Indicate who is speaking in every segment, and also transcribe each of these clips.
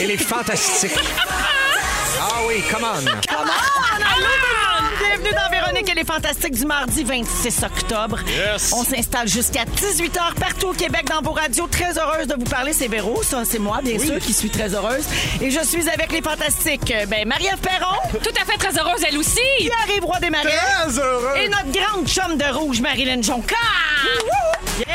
Speaker 1: Elle est fantastique. Ah oui, come on.
Speaker 2: Allô tout le monde! Bienvenue dans Véronique et les Fantastiques du mardi 26 octobre.
Speaker 3: Yes.
Speaker 2: On s'installe jusqu'à 18h partout au Québec dans vos radios. Très heureuse de vous parler, c'est Véro, ça c'est moi bien sûr qui suis très heureuse. Et je suis avec les Fantastiques, euh, ben, Marie-Ève Perron,
Speaker 4: Tout à fait très heureuse, elle aussi.
Speaker 2: Pierre-Yves Roy des Marais
Speaker 3: Ah, heureux.
Speaker 2: et notre grande chum de rouge, Marilyn Jonca. Yeah!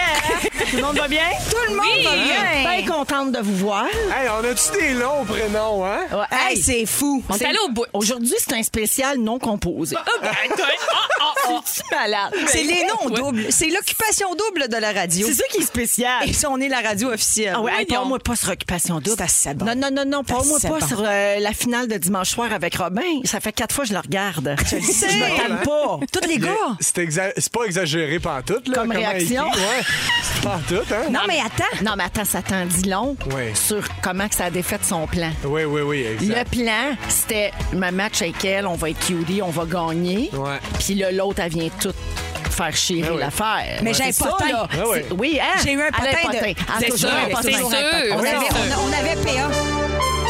Speaker 2: Tout le monde va bien? Tout le monde
Speaker 4: va bien.
Speaker 2: Bien contente de vous voir.
Speaker 3: Hey, on a-tu des longs prénoms, hein?
Speaker 5: Ah.
Speaker 2: Ouais, hey,
Speaker 1: c'est fou.
Speaker 4: On est allé au bout.
Speaker 2: Aujourd'hui, c'est un spécial non composé.
Speaker 4: Ah, ben, toi, ah, ah, ah.
Speaker 2: C'est malade.
Speaker 5: C'est les noms
Speaker 4: Ouais.
Speaker 5: doubles. C'est l'occupation double de la radio.
Speaker 2: C'est ça qui est spécial.
Speaker 5: Et si on est la radio officielle.
Speaker 2: Ah ouais, hey,
Speaker 5: Voyons.
Speaker 2: parle-moi pas sur Occupation Double.
Speaker 5: C'est assez bon.
Speaker 2: Non, non, non, non, parle-moi
Speaker 5: C'est
Speaker 2: pas
Speaker 5: bon.
Speaker 2: sur euh, la finale de dimanche soir avec Robin. Ça fait quatre fois que je le regarde. Je le sais, je me calme pas.
Speaker 5: Toutes les gars.
Speaker 3: Mais C'est exa- c'est pas exagéré pantoute, là.
Speaker 2: Comme
Speaker 3: comment
Speaker 2: réaction.
Speaker 3: écrit, ouais. C'est pantoute, hein?
Speaker 5: Non, mais attends.
Speaker 2: Non, mais attends, ça t'en dit long
Speaker 3: Ouais.
Speaker 2: sur comment que ça a défait son plan.
Speaker 3: Oui, oui, oui,
Speaker 2: Le
Speaker 3: exact.
Speaker 2: plan, c'était ma match avec elle, on va être cutie, on va gagner.
Speaker 3: Ouais.
Speaker 2: Puis là, l'autre, elle vient tout faire chirer
Speaker 3: Ah oui.
Speaker 2: l'affaire.
Speaker 5: Mais j'ai un
Speaker 2: C'est ça,
Speaker 5: potin.
Speaker 2: là.
Speaker 3: Ah oui.
Speaker 2: C'est- Oui, hein?
Speaker 5: J'ai eu un
Speaker 2: Elle a
Speaker 5: potin de-
Speaker 2: Elle a
Speaker 4: C'est
Speaker 2: toujours
Speaker 4: sûr,
Speaker 2: un potin.
Speaker 4: c'est
Speaker 2: toujours un
Speaker 4: sûr.
Speaker 2: potin.
Speaker 5: On
Speaker 4: Oui,
Speaker 5: avait,
Speaker 4: non.
Speaker 5: on, on avait PA.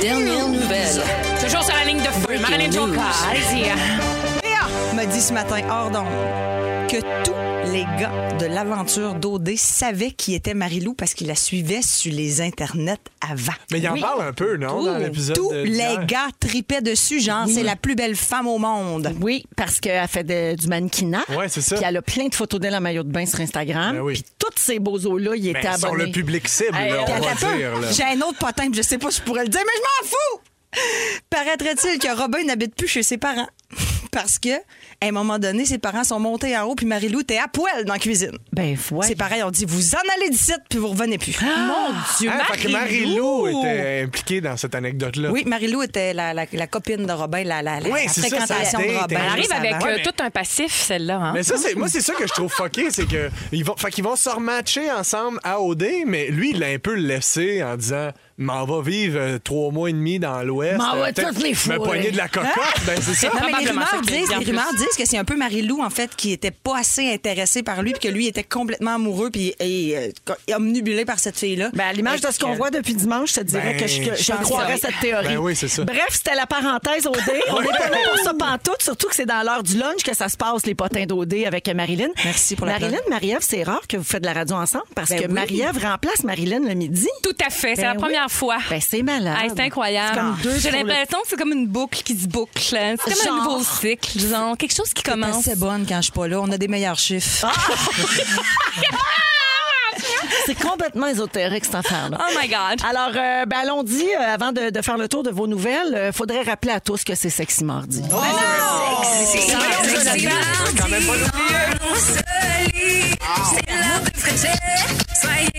Speaker 6: Dernière nouvelle.
Speaker 4: Toujours sur la ligne de feu. Marilyn Jonca, allez-y.
Speaker 5: PA m'a dit ce matin, hors d'onde, que tous les gars de l'aventure d'Odé savaient qui était Marilou parce qu'ils la suivaient sur les internets avant.
Speaker 3: Mais il en parle un peu, non, dans l'épisode
Speaker 5: Tous
Speaker 3: de-
Speaker 5: les
Speaker 3: d'hier?
Speaker 5: gars tripaient dessus, genre, c'est la plus belle femme au monde.
Speaker 2: Oui, parce qu'elle fait de- du mannequinat.
Speaker 3: Ouais, c'est ça.
Speaker 2: Puis elle a plein de photos d'elle en maillot de bain sur Instagram.
Speaker 3: Ben oui.
Speaker 2: Puis tous ces beaux os-là, ils
Speaker 3: Ben,
Speaker 2: étaient
Speaker 3: ils sont
Speaker 2: abonnés.
Speaker 3: le public cible,
Speaker 2: Hey,
Speaker 3: là, on
Speaker 5: Euh, Puis
Speaker 3: va
Speaker 5: attends
Speaker 3: dire,
Speaker 5: un peu,
Speaker 3: là.
Speaker 5: J'ai un autre potin, puis je sais pas si je pourrais le dire, mais je m'en fous! Paraîtrait-il que Robin n'habite plus chez ses parents? Parce que, à un moment donné, ses parents sont montés en haut, puis Marie-Lou était à poil dans la cuisine.
Speaker 2: Ben, ouais.
Speaker 5: C'est pareil, on dit vous en allez d'ici, puis vous revenez plus.
Speaker 2: Mon Dieu,
Speaker 3: Ah, fait que Marie-Lou
Speaker 2: Marie-Lou!
Speaker 3: était impliquée dans cette anecdote-là.
Speaker 5: Oui, Marie-Lou était la, la- la copine de Robin, la, la, la-
Speaker 3: Oui,
Speaker 5: la
Speaker 3: c'est ça,
Speaker 5: fréquentation
Speaker 3: ça a
Speaker 5: de
Speaker 3: été,
Speaker 5: Robin.
Speaker 3: t'es-
Speaker 4: Elle arrive
Speaker 5: juste
Speaker 4: avec
Speaker 5: avant.
Speaker 4: euh,
Speaker 3: mais-
Speaker 4: tout un passif, celle-là. Hein?
Speaker 3: Mais ça, c'est, moi, c'est ça que je trouve fucké, c'est que ils vont, fait qu'ils vont se rematcher ensemble à OD, mais lui, il l'a un peu laissé en disant M'en va vivre euh, trois mois et demi dans l'Ouest.
Speaker 2: M'en
Speaker 3: euh,
Speaker 2: va
Speaker 3: peut-être
Speaker 2: toutes les Hein?
Speaker 3: Me
Speaker 2: fouiller.
Speaker 3: poigner de la cocotte, ben c'est ça.
Speaker 5: Non, mais les
Speaker 4: Probablement ça
Speaker 5: rumeurs,
Speaker 4: qu'il
Speaker 5: disent,
Speaker 4: dit en
Speaker 5: les
Speaker 4: plus.
Speaker 5: rumeurs disent que c'est un peu Marie-Lou, en fait, qui était pas assez intéressée par lui, puis que lui était complètement amoureux, puis et, euh, co- omnibulé par cette fille-là.
Speaker 2: Ben, à l'image de ce qu'on voit depuis dimanche, je te dirais
Speaker 3: Ben,
Speaker 2: que je, que je
Speaker 3: je pense
Speaker 2: croirais
Speaker 5: que-
Speaker 2: cette théorie.
Speaker 3: Ben oui, c'est ça.
Speaker 2: Bref, c'était la parenthèse OD. On est pas là pour ça pantoute, surtout que c'est dans l'heure du lunch que ça se passe, les potins d'OD avec Marilyn.
Speaker 5: Merci pour la
Speaker 2: Marilyn, Marie-Ève, c'est rare que vous faites de la radio ensemble parce
Speaker 5: Ben
Speaker 2: que
Speaker 5: oui.
Speaker 2: Marie-Ève remplace Marilyn le midi.
Speaker 4: Tout à fait. C'est
Speaker 2: Ben
Speaker 4: la
Speaker 2: oui.
Speaker 4: première fois.
Speaker 2: Ben, c'est malade.
Speaker 4: Hey, c'est incroyable.
Speaker 2: C'est comme deux sur
Speaker 4: J'ai
Speaker 2: le-
Speaker 4: l'impression que c'est comme une boucle qui se boucle. hein. C'est comme
Speaker 2: Genre.
Speaker 4: un nouveau cycle. Genre, quelque chose qui commence.
Speaker 5: C'est bonne quand je suis pas là. On a des meilleurs chiffres.
Speaker 2: Ah, C'est complètement ésotérique, cette affaire-là.
Speaker 4: Oh my God.
Speaker 2: Alors, euh, ben, allons-y, euh, avant de, de faire le tour de vos nouvelles, euh, faudrait rappeler à tous que c'est Sexy Mardi.
Speaker 6: Oh! C'est
Speaker 4: Sexy
Speaker 6: l'heure de Soyez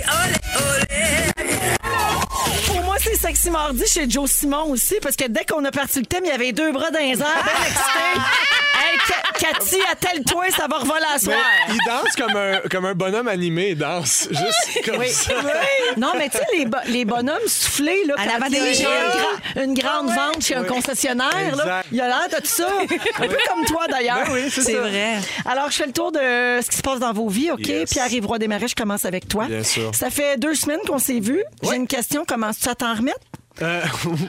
Speaker 2: Pour moi, c'est Sexy Mardi chez Joe Simon aussi, parce que dès qu'on a parti le thème, il y avait deux bras dans les airs, bien excités. Hey, Ka- Cathy, à tel point, ça va revoler à
Speaker 3: Mais
Speaker 2: soir.
Speaker 3: il danse comme un, comme un bonhomme animé, il danse juste comme ça.
Speaker 2: Non, mais tu sais, les, bo- les bonhommes soufflés, là,
Speaker 5: À
Speaker 2: quand
Speaker 5: l'avant
Speaker 2: il y a
Speaker 5: des
Speaker 2: une
Speaker 5: gens.
Speaker 2: gra- une grande vente chez un
Speaker 3: Ah Oui.
Speaker 2: concessionnaire, là,
Speaker 3: Exact.
Speaker 2: il a l'air de tout ça. Un peu comme toi, d'ailleurs.
Speaker 3: Ben oui, c'est
Speaker 5: C'est
Speaker 3: ça.
Speaker 5: vrai.
Speaker 2: Alors, je fais le tour de ce qui se passe dans vos vies, OK?
Speaker 3: Yes.
Speaker 2: Pierre Ivroy des Marais, je commence avec toi.
Speaker 3: Bien sûr.
Speaker 2: Ça fait deux semaines qu'on s'est vus. J'ai
Speaker 3: Ouais.
Speaker 2: une question. Commences-tu à t'en remettre?
Speaker 3: Euh,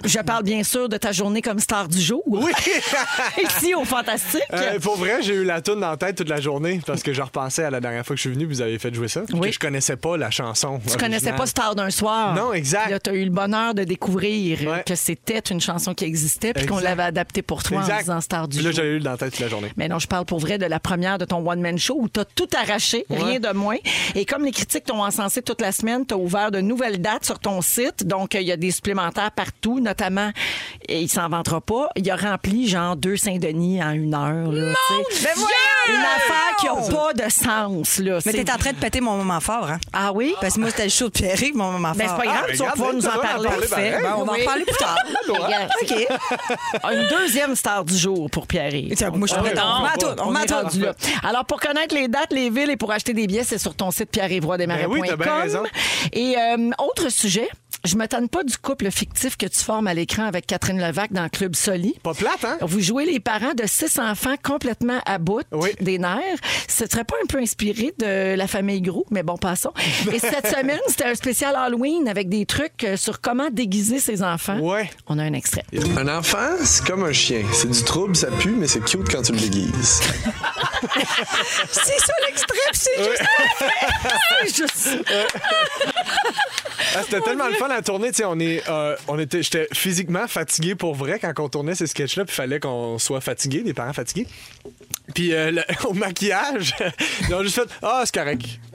Speaker 2: Je parle bien sûr de ta journée comme star du jour.
Speaker 3: oui!
Speaker 2: Ici, au Fantastique.
Speaker 3: Euh, pour vrai, j'ai eu la toune dans la tête toute la journée parce que je repensais à la dernière fois que je suis venu, puis vous avez fait jouer ça.
Speaker 2: Oui.
Speaker 3: Que je connaissais pas la chanson.
Speaker 2: tu connaissais pas Star d'un soir.
Speaker 3: Non, exact.
Speaker 2: Là, tu as eu le bonheur de découvrir
Speaker 3: Ouais.
Speaker 2: que c'était une chanson qui existait puis qu'on
Speaker 3: Exact.
Speaker 2: l'avait adaptée pour toi en disant Star du
Speaker 3: Puis là,
Speaker 2: jour.
Speaker 3: j'avais eu dans la tête toute la journée.
Speaker 2: Mais non, je parle pour vrai de la première de ton one-man show où t'as tout arraché, rien de moins. Et comme les critiques t'ont encensé toute la semaine, t'as ouvert de nouvelles dates sur ton site. Donc, euh, il y a des supplémentaires documentaires partout, notamment, et il s'en vantera pas, il a rempli genre deux Saint-Denis en une heure. Là, tu sais. Une affaire qui n'a pas de sens. Là.
Speaker 5: Mais
Speaker 2: C'est-
Speaker 5: t'es en train de péter mon moment fort, hein?
Speaker 2: Ah oui?
Speaker 5: Parce que moi, c'était le show de Pierrick, mon moment
Speaker 2: Ben, c'est
Speaker 5: fort.
Speaker 2: pas grave,
Speaker 3: mais
Speaker 2: tu vas
Speaker 3: Ah, regarde,
Speaker 2: pouvoir nous
Speaker 3: t'as
Speaker 2: en
Speaker 3: le droit d'en
Speaker 2: parler.
Speaker 3: parler,
Speaker 2: Parfait.
Speaker 3: ben,
Speaker 5: Ben, on va en parler plus tard. OK.
Speaker 2: Une deuxième star du jour pour Pierre-Yves.
Speaker 5: Tiens, moi, je suis
Speaker 2: On-
Speaker 5: prête.
Speaker 2: on-
Speaker 5: On remet à tout, on remet à
Speaker 2: est
Speaker 5: tout.
Speaker 2: rendu là. Alors, pour connaître les dates, les villes et pour acheter des billets, c'est sur ton site pierre
Speaker 3: Ben oui, t'as bien raison.
Speaker 2: Et euh, autre sujet, je ne m'étonne pas du couple fictif que tu formes à l'écran avec Catherine Levac dans Club Soli.
Speaker 3: Pas plate, hein?
Speaker 2: Vous jouez les parents de six enfants complètement à bout
Speaker 3: Oui.
Speaker 2: des nerfs. Ce serait pas un peu inspiré de la famille Gros, mais bon, passons. Et cette semaine, c'était un spécial Halloween avec des trucs euh, sur comment déguiser ses enfants.
Speaker 3: Ouais.
Speaker 2: On a un extrait.
Speaker 7: Un enfant, c'est comme un chien. C'est du trouble, ça pue, mais c'est cute quand tu le déguises.
Speaker 5: C'est ça l'extrait, puis c'est juste...
Speaker 3: Ah, c'était tellement le fun à tourner. Tu sais, on est, euh, on était, j'étais physiquement fatigué pour vrai quand on tournait ces sketchs-là. Puis fallait qu'on soit fatigué, des parents fatigués. Puis euh, le- au maquillage, ils ont juste fait Ah, c'est correct.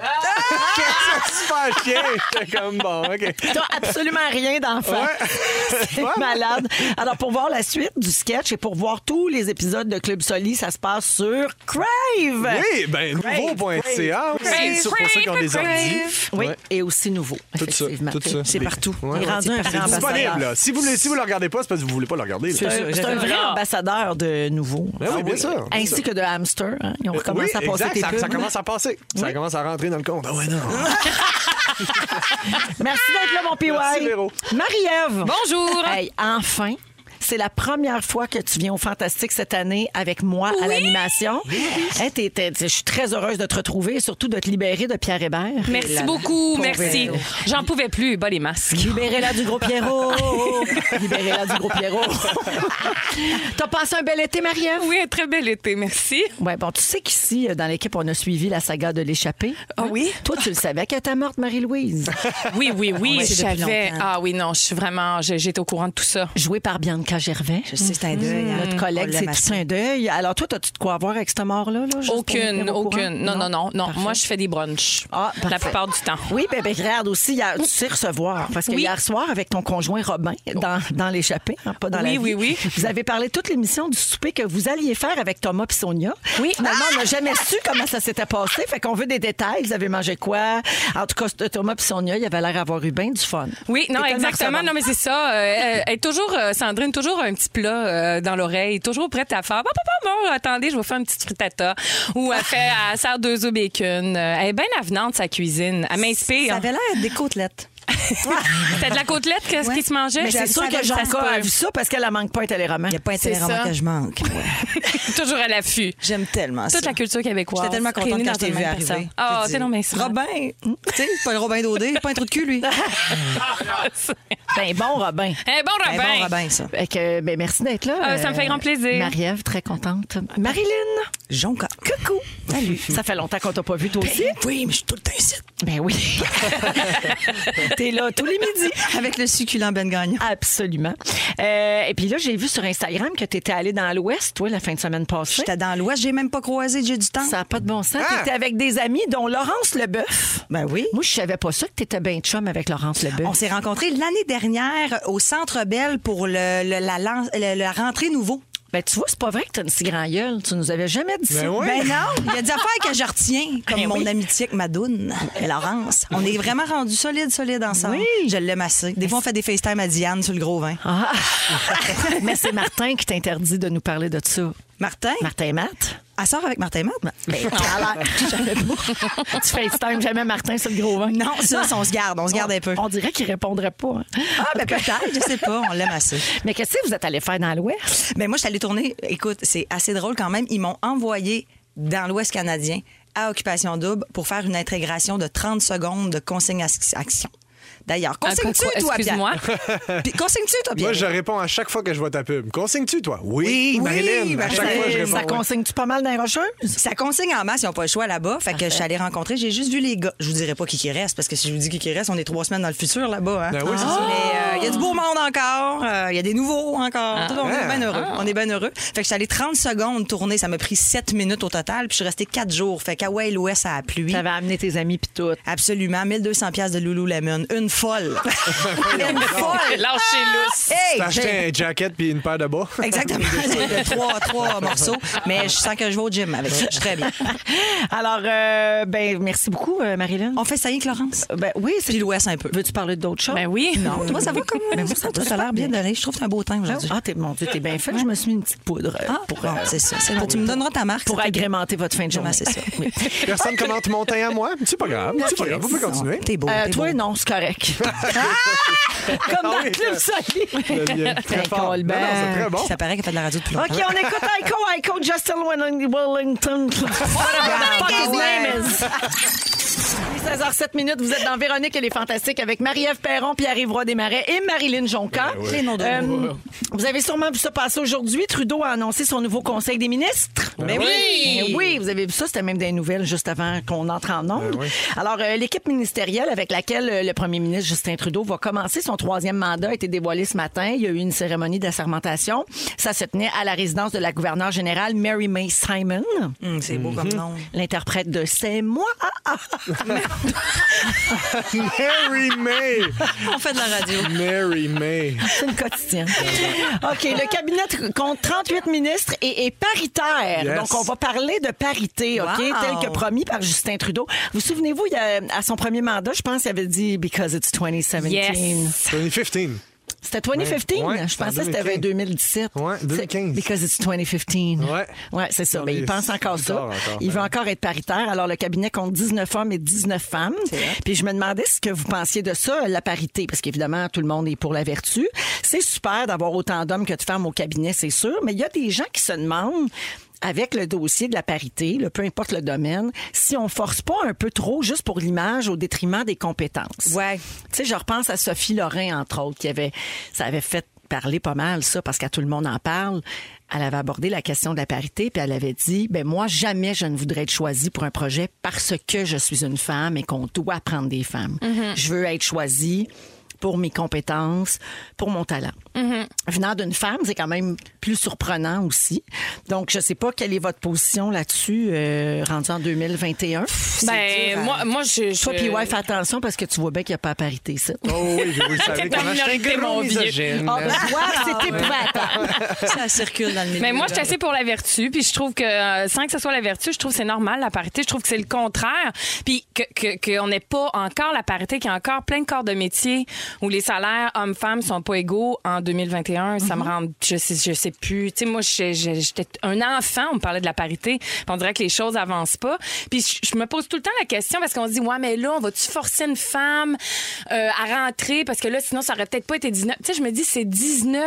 Speaker 3: c'est super chien. J'étais comme bon, OK.
Speaker 2: T'as absolument rien d'enfant. C'est malade. Alors, pour voir la suite du sketch et pour voir tous les épisodes de Club Soli, ça se passe sur Crave.
Speaker 3: Oui, ben, nouveau.ca. C'est sûr pour ceux qui ont des ordi.
Speaker 2: Ben, Oui,
Speaker 3: Ouais.
Speaker 2: et aussi nouveau,
Speaker 3: Tout ça,
Speaker 2: effectivement.
Speaker 3: tout ça.
Speaker 5: C'est partout.
Speaker 3: Ouais.
Speaker 5: Il est rendu un vrai
Speaker 3: C'est disponible.
Speaker 5: ambassadeur.
Speaker 3: Là. Si vous ne si vous le regardez pas, c'est parce que vous voulez pas le regarder. là.
Speaker 2: C'est un- c'est un vrai ambassadeur de nouveau.
Speaker 3: Ben oui, bien sûr. Euh,
Speaker 2: Ainsi que de hamster. hein. Ils ont recommencé
Speaker 3: oui,
Speaker 2: à passer
Speaker 3: exact,
Speaker 2: tes Ben
Speaker 3: ça,
Speaker 2: pubs.
Speaker 3: ça commence à passer. Ça commence à rentrer dans le compte. Ah ouais, non.
Speaker 2: Merci d'être là, mon PY.
Speaker 3: Merci, Véro.
Speaker 2: Marie-Ève.
Speaker 4: Bonjour.
Speaker 2: Hey, enfin. C'est la première fois que tu viens au Fantastique cette année avec moi à l'animation. Hey, t'es- t'es- je suis très heureuse de te retrouver et surtout de te libérer de Pierre Hébert.
Speaker 4: Merci
Speaker 2: Et là,
Speaker 4: beaucoup,
Speaker 2: pauvre
Speaker 4: merci.
Speaker 2: Véro.
Speaker 4: J'en pouvais plus, bas les masques.
Speaker 2: Libérez-la du gros Pierrot. Libérez-la du gros Pierrot. T'as passé un bel été, Marie-Ève?
Speaker 4: Oui, un très bel été, merci.
Speaker 2: Ouais, bon, tu sais qu'ici, euh, dans l'équipe, on a suivi la saga de l'échappée.
Speaker 4: Ah oui?
Speaker 2: Toi, tu le savais qu'elle était morte, Marie-Louise.
Speaker 4: Oui, oui, oui,
Speaker 5: le
Speaker 4: je
Speaker 5: sait depuis
Speaker 4: savais.
Speaker 5: longtemps.
Speaker 4: Ah oui, non, je suis vraiment, j'ai- j'étais au courant de tout ça.
Speaker 2: Jouée par Bianca Gervais.
Speaker 5: Je sais, c'est un
Speaker 4: Hmm,
Speaker 5: deuil. hein.
Speaker 2: Notre collègue,
Speaker 5: On l'aime
Speaker 2: c'est tout
Speaker 5: assez.
Speaker 2: un deuil. Alors, toi, as-tu de quoi avoir avec cette mort-là? là, juste pour nous
Speaker 4: Aucune,
Speaker 2: tenir au courant?
Speaker 4: aucune. Non, non, non, non. Moi, je fais des brunchs.
Speaker 2: Ah, parfait.
Speaker 4: la plupart du temps.
Speaker 2: Oui, bébé, regarde aussi, hier, tu sais recevoir. Parce que
Speaker 4: Oui.
Speaker 2: hier soir, avec ton conjoint Robin, dans, dans l'échappée, hein, pas dans la
Speaker 4: Oui,
Speaker 2: vie,
Speaker 4: oui, oui.
Speaker 2: vous avez parlé toute l'émission du souper que vous alliez faire avec Thomas et Sonia.
Speaker 4: Oui.
Speaker 2: Finalement, on n'a jamais su comment ça s'était passé. Fait qu'on veut des détails. Vous avez mangé quoi? En tout cas, ce- Thomas et Sonia, il avait l'air d'avoir eu bien du fun.
Speaker 4: Oui, non,
Speaker 2: T'es tellement
Speaker 4: exactement.
Speaker 2: recevable.
Speaker 4: Non, mais c'est ça. Euh, elle- elle est toujours, euh, Sandrine, toujours un petit plat euh, dans l'oreille, toujours prête à faire. Bon, bon, bon, bon, attendez, je vais faire une petite frittata. Ou elle fait, elle sert deux œufs bacon. Euh, Elle est bien avenante sa cuisine. Elle
Speaker 5: Ça
Speaker 4: m'inspire.
Speaker 5: avait l'air des côtelettes.
Speaker 4: C'était de la côtelette, qu'est-ce
Speaker 5: Ouais.
Speaker 4: qui se mangeait
Speaker 2: Mais c'est
Speaker 5: J'avais-
Speaker 2: sûr
Speaker 5: ça
Speaker 2: que
Speaker 5: avait le
Speaker 2: Jacques
Speaker 5: temps.
Speaker 2: a vu ça parce qu'elle ne manque pas un téléroman.
Speaker 5: Il n'y a pas un
Speaker 4: C'est
Speaker 5: téléroman
Speaker 4: ça.
Speaker 5: que je manque. Ouais.
Speaker 4: toujours à l'affût.
Speaker 5: J'aime tellement ça.
Speaker 4: Toute la culture québécoise.
Speaker 5: J'étais tellement contente
Speaker 4: réunie
Speaker 5: quand
Speaker 4: dans
Speaker 5: je t'ai
Speaker 4: une
Speaker 5: vu
Speaker 4: même
Speaker 5: arriver.
Speaker 4: personne. Ah,
Speaker 5: J'ai
Speaker 4: c'est
Speaker 5: dit,
Speaker 4: non, mais ça.
Speaker 5: Robin, tu sais, c'est pas le Robin Daudé, c'est pas un trou de cul, lui. Eh,
Speaker 2: Ben bon, Robin.
Speaker 4: Eh, bon,
Speaker 5: Ben
Speaker 4: Robin.
Speaker 5: bon, Robin, ça.
Speaker 2: Fait que, ben, merci d'être là.
Speaker 4: Ah, ça me fait grand plaisir.
Speaker 2: Marie-Ève, très contente. Marilyn,
Speaker 5: Jonca. Ben,
Speaker 2: coucou. Salut. Ça fait longtemps qu'on t'a pas vu, toi aussi.
Speaker 5: Oui, mais je suis tout le temps ici.
Speaker 2: Ben oui. T'es là tous les midis.
Speaker 5: Avec le succulent Ben Gagnon.
Speaker 4: Ah,
Speaker 2: Absolument. Euh, et puis là, j'ai vu sur Instagram que tu étais allée dans l'Ouest, toi, la fin de semaine passée.
Speaker 5: J'étais dans l'Ouest, j'ai même pas croisé, j'ai du temps.
Speaker 2: Ça n'a pas de bon sens.
Speaker 3: Ah!
Speaker 2: T'étais avec des amis, dont Laurence Leboeuf.
Speaker 5: Ben oui.
Speaker 2: Moi, je savais pas ça que t'étais bien chum avec Laurence
Speaker 5: On
Speaker 2: Leboeuf.
Speaker 5: s'est rencontrés l'année dernière au Centre Belle pour le, le- la, lan- le- la rentrée nouveau.
Speaker 2: Ben, tu vois, c'est pas vrai que t'as une si grand gueule. Tu nous avais jamais dit ça.
Speaker 3: Ben oui.
Speaker 5: Ben non, il y a des affaires que je retiens, comme
Speaker 2: Ben
Speaker 5: mon amitié avec Madoune et Laurence. On est vraiment rendus solides, solides ensemble.
Speaker 2: Oui.
Speaker 5: Je l'aime assez. Des fois, on fait des FaceTime à Diane sur le gros vin.
Speaker 2: Ah. Mais c'est Martin qui t'interdit de nous parler de ça.
Speaker 5: Martin,
Speaker 2: Martin et Matt?
Speaker 5: elle sort avec Martin Matt? Ah,
Speaker 2: Ben, tu FaceTime jamais Martin sur le gros vin?
Speaker 5: Non, ça, ça, on se garde, on se garde un peu.
Speaker 2: On dirait qu'il répondrait pas. hein.
Speaker 5: Ah, ben peut-être, je sais pas, on l'aime assez.
Speaker 2: Mais qu'est-ce que vous êtes allé faire dans l'Ouest?
Speaker 5: Mais Ben, moi, je suis allée tourner. Écoute, c'est assez drôle quand même. Ils m'ont envoyé dans l'Ouest canadien à Occupation Double pour faire une intégration de 30 secondes de consigne à- action. D'ailleurs, consignes-tu,
Speaker 4: concours-
Speaker 5: toi, Pierre?
Speaker 4: excuse-moi.
Speaker 5: Puis Consignes-tu, toi, Pierre?
Speaker 3: Moi, je réponds à chaque fois que je vois ta pub. Consignes-tu, toi? Oui,
Speaker 5: Ah, Oui,
Speaker 3: Marilyn. À
Speaker 5: Marilyn.
Speaker 3: chaque fois, je réponds.
Speaker 2: ça
Speaker 3: oui.
Speaker 2: consigne-tu pas mal dans les rocheuses?
Speaker 5: Ça consigne en masse, ils n'ont pas le choix là-bas. Fait que je suis allée rencontrer, j'ai juste vu les gars. Je vous dirai pas qui qui reste, parce que si je vous dis qui qui reste, on est trois semaines dans le futur là-bas. hein.
Speaker 3: Ben oui, c'est ça.
Speaker 5: Mais euh, il y a du beau monde encore, euh, il y a des nouveaux encore. Tout, on
Speaker 3: Ah.
Speaker 5: est bien heureux. On est bien heureux. Fait que je suis allée 30 secondes tourner, ça m'a pris 7 minutes au total, puis je suis restée 4 jours. Fait qu'à Way l'Ouest à la pluie.
Speaker 2: T'avais amené tes amis pis tout.
Speaker 5: Absolument, 1200 pièces de Lululemon. une folle. une folle.
Speaker 4: Lâchez-lousse.
Speaker 5: Hey,
Speaker 3: T'as acheté
Speaker 5: j'ai-
Speaker 3: un jacket puis une paire de bas.
Speaker 5: Exactement. de trois, trois morceaux. Mais je sens que je vais au gym avec ça. Je suis très bien.
Speaker 2: Alors, euh, ben, merci beaucoup, euh, Marilyn.
Speaker 5: On fait ça avec Laurence?
Speaker 2: Ben oui, c'est.
Speaker 5: Puis l'Ouest un peu.
Speaker 2: Veux-tu parler d'autres choses?
Speaker 4: Ben oui.
Speaker 5: Non, toi, ça va comme
Speaker 2: Ben moi,
Speaker 5: ça,
Speaker 2: ça va
Speaker 5: toi, ça a l'air bien d'aller. Je trouve que t'as un beau teint aujourd'hui.
Speaker 2: Ah, t'es, mon Dieu, t'es bien faite. Je me suis mis une petite poudre euh,
Speaker 5: Ah,
Speaker 2: pour,
Speaker 5: bon,
Speaker 2: euh,
Speaker 5: c'est ça. c'est bon. Tu me donneras ta marque.
Speaker 2: pour
Speaker 5: ça,
Speaker 2: agrémenter votre fin de
Speaker 5: t'es bien,
Speaker 2: journée.
Speaker 5: C'est ça. Oui.
Speaker 3: Personne commente mon teint à moi. C'est pas grave. C'est pas grave. Vous pouvez continuer.
Speaker 5: T'es beau.
Speaker 2: Euh,
Speaker 5: t'es
Speaker 2: toi,
Speaker 5: beau.
Speaker 2: non, c'est correct. Comme dans
Speaker 3: oui.
Speaker 2: Club Soli.
Speaker 3: Le lien. Très
Speaker 2: Ben,
Speaker 3: fort. Non,
Speaker 2: Colbert.
Speaker 3: non, c'est très Ah bon.
Speaker 5: Ça paraît qu'elle fait de la radio depuis longtemps.
Speaker 2: OK, on écoute Aiko, Aiko, Justin Wellin- Wellington. What
Speaker 5: ben
Speaker 2: his
Speaker 5: ouais.
Speaker 2: name is. 16h07 minutes, vous êtes dans Véronique et les Fantastiques avec Marie-Ève Perron, Pierre-Yves Roy Desmarais et Marilyn Jonca. Euh,
Speaker 5: ouais. Les noms de
Speaker 2: Vous avez sûrement vu ça passer aujourd'hui. Trudeau a annoncé son nouveau conseil des ministres. Mais oui! Mais oui, vous avez vu ça, c'était même des nouvelles juste avant qu'on entre en ondes. Alors, euh, l'équipe ministérielle avec laquelle euh, le premier ministre Justin Trudeau va commencer son troisième mandat a été dévoilée ce matin. Il y a eu une cérémonie d'assermentation. Ça se tenait à la résidence de la gouverneure générale Mary May Simon,
Speaker 5: Hum, c'est beau
Speaker 3: Mhm.
Speaker 5: comme nom.
Speaker 2: l'interprète de C'est moi. Ah, ah, ah.
Speaker 3: Mary May.
Speaker 5: On fait de la radio.
Speaker 3: Mary May.
Speaker 2: C'est une quotidienne. OK, le cabinet tr- compte 38 ministres et est paritaire.
Speaker 3: Yes.
Speaker 2: Donc, on va parler de parité, OK,
Speaker 5: Wow.
Speaker 2: tel que promis par Justin Trudeau. Vous souvenez-vous, il y a- à son premier mandat, je pense, il avait dit « Because it's 2017
Speaker 4: Yes.
Speaker 3: 2015.
Speaker 2: C'était 2015?
Speaker 3: Ouais,
Speaker 2: je
Speaker 3: c'était en
Speaker 2: pensais que c'était 2017.
Speaker 3: Ouais, 2015.
Speaker 2: C'est- Because it's 2015.
Speaker 3: Ouais.
Speaker 2: Ouais, c'est ça.
Speaker 3: Non,
Speaker 2: Mais
Speaker 3: mais
Speaker 2: il pense
Speaker 3: c'est
Speaker 2: encore
Speaker 3: plus
Speaker 2: ça.
Speaker 3: tard encore, ben
Speaker 2: il veut
Speaker 3: ouais.
Speaker 2: encore être paritaire. Alors, le cabinet compte 19 hommes et 19 femmes. Puis, je me demandais ce que vous pensiez de ça, la parité. Parce qu'évidemment, tout le monde est pour la vertu. C'est super d'avoir autant d'hommes que de femmes au cabinet, c'est sûr. Mais il y a des gens qui se demandent avec le dossier de la parité, là, peu importe le domaine, si on force pas un peu trop juste pour l'image au détriment des compétences.
Speaker 5: Ouais.
Speaker 2: Tu sais, je repense à Sophie Lorrain, entre autres, qui avait, ça avait fait parler pas mal, ça, parce qu'à tout le monde en parle. Elle avait abordé la question de la parité, puis elle avait dit, ben moi, jamais je ne voudrais être choisie pour un projet parce que je suis une femme et qu'on doit prendre des femmes. Je veux être choisie pour mes compétences, pour mon talent. Venant d'une femme, c'est quand même plus surprenant aussi. Donc, je sais pas quelle est votre position là-dessus, euh, rendue en 2021.
Speaker 4: Ben,
Speaker 5: hein.
Speaker 4: moi, moi, je.
Speaker 2: Toi,
Speaker 4: je-
Speaker 2: puis ouais, fais attention parce que tu vois bien qu'il n'y a pas la parité ici.
Speaker 3: Oh oui, vous le savez.
Speaker 4: T'es en
Speaker 3: comment je suis un
Speaker 4: minorité,
Speaker 3: gros
Speaker 4: mon vieux.
Speaker 3: misogyne.
Speaker 2: Ah, ben, ouais, c'est épouvantable.
Speaker 5: Ça circule dans le milieu.
Speaker 4: Mais moi, je suis
Speaker 5: là.
Speaker 4: assez pour la vertu. Puis je trouve que, euh, sans que ce soit la vertu, je trouve que c'est normal, la parité. Je trouve que c'est le contraire. Puis qu'on que, qu'on n'ait pas encore la parité, qu'il y a encore plein de corps de métier où les salaires hommes-femmes sont pas égaux en 2021. Ça me rend, je sais, je sais plus. Tu sais, moi, j'ai- j'ai- j'étais un enfant, on me parlait de la parité. Puis on dirait que les choses avancent pas. Puis je, je me pose tout le temps la question parce qu'on se dit, ouais, mais là, on va-tu forcer une femme euh, à rentrer? Parce que là, sinon, ça aurait peut-être pas été 19. Tu sais, je me dis, c'est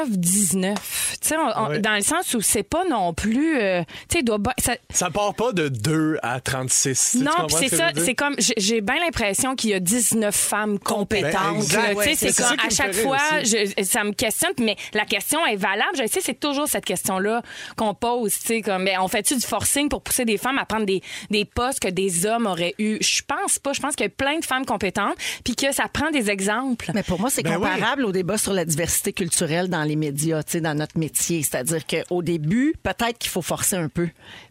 Speaker 4: 19-19. Tu sais, on- on-
Speaker 3: Ouais.
Speaker 4: dans le sens où c'est pas non plus. euh, tu sais, il doit. ba- ça-
Speaker 3: Ça part pas de 2 à 36. Tu
Speaker 4: non,
Speaker 3: comprends
Speaker 4: puis
Speaker 3: ce
Speaker 4: c'est
Speaker 3: que je
Speaker 4: ça.
Speaker 3: veux dire?
Speaker 4: C'est comme. j'ai- J'ai bien l'impression qu'il y a 19 femmes
Speaker 3: Ben,
Speaker 4: compétentes.
Speaker 3: exact.
Speaker 4: là, tu sais,
Speaker 3: Ouais,
Speaker 4: c'est
Speaker 3: c'est
Speaker 4: comme
Speaker 3: ça qui
Speaker 4: à
Speaker 3: me
Speaker 4: chaque
Speaker 3: fait
Speaker 4: fois,
Speaker 3: rire
Speaker 4: je- ça me questionne, mais la question est valable. Je sais, c'est toujours cette question-là qu'on pose. Tu sais, comme, mais on fait-tu du forcing pour pousser des femmes à prendre des, des postes que des hommes auraient eu? Je pense pas. Je pense qu'il y a plein de femmes compétentes, puis que ça prend des exemples.
Speaker 2: Mais pour moi, c'est
Speaker 3: Ben
Speaker 2: comparable au débat sur la diversité culturelle dans les médias, tu sais, dans notre métier. C'est-à-dire qu'au début, peut-être qu'il faut forcer un peu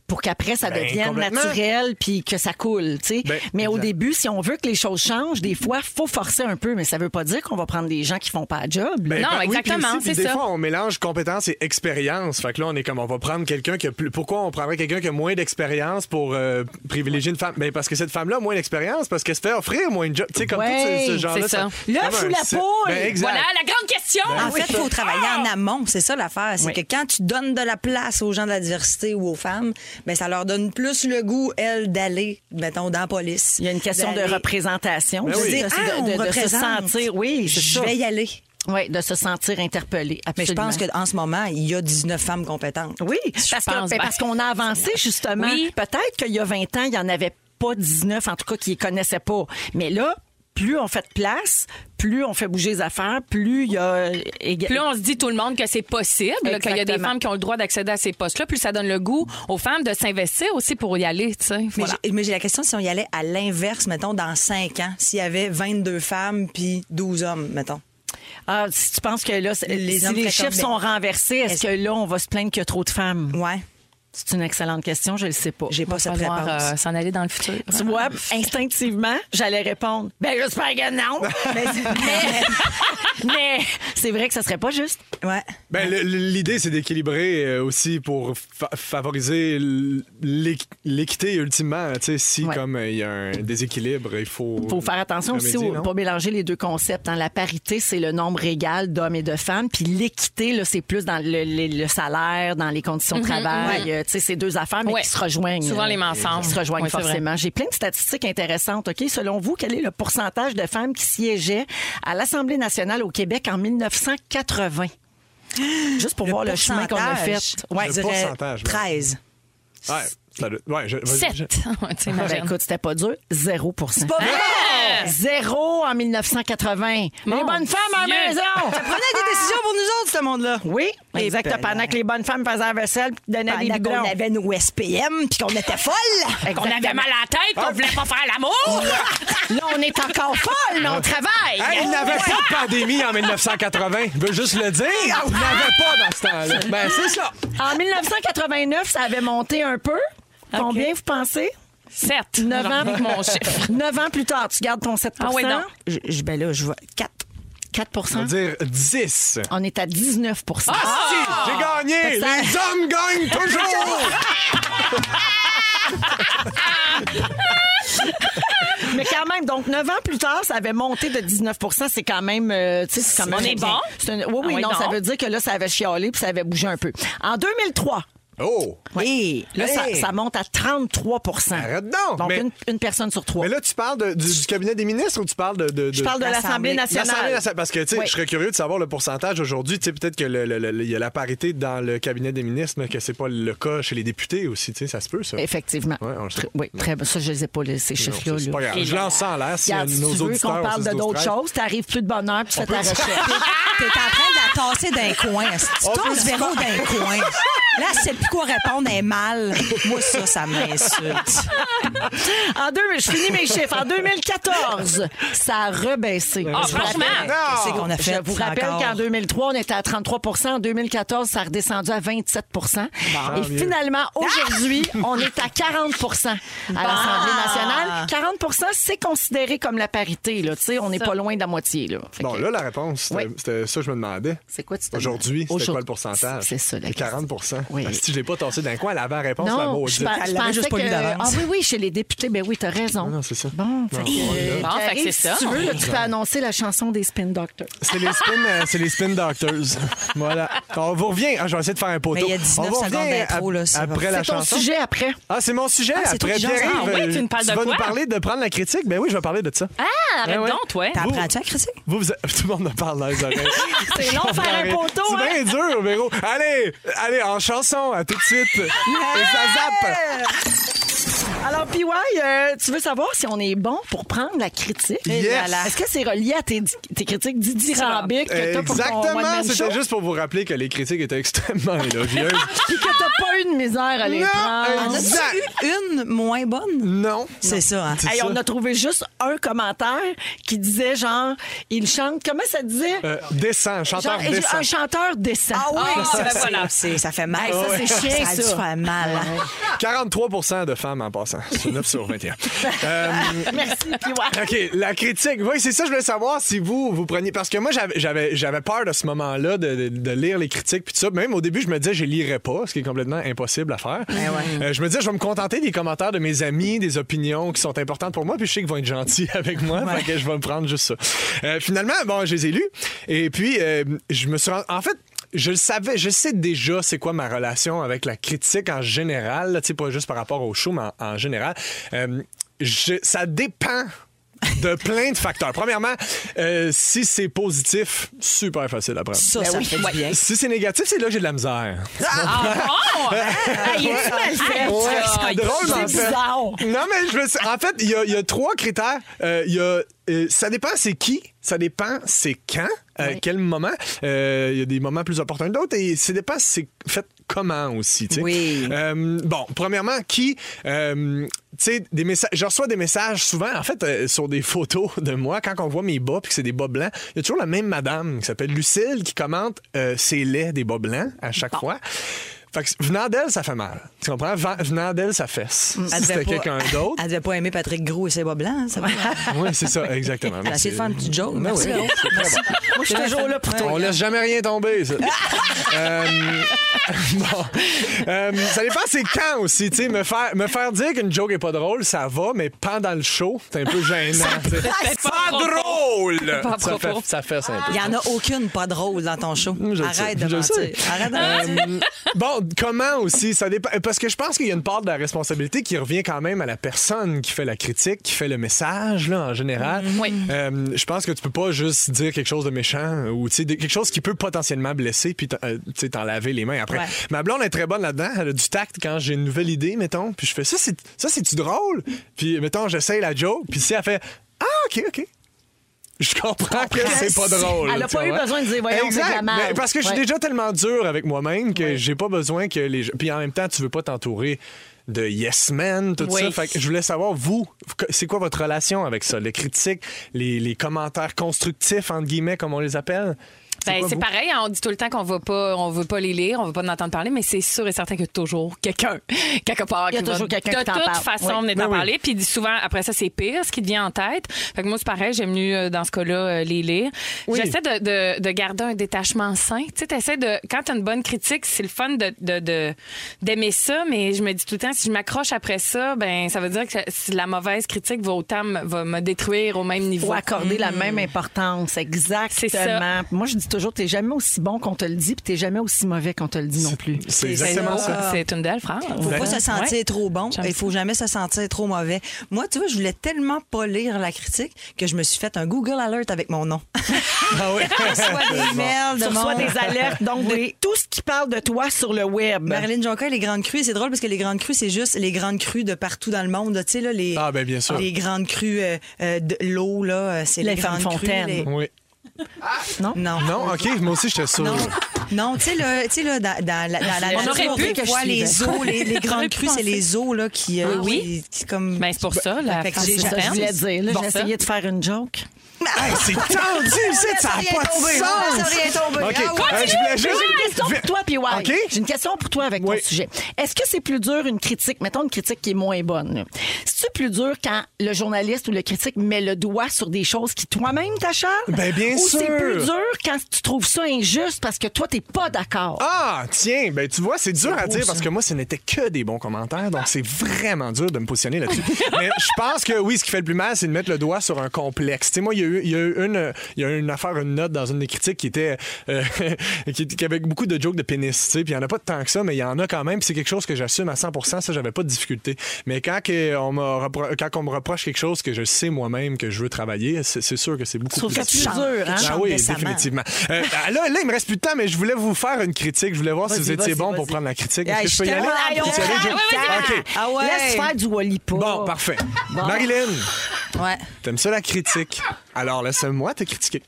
Speaker 2: pour qu'après, ça
Speaker 3: Ben,
Speaker 2: devienne
Speaker 3: complètement.
Speaker 2: naturel puis que ça coule, tu sais.
Speaker 3: Ben,
Speaker 2: mais au
Speaker 3: exact.
Speaker 2: début, si on veut que les choses changent, des fois, faut forcer un peu, mais ça veut pas dire qu'on va prendre des gens qui font pas le job.
Speaker 3: Ben,
Speaker 4: Non,
Speaker 3: ben, oui, puis
Speaker 4: exactement,
Speaker 3: aussi, puis
Speaker 4: c'est
Speaker 3: Des
Speaker 4: ça.
Speaker 3: fois, on mélange compétences et expérience. Fait que là, on est comme, on va prendre quelqu'un qui a plus. Pourquoi on prendrait quelqu'un qui a moins d'expérience pour euh, privilégier une femme? Ben, parce que cette femme-là a moins d'expérience, parce qu'elle se fait offrir moins de job. Tu sais, comme
Speaker 2: Ouais,
Speaker 3: tout ce, ce genre-là.
Speaker 4: c'est ça.
Speaker 2: L'œuf
Speaker 3: comme
Speaker 2: ou
Speaker 3: un
Speaker 2: la
Speaker 3: set.
Speaker 2: poule?
Speaker 3: Ben, exact.
Speaker 4: Voilà la grande question!
Speaker 3: Ben
Speaker 5: En fait, il faut travailler en amont. C'est ça l'affaire. C'est
Speaker 2: Ah Oui.
Speaker 5: que quand tu donnes de la place aux gens de la diversité ou aux femmes, ben, ça leur donne plus le goût, elles, d'aller, mettons, dans la police.
Speaker 2: Il y a une question de
Speaker 5: D'aller-
Speaker 2: représentation,
Speaker 3: Ben
Speaker 2: tu
Speaker 3: oui.
Speaker 2: sais,
Speaker 5: dire,
Speaker 2: c'est
Speaker 5: Ben, ah,
Speaker 2: de,
Speaker 5: on
Speaker 2: de- de se
Speaker 5: représente.
Speaker 2: sentir, oui, c'est
Speaker 5: Je
Speaker 2: ça.
Speaker 5: vais y aller.
Speaker 2: Oui, de se sentir interpellé.
Speaker 5: Mais je
Speaker 2: absolument.
Speaker 5: pense qu'en ce moment, il y a 19 femmes compétentes.
Speaker 2: Oui, parce, que-
Speaker 4: pense,
Speaker 2: ben,
Speaker 4: ben.
Speaker 2: parce qu'on a avancé justement.
Speaker 4: Oui.
Speaker 2: Peut-être qu'il y a 20 ans, il n'y en avait pas 19, en tout cas, qui ne connaissaient pas. Mais là, plus on fait de place, plus on fait bouger les affaires, plus il y a... euh, éga-
Speaker 4: Plus on se dit tout le monde que c'est possible, là, qu'il y a des
Speaker 2: Exactement.
Speaker 4: femmes qui ont le droit d'accéder à ces postes-là, plus ça donne le goût aux femmes de s'investir aussi pour y aller. tu sais.
Speaker 5: Mais
Speaker 4: Voilà.
Speaker 5: j'ai- mais j'ai la question si on y allait à l'inverse, mettons, dans 5 ans, s'il y avait 22 femmes puis 12 hommes, mettons.
Speaker 2: Ah, si tu penses que là, c'est-
Speaker 5: Les
Speaker 2: si
Speaker 5: hommes
Speaker 2: les
Speaker 5: fréquentent
Speaker 2: chiffres
Speaker 5: bien.
Speaker 2: sont renversés, est-ce
Speaker 5: Est-ce-
Speaker 2: que là, on va se plaindre qu'il y a trop de femmes?
Speaker 5: Ouais.
Speaker 2: C'est une excellente question, je le sais pas.
Speaker 5: J'ai pas cette
Speaker 4: Falloir,
Speaker 5: réponse.
Speaker 4: euh, s'en aller dans le futur.
Speaker 2: Tu vois, instinctivement, j'allais répondre Ben, j'espère que non. mais mais- mais c'est vrai que ça serait pas juste.
Speaker 5: Ouais.
Speaker 3: Ben, le- le- l'idée, c'est d'équilibrer euh, aussi pour fa- favoriser l- l'équ- l'équité ultimement. Tu sais, si
Speaker 2: Ouais.
Speaker 3: comme euh, il y a un déséquilibre, il faut.
Speaker 2: faut faire attention aussi
Speaker 3: remédier,
Speaker 2: au-
Speaker 3: non?
Speaker 2: pas mélanger les deux concepts. hein. La parité, c'est le nombre égal d'hommes et de femmes, puis l'équité, là, c'est plus dans le, le- le salaire, dans les conditions de travail. Euh, Tu sais, c'est deux affaires, mais
Speaker 4: Mhm, Ouais.
Speaker 2: qui se rejoignent.
Speaker 4: Souvent,
Speaker 2: euh,
Speaker 4: les mensonges.
Speaker 2: Qui se rejoignent
Speaker 4: Ouais, c'est vrai.
Speaker 2: forcément. J'ai plein de statistiques intéressantes. Ok, selon vous, quel est le pourcentage de femmes qui siégeaient à l'Assemblée nationale au Québec en 1980? Juste pour voir le chemin qu'on a fait.
Speaker 5: pourcentage,
Speaker 2: Ouais.
Speaker 5: je
Speaker 3: Le
Speaker 5: dirais
Speaker 3: pourcentage, mais-
Speaker 5: 13.
Speaker 3: Ouais, ça doit- ouais, je- vas-y, je-
Speaker 4: 7.
Speaker 2: Ben, écoute, c'était pas dur. 0 C'est
Speaker 5: pas vrai!
Speaker 4: Hein? Ah!
Speaker 2: Zéro en 1980. les bonnes femmes à la
Speaker 4: Dieu!
Speaker 2: maison!
Speaker 5: Prenez des décisions pour nous autres, ce monde-là.
Speaker 2: Oui,
Speaker 5: Eh
Speaker 2: exact.
Speaker 5: ben
Speaker 2: pendant
Speaker 5: non.
Speaker 2: que les bonnes femmes faisaient la vaisselle puis donnaient des
Speaker 5: Pendant qu'on
Speaker 2: biberons.
Speaker 5: avait nos SPM puis qu'on était folles.
Speaker 2: Exactement.
Speaker 4: la tête, qu'on voulait pas faire l'amour.
Speaker 2: Là, on est encore folle, mais on travaille.
Speaker 3: Hey, il n'avait pas de pandémie en 1980. Je veux juste le dire.
Speaker 2: Ah,
Speaker 3: Il n'avait pas dans ce temps-là. Ben, c'est ça.
Speaker 2: En 1989, ça avait monté un peu. Combien, vous pensez?
Speaker 4: 7.
Speaker 2: 9 ans, Neuf ans plus tard, tu gardes ton 7
Speaker 4: Ah ouais, non.
Speaker 5: Je, je- ben là, je vois 4.
Speaker 2: 4
Speaker 3: On va dire 10.
Speaker 2: On est à 19
Speaker 3: Ah, Si, J'ai gagné!
Speaker 2: Ah! Ça-
Speaker 3: Les hommes gagnent toujours!
Speaker 2: Mais quand même, donc 9 ans plus tard, ça avait monté de 19 C'est quand même. euh, tu sais, c'est quand même
Speaker 4: On est
Speaker 2: bien.
Speaker 4: bon?
Speaker 2: C'est un- Oui, oui,
Speaker 4: Ah oui,
Speaker 2: non, ça
Speaker 4: donc.
Speaker 2: veut dire que là, ça avait chialé puis ça avait bougé un peu. En 2003,
Speaker 3: Oh!
Speaker 2: hey, là, ça-
Speaker 3: Hey!
Speaker 2: Ça, monte à 33
Speaker 3: Arrête donc!
Speaker 2: Donc,
Speaker 3: Mais-
Speaker 2: une, une personne sur trois.
Speaker 3: Mais là, tu parles de- du, du cabinet des ministres ou tu parles de. de-
Speaker 2: je
Speaker 3: de-
Speaker 2: parle de
Speaker 5: l'Assemblée
Speaker 2: l'Assemblée nationale.
Speaker 3: L'Assemblée nationale, parce que tu sais,
Speaker 2: Oui.
Speaker 3: je serais curieux de savoir le pourcentage aujourd'hui. Tu sais, peut-être que le- le- le- il y a la parité dans le cabinet des ministres, mais que c'est pas le cas chez les députés aussi. Tu sais, ça se peut ça.
Speaker 2: Effectivement.
Speaker 3: Ouais, on le sait.
Speaker 2: Très- oui, très bien. Ça, je ne les ai pas, les- ces
Speaker 3: Non,
Speaker 2: chiffres-là.
Speaker 3: ça, c'est
Speaker 2: là.
Speaker 3: pas grave. Je lance ça en l'air si
Speaker 2: Regarde, si
Speaker 3: nos
Speaker 2: tu veux
Speaker 3: auditeurs
Speaker 2: qu'on
Speaker 3: au
Speaker 2: parle de
Speaker 3: 6-12-13.
Speaker 2: d'autres choses, t'arrives plus de bonne heure, puis tu fais ta recherche.
Speaker 5: T'es en train de la tasser d'un coin. Tu
Speaker 3: On peut
Speaker 5: tasses Véro d'un coin. Là, c'est plus quoi répondre, elle est mal. Moi, ça, ça m'insulte.
Speaker 2: En deux, je finis mes chiffres. En 2014, ça a rebaissé.
Speaker 4: Ah,
Speaker 2: Je vous
Speaker 4: franchement!
Speaker 2: rappelle-
Speaker 5: Qu'est-ce qu'on a fait
Speaker 2: Je vous rappelle
Speaker 5: encore?
Speaker 2: qu'en 2003, on était à 33 En 2014, ça a redescendu à 27 Et
Speaker 3: mieux.
Speaker 2: finalement, aujourd'hui, on est à 40 à l'Assemblée nationale. 40 c'est considéré comme la parité. Là. Tu sais, On n'est pas loin de la moitié. Là. Fait
Speaker 3: Bon,
Speaker 2: que-
Speaker 3: là, la réponse, c'était
Speaker 2: Oui.
Speaker 3: c'était ça que je me demandais.
Speaker 2: C'est quoi tu te
Speaker 3: Aujourd'hui, c'était
Speaker 2: demandes?
Speaker 3: quoi
Speaker 2: Aujourd'hui,
Speaker 3: le pourcentage?
Speaker 2: c'est ça, la
Speaker 3: Le 40
Speaker 2: Oui.
Speaker 3: Parce que je l'ai pas tassé d'un coin, elle avait la réponse, la
Speaker 2: Non,
Speaker 3: maudite.
Speaker 2: je, par- je
Speaker 5: Elle l'avait
Speaker 2: pensais
Speaker 5: juste pas lu
Speaker 2: que- Ah
Speaker 5: d'avance.
Speaker 2: oui, oui, chez les députés, ben oui, t'as raison.
Speaker 3: Ah Non, non, c'est ça.
Speaker 2: Bon, fait
Speaker 3: Non,
Speaker 2: que,
Speaker 3: on l'a.
Speaker 4: Bon, fait que
Speaker 2: Pierre-Yves,
Speaker 4: c'est ça,
Speaker 2: Si tu
Speaker 4: on
Speaker 2: veux, là, tu peux annoncer la chanson des Spin Doctors.
Speaker 3: C'est les spin, euh, c'est les spin doctors. voilà. On vous revient. Ah, je vais essayer de faire un poteau.
Speaker 5: Mais il y a 19
Speaker 3: On vous revient
Speaker 5: secondes d'intro,
Speaker 3: ap-
Speaker 5: là, ça va.
Speaker 3: Après la
Speaker 2: C'est ton
Speaker 3: chanson.
Speaker 2: sujet après.
Speaker 3: Ah, c'est mon sujet.
Speaker 5: Ah, c'est toi
Speaker 3: après
Speaker 5: qui
Speaker 3: Pierre, euh,
Speaker 5: jases.
Speaker 4: Ah oui, tu nous parles de
Speaker 3: vas
Speaker 4: quoi?
Speaker 3: nous parler de prendre la critique. Ben oui, je vais parler de ça.
Speaker 4: Ah, arrête
Speaker 3: Ben ouais.
Speaker 4: donc, toi.
Speaker 5: T'apprends-tu à critiquer?
Speaker 3: Vous, vous- tout le monde me parle dans les oreilles.
Speaker 2: Ah, C'est long faire un poteau,
Speaker 3: C'est bien
Speaker 2: hein?
Speaker 3: dur, Véro. Allez, allez, en chanson, à tout de suite. Et ça zappe.
Speaker 2: Alors, PY, euh, tu veux savoir si on est bon pour prendre la critique?
Speaker 3: Yes.
Speaker 2: Eh là là. Est-ce que c'est relié à tes, di- tes critiques dithyrambiques que t'as pour ton
Speaker 3: Exactement.
Speaker 2: one-man show?
Speaker 3: C'était juste pour vous rappeler que les critiques étaient extrêmement élogieuses.
Speaker 2: Puis que t'as pas eu de misère à les
Speaker 3: Non,
Speaker 2: prendre.
Speaker 3: exact.
Speaker 5: As-tu eu une moins bonne?
Speaker 3: non.
Speaker 5: C'est ça, hein?
Speaker 3: C'est
Speaker 2: Hey,
Speaker 3: ça.
Speaker 2: on a trouvé juste un commentaire qui disait genre, il chante, comment ça disait?
Speaker 3: Euh, descend, chanteur Ah
Speaker 2: Genre,
Speaker 3: descend.
Speaker 2: un chanteur décent.
Speaker 5: Ah
Speaker 2: Ah,
Speaker 5: ça,
Speaker 3: ben
Speaker 5: c'est- c'est- ça fait mal.
Speaker 2: Hey, ça, c'est chiant,
Speaker 5: Ça a dû
Speaker 2: ça.
Speaker 5: faire mal.
Speaker 3: Ben 43 de femmes en passant. C'est 9 sur 21. Euh,
Speaker 2: Merci, PY.
Speaker 3: OK, la critique. Oui, c'est ça, je voulais savoir si vous, vous preniez. Parce que moi, j'avais- j'avais j'avais peur de ce moment-là, de, de- de lire les critiques, puis tout ça. Même au début, je me disais, je lirais pas, ce qui est complètement impossible à faire. Euh, je me disais, je vais me contenter des commentaires de mes amis, des opinions qui sont importantes pour moi, puis je sais qu'ils vont être gentils avec moi, fait que je vais me prendre juste ça. Euh, finalement, bon, je les ai lus, et puis, euh, je me suis rendu. En fait, je le savais, je sais déjà c'est quoi ma relation avec la critique en général, là, tu sais, pas juste par rapport au show, mais en, en général. Euh, je- ça dépend de plein de facteurs. Premièrement, euh, si c'est positif, super facile à prendre.
Speaker 5: Ça, ça fait du bien.
Speaker 3: Ben Si c'est négatif, c'est là que j'ai de la misère.
Speaker 4: Ah, bon?
Speaker 2: Il est mal fait.
Speaker 3: Ouais,
Speaker 2: ça.
Speaker 3: drôle, en fait.
Speaker 2: C'est bizarre.
Speaker 3: Non, mais je me suis- En fait, il y a, il y a trois critères. Euh, il y a, euh, ça dépend c'est qui, ça dépend c'est quand, à quel moment. Euh, Il y a des moments plus opportuns que d'autres et ça dépend c'est fait comment aussi. tu sais.
Speaker 5: Oui.
Speaker 3: Euh, bon, premièrement, qui. euh, tu sais, des messages, je reçois des messages souvent, en fait, euh, sur des photos de moi, quand on voit mes bas, puis que c'est des bas blancs, il y a toujours la même madame qui s'appelle Lucille qui commente euh, c'est laid des bas blancs à chaque fois. Fait que venant d'elle, ça fait mal. Tu comprends? Ven- Venant d'elle, ça fesse. Si
Speaker 5: Mm. devait
Speaker 3: c'était
Speaker 5: pas-
Speaker 3: quelqu'un d'autre.
Speaker 5: Elle devait pas aimer Patrick Gros et ses bas blancs. Ça va.
Speaker 3: Oui, c'est ça, exactement.
Speaker 5: Elle a essayé de faire une petite joke.
Speaker 3: Ben
Speaker 5: Merci,
Speaker 3: oui,
Speaker 5: Véro.
Speaker 3: c'est très bon.
Speaker 2: Moi, je suis toujours là pour toi.
Speaker 3: On laisse jamais rien tomber. ça. Euh, bon. Euh, ça dépend c'est quand aussi, tu sais, me faire, me faire dire qu'une joke est pas drôle, ça va, mais pendant le show, c'est un peu gênant. tu sais.
Speaker 4: pas
Speaker 3: pas
Speaker 4: propos.
Speaker 3: drôle!
Speaker 4: Pas
Speaker 3: Ça
Speaker 4: propos.
Speaker 3: fait, ça fait ça un peu.
Speaker 5: Il n'y en a aucune pas drôle dans ton show.
Speaker 3: Mm, Je le sais,
Speaker 5: Arrête de
Speaker 3: je le sais.
Speaker 5: mentir. Arrête de mentir.
Speaker 3: Euh, bon, comment aussi, ça dépend. Parce que je pense qu'il y a une part de la responsabilité qui revient quand même à la personne qui fait la critique, qui fait le message, là, en général.
Speaker 5: Mm,
Speaker 4: oui.
Speaker 3: Euh, je pense que tu peux pas juste dire quelque chose de méchant ou, tu sais, des- quelque chose qui peut potentiellement blesser, puis, t'en- euh, tu sais, t'en laver les mains après.
Speaker 5: Ouais.
Speaker 3: Ma blonde est très bonne là-dedans. Elle a du tact quand j'ai une nouvelle idée, mettons. Puis je fais ça, c'est, ça, c'est-tu drôle? Puis, mettons, j'essaye la joke, puis si elle fait Ah, OK, OK. Je comprends que c'est pas drôle.
Speaker 2: Elle a
Speaker 3: tu
Speaker 2: pas eu
Speaker 3: vois.
Speaker 2: besoin de dire, Voyons, c'est de la
Speaker 3: Exact.
Speaker 2: merde.
Speaker 3: Mais Parce que je suis
Speaker 2: Ouais.
Speaker 3: déjà tellement dur avec moi-même que j'ai pas besoin que les gens. Puis en même temps, tu veux pas t'entourer de yes men, tout
Speaker 4: Oui.
Speaker 3: ça. Fait que je voulais savoir, vous, c'est quoi votre relation avec ça? Les critiques, les, les commentaires constructifs, entre guillemets, comme on les appelle?
Speaker 4: Ben,
Speaker 3: quoi,
Speaker 4: c'est
Speaker 3: vous?
Speaker 4: pareil, hein, on dit tout le temps qu'on va pas, on veut pas les lire, on veut pas en entendre parler, mais c'est sûr et certain que toujours quelqu'un, quelque part,
Speaker 2: Il y a
Speaker 4: qui va-
Speaker 2: toujours quelqu'un
Speaker 4: de
Speaker 2: qui t'en
Speaker 4: toute
Speaker 2: parle.
Speaker 4: façon
Speaker 2: Oui.
Speaker 4: venir
Speaker 3: Ben
Speaker 4: t'en
Speaker 3: oui.
Speaker 4: parler. Puis souvent après ça, c'est pire, ce qui te vient en tête. Fait que moi c'est pareil, j'aime mieux euh, dans ce cas-là euh, les lire.
Speaker 3: Oui.
Speaker 4: J'essaie de, de- de garder un détachement sain. Tu sais, t'essaies de quand t'as une bonne critique, c'est le fun de de- de- d'aimer ça, mais je me dis tout le temps si je m'accroche après ça, ben ça veut dire que ça- si la mauvaise critique va autant me- va me détruire au même niveau.
Speaker 2: faut accorder
Speaker 3: Mm.
Speaker 2: la même importance.
Speaker 4: C'est ça.
Speaker 2: Exactement. Moi, je dis toujours, t'es jamais aussi bon qu'on te le dit, puis t'es jamais aussi mauvais qu'on te le dit non plus.
Speaker 3: C'est
Speaker 4: C'est
Speaker 3: exactement
Speaker 4: beau.
Speaker 3: ça.
Speaker 4: C'est une belle phrase. Ben,
Speaker 5: faut pas se sentir
Speaker 4: Ouais.
Speaker 5: trop bon
Speaker 4: J'aime
Speaker 5: et il faut jamais se sentir trop mauvais. Moi, tu vois, je voulais tellement pas lire la critique que je me suis fait un Google Alert avec mon nom.
Speaker 3: Ah oui.
Speaker 5: Soit des emails, de
Speaker 2: Tu reçois
Speaker 5: mon-
Speaker 2: des alertes, donc de tout ce qui parle de toi sur le web.
Speaker 3: Ben.
Speaker 5: Marilyn Jonca et les grandes crues, c'est drôle parce que les grandes crues, c'est juste les grandes crues de partout dans le monde. là. Tu sais, là, les,
Speaker 3: Ah, ben, bien sûr.
Speaker 5: les grandes crues euh, euh, de l'eau, là, euh, c'est les
Speaker 2: Les
Speaker 5: grandes
Speaker 2: Femmes
Speaker 5: crues.
Speaker 2: Fontaines.
Speaker 5: les-
Speaker 3: Oui.
Speaker 5: Non.
Speaker 3: Non, OK, moi aussi, j'étais sûr.
Speaker 5: Non, non, tu sais, là, tu sais, là, dans, dans la, dans la
Speaker 4: On
Speaker 5: nature,
Speaker 4: aurait pu
Speaker 5: on
Speaker 4: que je
Speaker 5: voit les
Speaker 4: suivais.
Speaker 5: eaux, les, les grandes crues, c'est les eaux là, qui, euh,
Speaker 4: Ah oui?
Speaker 5: qui- qui comme...
Speaker 4: Ben, c'est pour ça, la
Speaker 5: Fait que
Speaker 4: phrase
Speaker 5: j'ai-
Speaker 2: C'est ça que je
Speaker 4: ferme.
Speaker 2: voulais dire. là.
Speaker 4: Bon,
Speaker 2: J'ai
Speaker 4: ça.
Speaker 2: essayé de faire une joke.
Speaker 3: Hey, c'est tendu, c'est ça n'a
Speaker 5: rien
Speaker 3: pas de
Speaker 5: tomber, on laisse
Speaker 3: sens.
Speaker 5: rien tomber.
Speaker 3: OK,
Speaker 5: Ah oui.
Speaker 3: euh, je voulais
Speaker 2: J'ai une
Speaker 3: juste...
Speaker 2: question pour toi, puis ouais.
Speaker 3: OK.
Speaker 2: J'ai une question pour toi avec
Speaker 3: Oui.
Speaker 2: ton sujet. Est-ce que c'est plus dur une critique, mettons une critique qui est moins bonne? là? C'est-tu plus dur quand le journaliste ou le critique met le doigt sur des choses qui toi-même t'acharnes?
Speaker 3: Ben, bien
Speaker 2: Ou c'est
Speaker 3: sûr.
Speaker 2: plus dur quand tu trouves ça injuste parce que toi, t'es pas d'accord?
Speaker 3: Ah, tiens, ben tu vois, c'est dur à dire parce que moi, ce n'était que des bons commentaires, donc c'est vraiment dur de me positionner là-dessus. Mais je pense que oui, ce qui fait le plus mal, c'est de mettre le doigt sur un complexe. Tu sais, moi, il y a eu, il y a eu une, il y a eu une affaire, une note dans une des critiques qui était, euh, qui, qui avait beaucoup de jokes de pénis, tu sais, puis il y en a pas tant que ça, mais il y en a quand même, puis c'est quelque chose que j'assume à 100%, ça, j'avais pas de difficulté. Mais quand, que on, me repro- quand on me reproche quelque chose que je sais moi-même que je veux travailler, c'est c'est sûr que c'est beaucoup
Speaker 2: Je trouve
Speaker 3: plus
Speaker 2: ça plus dur, hein?
Speaker 3: ah
Speaker 5: chantes
Speaker 3: oui,
Speaker 5: décemment.
Speaker 3: définitivement. Euh, ah, là, là, il me reste plus de temps, mais je voulais vous faire une critique. Je voulais voir si
Speaker 2: Vas-y,
Speaker 3: vous étiez
Speaker 2: vas-y,
Speaker 3: bon pour
Speaker 2: vas-y.
Speaker 3: prendre la critique.
Speaker 5: Hey,
Speaker 3: Est-ce que je peux y
Speaker 5: je
Speaker 3: aller?
Speaker 5: t'en-
Speaker 3: Tu y
Speaker 5: Ah,
Speaker 3: aller, Joe?
Speaker 2: ouais,
Speaker 3: OK.
Speaker 5: Ah ouais.
Speaker 2: Laisse faire du Wallipo.
Speaker 3: Bon, parfait. Marilyn,
Speaker 5: Ouais.
Speaker 3: t'aimes ça la critique? Alors, laisse-moi te critiquer.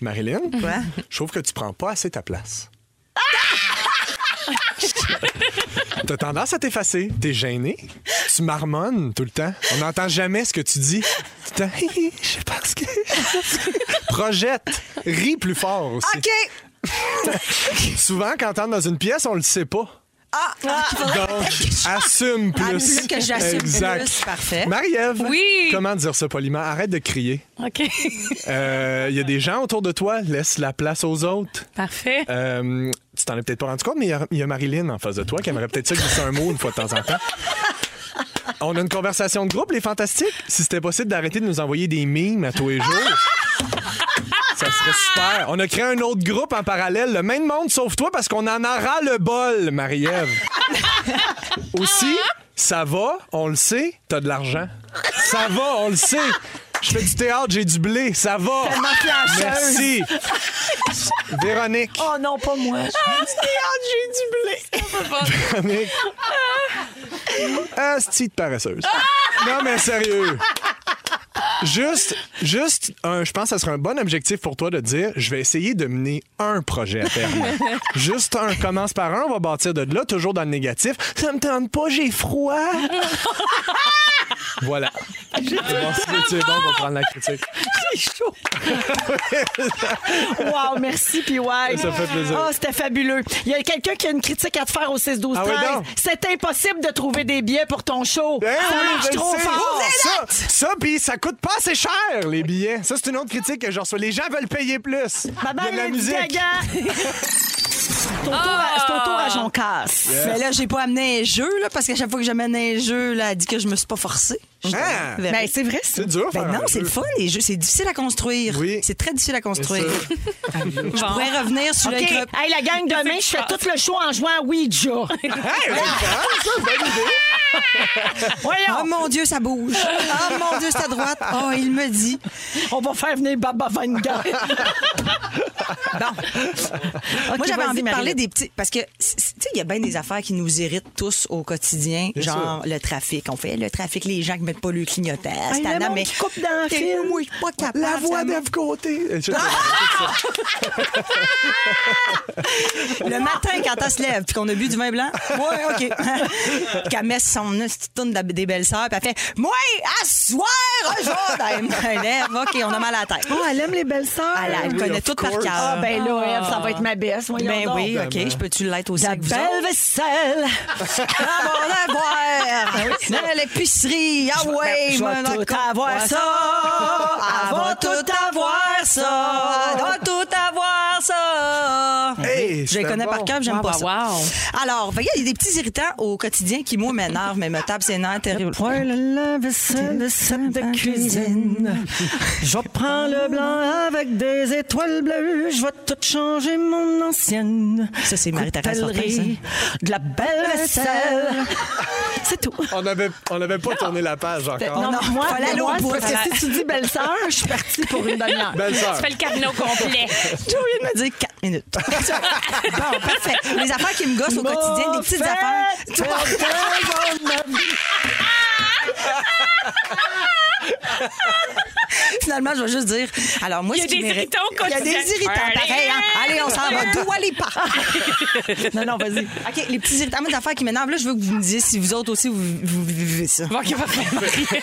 Speaker 3: Marilyn,
Speaker 5: Quoi?
Speaker 3: je trouve que tu prends pas assez ta place. T'as tendance à t'effacer, t'es gêné, tu marmonnes tout le temps, on n'entend jamais ce que tu dis. Tu t'en- je pense que. Projette, ris plus fort aussi.
Speaker 5: OK.
Speaker 3: Souvent, quand t'entres dans une pièce, on le sait pas.
Speaker 5: Ah, il faudrait-
Speaker 3: Donc, assume plus.
Speaker 5: Ah, plus que j'assume plus. Parfait.
Speaker 3: Marie-Ève,
Speaker 4: Oui.
Speaker 3: comment dire ça poliment? Arrête de crier.
Speaker 4: OK.
Speaker 3: Euh, Il y a des gens autour de toi, laisse la place aux autres.
Speaker 4: Parfait.
Speaker 3: Euh, tu t'en es peut-être pas rendu compte, mais il y a- il y, a Marilyn en face de toi qui aimerait peut-être ça glisser un mot une fois de temps en temps. On a une conversation de groupe, les fantastiques. Si c'était possible d'arrêter de nous envoyer des mimes à tous les jours. Ça serait super. On a créé un autre groupe en parallèle, le même monde sauf toi, parce qu'on en aura le bol, Marie-Ève. Aussi, ça va, on le sait, t'as de l'argent. Ça va, on le sait. Je fais du théâtre, j'ai du blé, ça va. Merci. Véronique.
Speaker 2: Oh non, pas moi.
Speaker 3: Véronique. Asti de paresseuse. Non, mais sérieux. Juste, juste, un- je pense que ça serait un bon objectif pour toi de dire je vais essayer de mener un projet à terme. juste un, commence par un, on va bâtir de là, toujours dans le négatif. Ça me tente pas, j'ai froid. voilà. C'est bon, c'est bon pour prendre la critique.
Speaker 2: chaud. wow, merci, PY.
Speaker 3: Ça fait plaisir.
Speaker 2: Ah, c'était fabuleux. Il y a quelqu'un qui a une critique à te faire au 6 12
Speaker 3: Ah
Speaker 2: 13
Speaker 3: ouais, donc.
Speaker 2: C'est impossible de trouver des billets pour ton show.
Speaker 3: Eh
Speaker 2: ça
Speaker 3: oui,
Speaker 2: marche
Speaker 3: je le
Speaker 2: trop
Speaker 3: sais.
Speaker 2: fort.
Speaker 3: Ça, ça puis ça coûte pas assez cher, les billets. Ça, c'est une autre critique que je reçois. Les gens veulent payer plus.
Speaker 2: Bye
Speaker 3: Il y a
Speaker 2: bye,
Speaker 3: de la
Speaker 2: Lady
Speaker 3: musique.
Speaker 2: Gaga. Ton tour à- C'est ton tour à Joncasse.
Speaker 5: Mais là, j'ai pas amené un jeu, là, parce qu'à chaque fois que j'amène un jeu, là, elle dit que je me suis pas forcée. Je
Speaker 3: Ah!
Speaker 5: verrai.
Speaker 2: Ben, c'est vrai, ça.
Speaker 3: C'est dur,
Speaker 5: Ben
Speaker 3: faire
Speaker 5: non,
Speaker 3: un
Speaker 5: c'est
Speaker 3: jeu.
Speaker 5: le fun, les jeux. C'est difficile à construire.
Speaker 3: Oui.
Speaker 5: C'est très difficile à construire.
Speaker 3: sûr.
Speaker 5: Je pourrais revenir sur
Speaker 2: OK.
Speaker 5: le club.
Speaker 2: Hey, la gang, demain, je fais tout le show en jouant à Ouija.
Speaker 3: Hey, mais c'est vraiment ça, hein? une bonne idée.
Speaker 5: Oh
Speaker 2: Voyons,
Speaker 5: mon Dieu, ça bouge. Oh mon Dieu, c'est à droite. Oh, il me dit.
Speaker 2: on va faire venir Baba Vanga.
Speaker 5: Moi, j'avais
Speaker 2: vas-y,
Speaker 5: envie de
Speaker 2: Marie-Lou.
Speaker 5: parler des petits. Parce que, c- c- tu sais, il y a bien des affaires qui nous irritent tous au quotidien, genre le trafic. On fait le trafic, les gens qui mettent pas le clignotant. c'est
Speaker 2: le
Speaker 5: tannant,
Speaker 2: monde
Speaker 5: mais.
Speaker 2: qui coupe dans le
Speaker 5: T'es-
Speaker 2: fil.
Speaker 5: Moi, je suis pas capable.
Speaker 3: La
Speaker 5: ça
Speaker 3: voix
Speaker 5: me-
Speaker 3: d'Ève Côté. etc.
Speaker 5: Le matin, quand elle se lève, puis qu'on a bu du vin blanc. Ouais, OK. Qu'elle met son petite toune d'ab- des belles sœurs, puis elle fait Moi, à soir, un jour, Ben, elle me lève. OK, on a mal à la tête.
Speaker 2: Oh, elle aime les belles sœurs.
Speaker 5: Elle, elle
Speaker 3: Oui,
Speaker 5: connaît
Speaker 3: of
Speaker 5: tout par
Speaker 3: course.
Speaker 5: cœur.
Speaker 2: Ah, ben là, Ève, ça va être ma baisse. voyons
Speaker 5: Ben
Speaker 2: donc.
Speaker 5: oui, OK. Je peux-tu l'être aussi
Speaker 2: La
Speaker 5: avec vous
Speaker 2: belle
Speaker 5: autres?
Speaker 2: vaisselle.
Speaker 5: Ah, bon, à boire. Ah, L'épicerie. Ah ouais,
Speaker 2: je
Speaker 5: mon
Speaker 2: vais tout
Speaker 5: d'accord.
Speaker 2: avoir ça.
Speaker 5: Elle va tout avoir ça. Elle va tout avoir ça.
Speaker 3: Hey,
Speaker 5: Je les
Speaker 3: c'était
Speaker 5: connais
Speaker 3: bon.
Speaker 5: par cœur, j'aime pas ça. Alors, voyez, il y a des petits irritants au quotidien qui, moi, m'énervent, mais me tapent ses nerfs terribles.
Speaker 2: Point la vaisselle, le set de cuisine. Je prends le blanc avec des étoiles bleues. Je vais tout changer mon ancienne.
Speaker 5: Ça, c'est Marie-Thérèse Fortin,
Speaker 2: Coutellerie, De la belle vaisselle. C'est tout.
Speaker 3: On n'avait on avait pas tourné la page encore.
Speaker 2: Non, moi,
Speaker 5: fallait aller au
Speaker 2: moi,
Speaker 5: bout.
Speaker 2: parce que si tu dis belle-sœur, je suis partie pour une demi-heure.
Speaker 3: Belle sœur.
Speaker 4: Tu fais le cabinet au complet.
Speaker 5: J'ai oublié de me dire 4 minutes. bon, parfait. Les affaires qui me gossent au quotidien, des petites
Speaker 2: Mon
Speaker 5: affaires.
Speaker 2: fait, perdre mon ami.
Speaker 5: Finalement, je vais juste dire. Alors, moi,
Speaker 4: Il y a
Speaker 5: ce qui
Speaker 4: des
Speaker 5: m'irrite-
Speaker 4: irritants
Speaker 5: Il y a
Speaker 4: quotidiens.
Speaker 5: des irritants, pareil. hein. Allez, on s'en va. D'où allez pas? non, non, vas-y. OK, les petits irritants, des affaires qui m'énervent. Là, je veux que vous me disiez si vous autres aussi, vous, vous vivez ça.
Speaker 4: Bon, qu'il va faire.
Speaker 5: tu sais,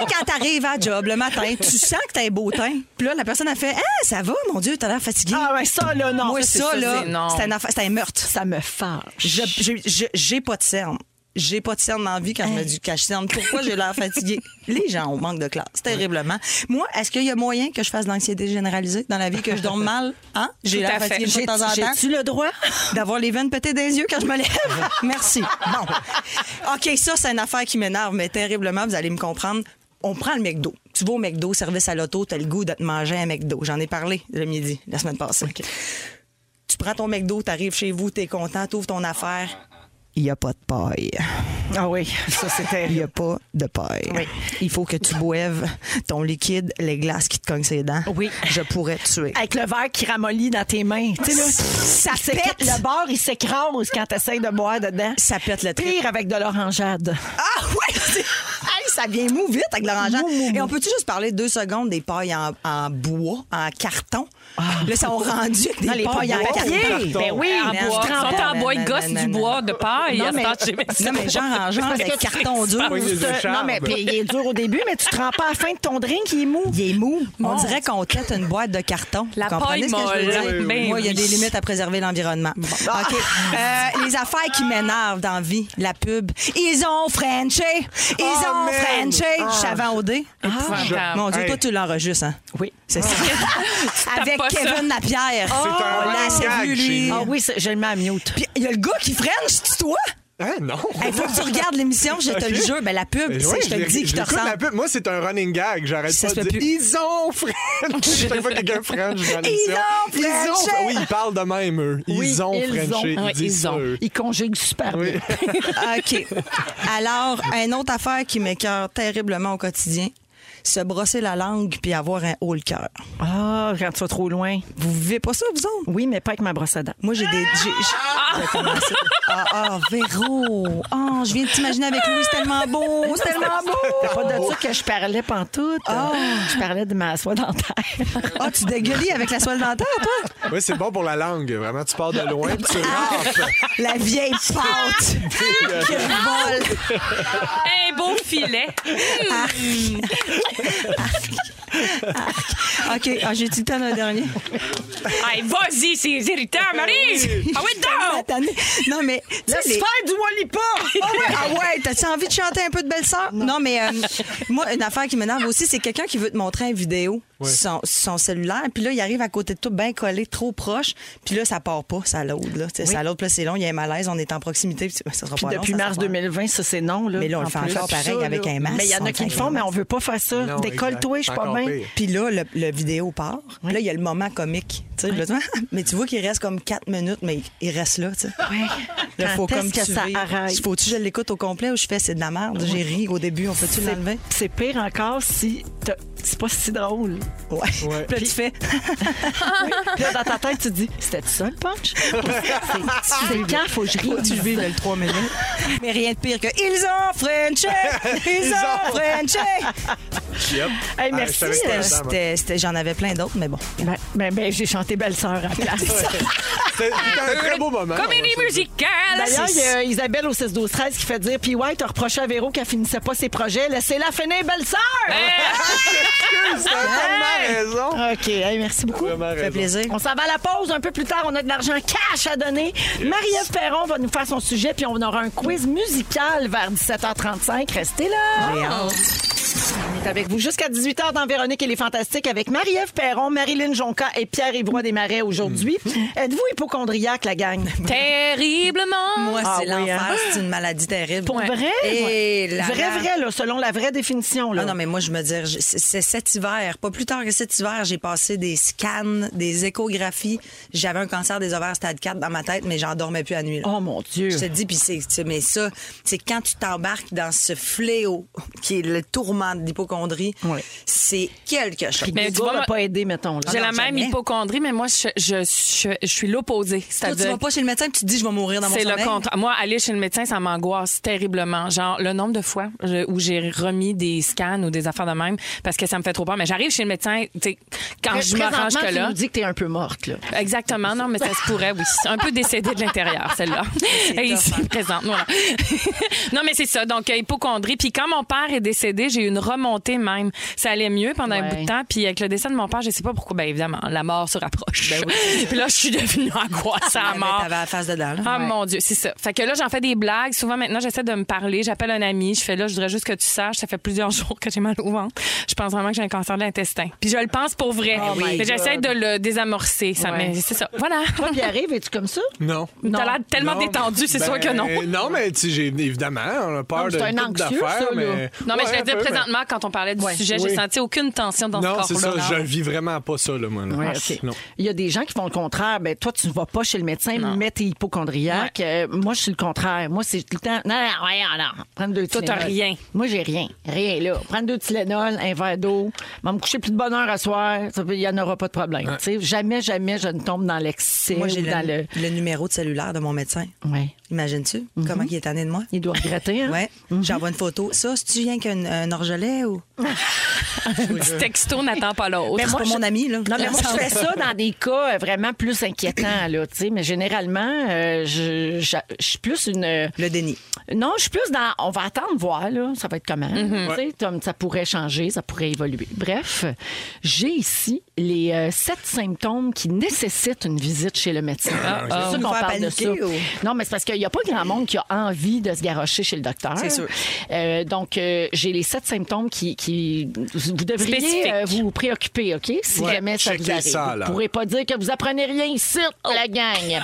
Speaker 5: quand t'arrives à la job le matin, tu sens que t'as un beau teint. Puis là, la personne a fait Ah, ça va, mon Dieu, t'as l'air fatigué.
Speaker 2: Ah, ouais, ça, là, non.
Speaker 5: Moi,
Speaker 2: c'est
Speaker 5: ça,
Speaker 4: ça,
Speaker 5: là,
Speaker 4: c'est non.
Speaker 5: c'est un, affaire- c'est un meurtre.
Speaker 2: Ça me fâche.
Speaker 5: Je- je- je- J'ai pas de cerne. J'ai pas de cerne dans la vie quand je me dis que je cerne. Pourquoi j'ai l'air fatiguée? Les gens ont manque de classe, terriblement. Moi, est-ce qu'il y a moyen que je fasse de l'anxiété généralisée dans la vie, que je dorme mal? Hein? J'ai
Speaker 4: Tout à
Speaker 5: l'air
Speaker 4: fait.
Speaker 5: fatiguée une fois de temps en temps
Speaker 2: J'ai-tu le droit?
Speaker 5: d'avoir les veines pétées des yeux quand je me lève. Merci. Bon. OK, ça, c'est une affaire qui m'énerve, mais terriblement, vous allez me comprendre. On prend le McDo. Tu vas au McDo, service à l'auto, t'as le goût de te manger un McDo. J'en ai parlé le midi, la semaine passée. Tu prends ton McDo, t'arrives chez vous, t'es content, t'ouvres ton affaire. Il n'y a pas de paille.
Speaker 2: Ah oui, ça,
Speaker 5: Il
Speaker 2: c'est
Speaker 5: n'y
Speaker 2: terrible.
Speaker 5: a pas de paille. Il faut que tu boives ton liquide, les glaces qui te cognent ses dents.
Speaker 2: Oui.
Speaker 5: Je pourrais te tuer.
Speaker 2: Avec le verre qui ramollit dans tes mains. Tu sais, là, ça pète. Le bord, il s'écrase quand t'essayes de boire dedans.
Speaker 5: Ça pète le trip.
Speaker 2: Pire avec de l'orangeade.
Speaker 5: Ah ouais! c'est- Hey, ça vient mou vite avec l'orangeade. Et on peut-tu juste parler deux secondes des pailles en, en bois, en carton? Là, ça ont rendu avec des
Speaker 2: Non, les
Speaker 5: pailles en
Speaker 2: pailles en
Speaker 5: carton.
Speaker 2: papier. Ben oui,
Speaker 4: en
Speaker 2: man,
Speaker 4: bois.
Speaker 2: tu te rends
Speaker 4: Ils sont
Speaker 5: Ben,
Speaker 2: pas.
Speaker 4: en bois, ils
Speaker 5: Nanana.
Speaker 4: gossent du bois de paille.
Speaker 2: Non,
Speaker 4: à ce
Speaker 2: mais-
Speaker 4: temps, j'ai mis ça.
Speaker 5: ben. Non, mais genre en genre,
Speaker 2: Parce
Speaker 5: avec
Speaker 2: que tu-
Speaker 5: carton dur.
Speaker 3: Oui, les
Speaker 2: Tu te- Non,
Speaker 3: écharpes.
Speaker 2: mais puis il est dur au début, mais tu te rends pas à la fin de ton drink, il est mou. Il est mou. Ah.
Speaker 5: On dirait qu'on tête une boîte de carton.
Speaker 4: La
Speaker 5: Vous comprenez
Speaker 4: paille
Speaker 5: ce que je veux
Speaker 4: molle.
Speaker 5: dire?
Speaker 4: Oui, oui, oui.
Speaker 5: Moi, il y a
Speaker 4: Oui.
Speaker 5: des limites à préserver l'environnement. OK. Euh, les affaires qui m'énervent dans la vie, la pub. Ils ont Frenché! Ils ont
Speaker 3: man.
Speaker 5: Frenché! Je savais en OD.
Speaker 4: Ah. Épouvantable.
Speaker 5: Mon Dieu,
Speaker 3: Hey.
Speaker 5: toi, tu l'enregistres, hein?
Speaker 2: Oui.
Speaker 5: C'est ça. Avec
Speaker 4: pas ça.
Speaker 5: Kevin Lapierre.
Speaker 3: C'est un
Speaker 5: on l'a
Speaker 3: running gag
Speaker 5: salué,
Speaker 3: chez
Speaker 5: lui. Oh.
Speaker 3: nous.
Speaker 2: Ah oui, c'est- je le mets à mute.
Speaker 5: Puis il y a le gars qui French, tu toi?
Speaker 3: Hein, non. Eh
Speaker 5: Il faut que tu regardes l'émission, je te le jure. Ben, la pub,
Speaker 3: Mais
Speaker 5: tu sais,
Speaker 3: ouais,
Speaker 5: je te le
Speaker 3: l'ai-
Speaker 5: dis, je te
Speaker 3: l'écoute,
Speaker 5: ressens.
Speaker 3: la pub. Moi, c'est un running gag. J'arrête
Speaker 5: Ça
Speaker 3: pas
Speaker 5: se
Speaker 3: de
Speaker 5: fait
Speaker 3: dire. Ils ont French. Chaque fois que quelqu'un French dans l'émission.
Speaker 5: ont
Speaker 3: Ils Ah
Speaker 5: Frenché.
Speaker 3: Oui, ils parlent de même, eux. Ils
Speaker 2: Oui,
Speaker 3: ont
Speaker 2: ils ont.
Speaker 3: Frenché.
Speaker 4: Oui,
Speaker 3: Ils disent
Speaker 4: ils
Speaker 3: ça,
Speaker 4: ont.
Speaker 3: eux.
Speaker 2: Il conjugue super bien.
Speaker 5: Ah, OK. Alors, une autre affaire qui m'écœure terriblement au quotidien, se brosser la langue puis avoir un haut le cœur.
Speaker 2: Ah, quand tu vas trop loin.
Speaker 5: Vous vivez pas ça, vous autres?
Speaker 2: Oui, mais pas avec ma brosse à dents.
Speaker 5: Moi, j'ai des. j'ai- j'ai- J'ai commencé. Ah, ah, Véro! Oh, je viens de t'imaginer avec lui, c'est tellement beau! C'est tellement
Speaker 2: C'est
Speaker 5: beau!
Speaker 2: pas de ça que je parlais pantoute. Je parlais de ma soie dentaire.
Speaker 5: Ah, tu dégueulis avec la soie dentaire, toi?
Speaker 3: Oui, c'est bon pour la langue. Vraiment, tu pars de loin. puis Tu rentres.
Speaker 5: La vieille pâte! Quel vol!
Speaker 4: Un beau filet.
Speaker 5: OK, ah, j'ai-tu le temps d'un dernier?
Speaker 4: Hey, vas-y, c'est irritant, Marie! Ah oui, donc!
Speaker 5: Tanné. Non, mais. Là, les-
Speaker 2: du Walipa!
Speaker 5: Ah ouais, ah ouais, t'as-tu envie de chanter un peu de belle-sœur? Non. mais euh, moi, une affaire qui m'énerve aussi, c'est quelqu'un qui veut te montrer une vidéo sur son, sur son cellulaire, puis là, il arrive à côté de toi, bien collé, trop proche, puis là, ça part pas, ça l'aude. Là. Tu sais, Ça l'aude, puis là, c'est long, il y a un malaise, on est en proximité, puis tu- ça sera
Speaker 2: Puis
Speaker 5: pas long,
Speaker 2: depuis
Speaker 5: ça sera
Speaker 2: mars
Speaker 5: pas long.
Speaker 2: 2020, ça, c'est non. Là,
Speaker 5: Mais là, on le
Speaker 2: En
Speaker 5: fait
Speaker 2: plus.
Speaker 5: encore pareil
Speaker 2: Ça,
Speaker 5: avec
Speaker 2: là.
Speaker 5: un masque,
Speaker 2: Mais il y en a qui le
Speaker 5: avec un
Speaker 2: font, mais on
Speaker 5: masque.
Speaker 2: veut pas faire ça.
Speaker 3: Non,
Speaker 2: Décolle-toi, je suis
Speaker 3: exact.
Speaker 2: pas
Speaker 3: Encore
Speaker 2: bien.
Speaker 3: pire.
Speaker 5: Puis là, le, le vidéo part. Puis là, il y a le moment comique. tu sais, là, tu vois, mais tu vois qu'il reste comme quatre minutes, mais il reste là. tu sais. Là,
Speaker 2: Quand
Speaker 5: faut
Speaker 2: est-ce
Speaker 5: comme
Speaker 2: que
Speaker 5: tu
Speaker 2: ça
Speaker 5: ris.
Speaker 2: arrête?
Speaker 5: Faut-tu que je l'écoute au complet ou je fais c'est de la merde? J'ai ri au début, on peut-tu l'enlever?
Speaker 2: C'est pire encore si t'as- c'est pas si drôle.
Speaker 5: Ouais. Puis là, tu fais.
Speaker 2: Puis là, dans ta tête, tu te dis, c'était ça le punch? C'est c'est quand faut que je rie?
Speaker 5: Tu le vis dans le 3 minutes. Mais rien de pire que ils ont Frenché! Ils ont Frenché!
Speaker 3: Yep.
Speaker 2: Hey,
Speaker 3: Ah, je
Speaker 2: merci.
Speaker 3: suis avec toi.
Speaker 2: euh,
Speaker 5: C'était- c'était- J'en avais plein d'autres, mais bon.
Speaker 2: ben, ben, ben, j'ai chanté Belle-Sœur à la place.
Speaker 3: C'était c'était un très beau moment.
Speaker 4: Comédie musicale!
Speaker 2: D'ailleurs, il y a Isabelle au 16 12 13 qui fait dire Puis ouais, t'as reproché à Véro qu'elle finissait pas ses projets. Laissez-la finir, belle-sœur!
Speaker 3: T'as tellement raison.
Speaker 2: OK, hey, merci beaucoup.
Speaker 3: Vraiment
Speaker 5: Ça fait
Speaker 3: raison.
Speaker 5: plaisir.
Speaker 2: On s'en va à la pause. Un peu plus tard, on a de l'argent cash à donner. Marie-Ève Perron va nous faire son sujet, puis on aura un quiz musical vers 17h35. Restez là! On est avec vous jusqu'à 18h dans Véronique et les Fantastiques avec Marie-Ève Perron, Marilyn Jonca et Pierre Évroy Desmarais aujourd'hui. Êtes-vous hypochondriaque, la gang?
Speaker 4: Euh, Terriblement!
Speaker 5: Moi,
Speaker 2: Ah
Speaker 5: c'est
Speaker 2: oui,
Speaker 5: l'enfer,
Speaker 2: hein?
Speaker 5: c'est une maladie terrible.
Speaker 2: Pour
Speaker 5: Ouais.
Speaker 2: vrai?
Speaker 5: Et là,
Speaker 2: vrai,
Speaker 5: là.
Speaker 2: vrai, là, selon la vraie définition. Là.
Speaker 5: Ah non, mais moi, je me dire, je- c'est c'est cet hiver, pas plus tard que cet hiver, j'ai passé des scans, des échographies. J'avais un cancer des ovaires stade 4 dans ma tête, mais j'en dormais plus à nuit. là.
Speaker 2: Oh mon Dieu!
Speaker 5: Je te dis, puis c'est, tu- mais ça, c'est quand tu t'embarques dans ce fléau qui est le tourment de l'hypochondrie,
Speaker 2: Ouais.
Speaker 5: c'est quelque chose.
Speaker 4: Mais tu
Speaker 2: Google
Speaker 4: vois,
Speaker 2: n'a pas aidé, mettons. là.
Speaker 4: J'ai la
Speaker 5: non,
Speaker 4: même
Speaker 5: jamais.
Speaker 4: hypochondrie, mais moi, je, je, je- je suis
Speaker 5: Toi,
Speaker 4: l'opposé.
Speaker 5: tu vas
Speaker 4: C'est-à-dire,
Speaker 5: pas chez le médecin, puis tu te dis, je vais mourir dans mon
Speaker 4: c'est
Speaker 5: sommeil.
Speaker 4: le contraire. Moi, aller chez le médecin, ça m'angoisse terriblement. Genre, le nombre de fois je- où j'ai remis des scans ou des affaires de même parce que ça me fait trop peur. Mais j'arrive chez le médecin, tu sais, quand je me range
Speaker 2: Présentement,
Speaker 4: que
Speaker 2: tu
Speaker 4: là.
Speaker 2: nous dis que t'es un peu morte, là.
Speaker 4: Exactement, non, mais ça se pourrait, oui. Un peu décédée de l'intérieur, celle-là. Et
Speaker 5: tough,
Speaker 4: ici,
Speaker 5: hein.
Speaker 4: présente, voilà. non, mais c'est ça. Donc, euh, hypochondrie. Puis quand mon père est décédé, j'ai eu une remontée même. Ça allait mieux pendant un
Speaker 2: Ouais.
Speaker 4: bout de temps. Puis avec le décès de mon père, je sais pas pourquoi. Ben évidemment, la mort se rapproche. puis là, je suis devenue angoissée à
Speaker 5: Mais
Speaker 4: mort.
Speaker 5: Ben T'avais la face dedans, là.
Speaker 4: Ah mon Dieu, c'est ça. Fait que là, j'en fais des blagues. Souvent maintenant, j'essaie de me parler. J'appelle un ami. Je fais là, je voudrais juste que tu saches, ça fait plusieurs jours que j'ai mal au ventre. Je pense vraiment que j'ai un cancer de l'intestin. Puis je le pense pour vrai.
Speaker 2: Oh my
Speaker 4: mais
Speaker 2: God.
Speaker 4: j'essaie de le désamorcer. Ça,
Speaker 2: Ouais.
Speaker 4: mais c'est ça. Voilà.
Speaker 2: Toi, Pierre, es-tu comme ça?
Speaker 3: Non.
Speaker 4: T'as
Speaker 2: non.
Speaker 4: l'air tellement
Speaker 3: Non,
Speaker 4: détendu, c'est
Speaker 3: ben,
Speaker 4: sûr que non.
Speaker 3: Non, mais tu sais, j'ai- évidemment, on a peur
Speaker 2: Non,
Speaker 3: de
Speaker 2: c'est un
Speaker 3: toutes
Speaker 2: anxieux,
Speaker 3: d'affaires,
Speaker 2: ça, là.
Speaker 3: mais...
Speaker 4: Non, mais
Speaker 3: Ouais,
Speaker 4: je
Speaker 3: un
Speaker 4: veux dire,
Speaker 3: peu, mais-
Speaker 4: présentement, quand on parlait du sujet,
Speaker 3: Oui.
Speaker 4: j'ai senti aucune tension dans
Speaker 3: Non,
Speaker 4: ce
Speaker 3: c'est
Speaker 4: corps-là.
Speaker 3: ça, je vis vraiment pas ça, là, moi. là.
Speaker 2: Ouais,
Speaker 3: Ah,
Speaker 2: ok.
Speaker 3: Non.
Speaker 2: Il y a des gens qui font le contraire. Ben, toi, tu ne vas pas chez le médecin, mais t'es hypochondriaque. Euh, moi, je suis le contraire. Moi, c'est tout le temps. Non, non, ouais, non. Prendre deux
Speaker 4: Toi, t'as
Speaker 2: Tylenol.
Speaker 4: rien.
Speaker 2: Moi, j'ai rien. Rien, là. Prendre deux Tylenol, un verre d'eau. Va me coucher plus de bonne heure à soir. Ça peut- Il n'y en aura pas de problème. Tu sais, Jamais, jamais je ne tombe dans l'excès
Speaker 5: Moi, j'ai
Speaker 2: ou
Speaker 5: le,
Speaker 2: dans le.
Speaker 5: le numéro de cellulaire de mon médecin.
Speaker 2: Ouais.
Speaker 5: Imagines-tu comment il est tanné de moi?
Speaker 2: Il doit regretter, hein?
Speaker 5: Ouais, j'envoie une photo. Ça, c'est-tu rien qu'un un orgelet ou.
Speaker 4: Petit texto n'attend pas l'autre.
Speaker 5: c'est pas
Speaker 2: je-
Speaker 5: mon ami, là.
Speaker 2: Non, mais moi, je fais ça dans des cas euh, vraiment plus inquiétants, là, tu sais. Mais généralement, euh, je, je- je suis plus une... euh,
Speaker 5: Le déni.
Speaker 2: Non, je suis plus dans... On va attendre voir, là. Ça va être comment.
Speaker 5: Mhm.
Speaker 2: Tu sais, comme ça pourrait changer, ça pourrait évoluer. Bref, j'ai ici les euh, sept symptômes qui nécessitent une visite chez le médecin.
Speaker 5: ah.
Speaker 2: C'est sûr
Speaker 5: Nous
Speaker 2: qu'on
Speaker 5: faire
Speaker 2: parle de ça.
Speaker 5: paniquer, ou?
Speaker 2: Non, mais c'est parce qu'il n'y a pas grand monde qui a envie de se garrocher chez le docteur.
Speaker 5: C'est sûr.
Speaker 2: Euh, donc, euh, j'ai les sept symptômes qui... qui- vous devriez
Speaker 4: Spécifiques.
Speaker 2: euh, vous préoccuper, OK? Si
Speaker 3: Ouais.
Speaker 2: jamais ça vous
Speaker 3: Checkez
Speaker 2: arrive.
Speaker 3: ça,
Speaker 2: vous
Speaker 3: là.
Speaker 2: pourrez pas dire que vous apprenez rien ici, la gang.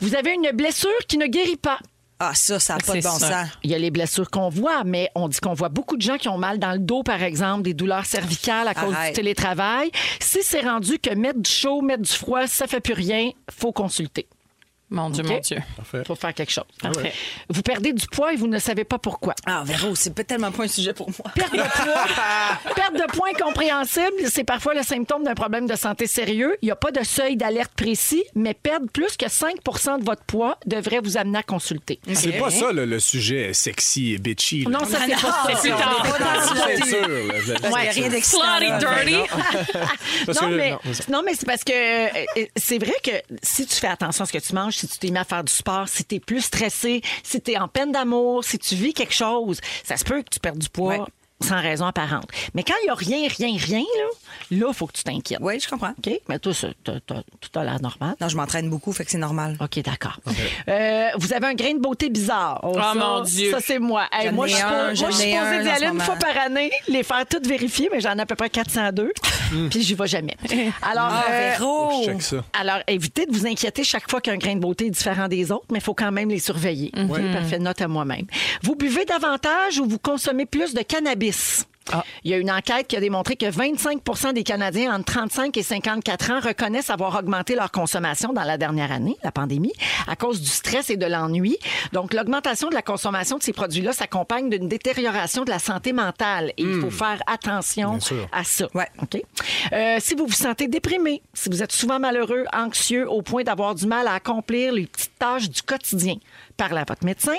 Speaker 2: vous avez une blessure qui ne guérit pas.
Speaker 5: Ah, ça, ça n'a pas de
Speaker 4: C'est
Speaker 5: bon
Speaker 4: ça.
Speaker 5: sens.
Speaker 2: Il y a les blessures qu'on voit, mais on dit qu'on voit beaucoup de gens qui ont mal dans le dos, par exemple, des douleurs cervicales à cause
Speaker 5: Arrête.
Speaker 2: du télétravail. Si c'est rendu que mettre du chaud, mettre du froid, ça fait plus rien, faut consulter.
Speaker 4: Mon Dieu,
Speaker 2: OK?
Speaker 4: mon Dieu.
Speaker 2: Faut faire quelque chose.
Speaker 4: ouais.
Speaker 2: Vous perdez du poids et vous ne savez pas pourquoi.
Speaker 5: Ah, Véro, c'est peut-être tellement pas un sujet pour moi.
Speaker 2: Perte de poids, perte de poids incompréhensible, c'est parfois le symptôme d'un problème de santé sérieux. Il n'y a pas de seuil d'alerte précis, mais perdre plus que 5 de votre poids devrait vous amener à consulter.
Speaker 3: C'est pas ça, là, le sujet sexy et bitchy. là. Ah,
Speaker 2: Non, ça, c'est pas ça.
Speaker 4: C'est plus tard.
Speaker 3: C'est sûr, là, vous êtes-
Speaker 5: Il y a rien d'excitant.
Speaker 4: Slutty
Speaker 5: là. Ben,
Speaker 4: dirty.
Speaker 3: Parce que-
Speaker 2: non, mais,
Speaker 3: non, c'est ça.
Speaker 2: non, mais c'est parce que euh, euh, c'est vrai que si tu fais attention à ce que tu manges, si tu t'es mis à faire du sport, si tu es plus stressé, si tu es en peine d'amour, si tu vis quelque chose, ça se peut que tu perdes du poids.
Speaker 5: Ouais.
Speaker 2: sans raison apparente. Mais quand il n'y a rien, rien, rien, là, là, faut que tu t'inquiètes.
Speaker 5: Oui, je comprends.
Speaker 2: OK? Mais toi, ça, t'as- t'as- tout a l'air normal.
Speaker 5: Non, je m'entraîne beaucoup, fait que c'est normal.
Speaker 2: OK, d'accord. Euh, vous avez un grain de beauté bizarre. Oh, ça,
Speaker 4: mon Dieu.
Speaker 2: Ça, c'est moi. Hey,
Speaker 5: J'en
Speaker 2: moi,
Speaker 5: ai
Speaker 2: je suis
Speaker 5: un,
Speaker 2: pas- moi,
Speaker 5: j'en
Speaker 2: je
Speaker 5: ai
Speaker 2: suis
Speaker 5: un
Speaker 2: supposée d'y
Speaker 5: en ce
Speaker 2: aller une
Speaker 5: moment.
Speaker 2: fois par année, les faire toutes vérifier, mais j'en ai à peu près 402.
Speaker 5: Mm.
Speaker 2: Puis j'y vais jamais. Alors,
Speaker 5: Ah,
Speaker 2: euh,
Speaker 3: Je check ça.
Speaker 2: alors, évitez de vous inquiéter chaque fois qu'un grain de beauté est différent des autres, mais il faut quand même les surveiller.
Speaker 3: Mhm.
Speaker 2: J'ai Parfait, note à moi-même. Vous buvez davantage ou vous consommez plus de cannabis?
Speaker 3: Ah.
Speaker 2: Il y a une enquête qui a démontré que 25 des Canadiens entre 35 et 54 ans reconnaissent avoir augmenté leur consommation dans la dernière année, la pandémie, à cause du stress et de l'ennui. Donc, l'augmentation de la consommation de ces produits-là s'accompagne d'une détérioration de la santé mentale et il faut faire attention
Speaker 3: Hmm. Bien sûr.
Speaker 2: à ça.
Speaker 5: Ouais.
Speaker 2: OK. Euh, si vous vous sentez déprimé, si vous êtes souvent malheureux, anxieux, au point d'avoir du mal à accomplir les petites tâches du quotidien, parlez à votre médecin.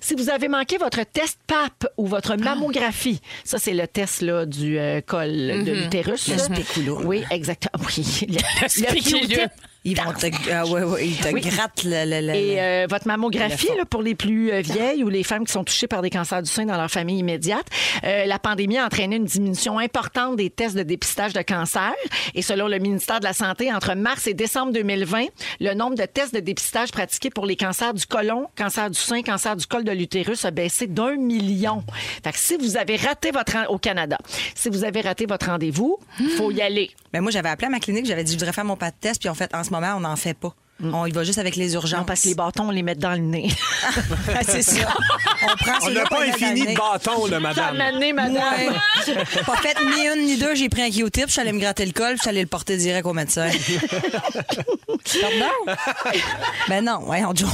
Speaker 2: Si vous avez manqué votre test PAP ou votre mammographie, ça, c'est le test là, du euh, col de l'utérus. Le
Speaker 5: spéculum.
Speaker 2: Oui, exactement. Oui, le, le
Speaker 4: spéculum.
Speaker 2: Q-tip.
Speaker 5: Ils vont te, ah, ouais, ouais, ils te
Speaker 2: Oui.
Speaker 5: grattent le. le- le-
Speaker 2: Et
Speaker 5: le-
Speaker 2: euh, votre mammographie, là, pour les plus euh, vieilles ou les femmes qui sont touchées par des cancers du sein dans leur famille immédiate, euh, la pandémie a entraîné une diminution importante des tests de dépistage de cancer. Et selon le ministère de la Santé, entre mars et décembre 2020, le nombre de tests de dépistage pratiqués pour les cancers du côlon, cancer du sein, cancer du col de l'utérus a baissé d'un million. Fait que si vous avez raté votre... ren- Au Canada, si vous avez raté votre rendez-vous, faut y aller.
Speaker 5: Mais Ben, moi, j'avais appelé à ma clinique, j'avais dit, je voudrais faire mon pas de test, puis en fait, en ce moment, on n'en fait pas. On y va juste avec les urgences.
Speaker 2: Mm. Non, parce que les bâtons, on les met dans le nez.
Speaker 5: Ah, c'est ça. On prend
Speaker 3: On
Speaker 5: celui
Speaker 3: n'a
Speaker 5: qu'on
Speaker 3: pas
Speaker 5: a
Speaker 3: infini
Speaker 5: donné.
Speaker 3: de bâtons, là, madame.
Speaker 2: Mané, madame.
Speaker 5: Ouais. J'ai pas fait ni une ni deux, j'ai pris un Q-tip, je suis allée me gratter le col, puis je suis allée le porter direct au médecin. Pardon? Ben non, voyons, Joe.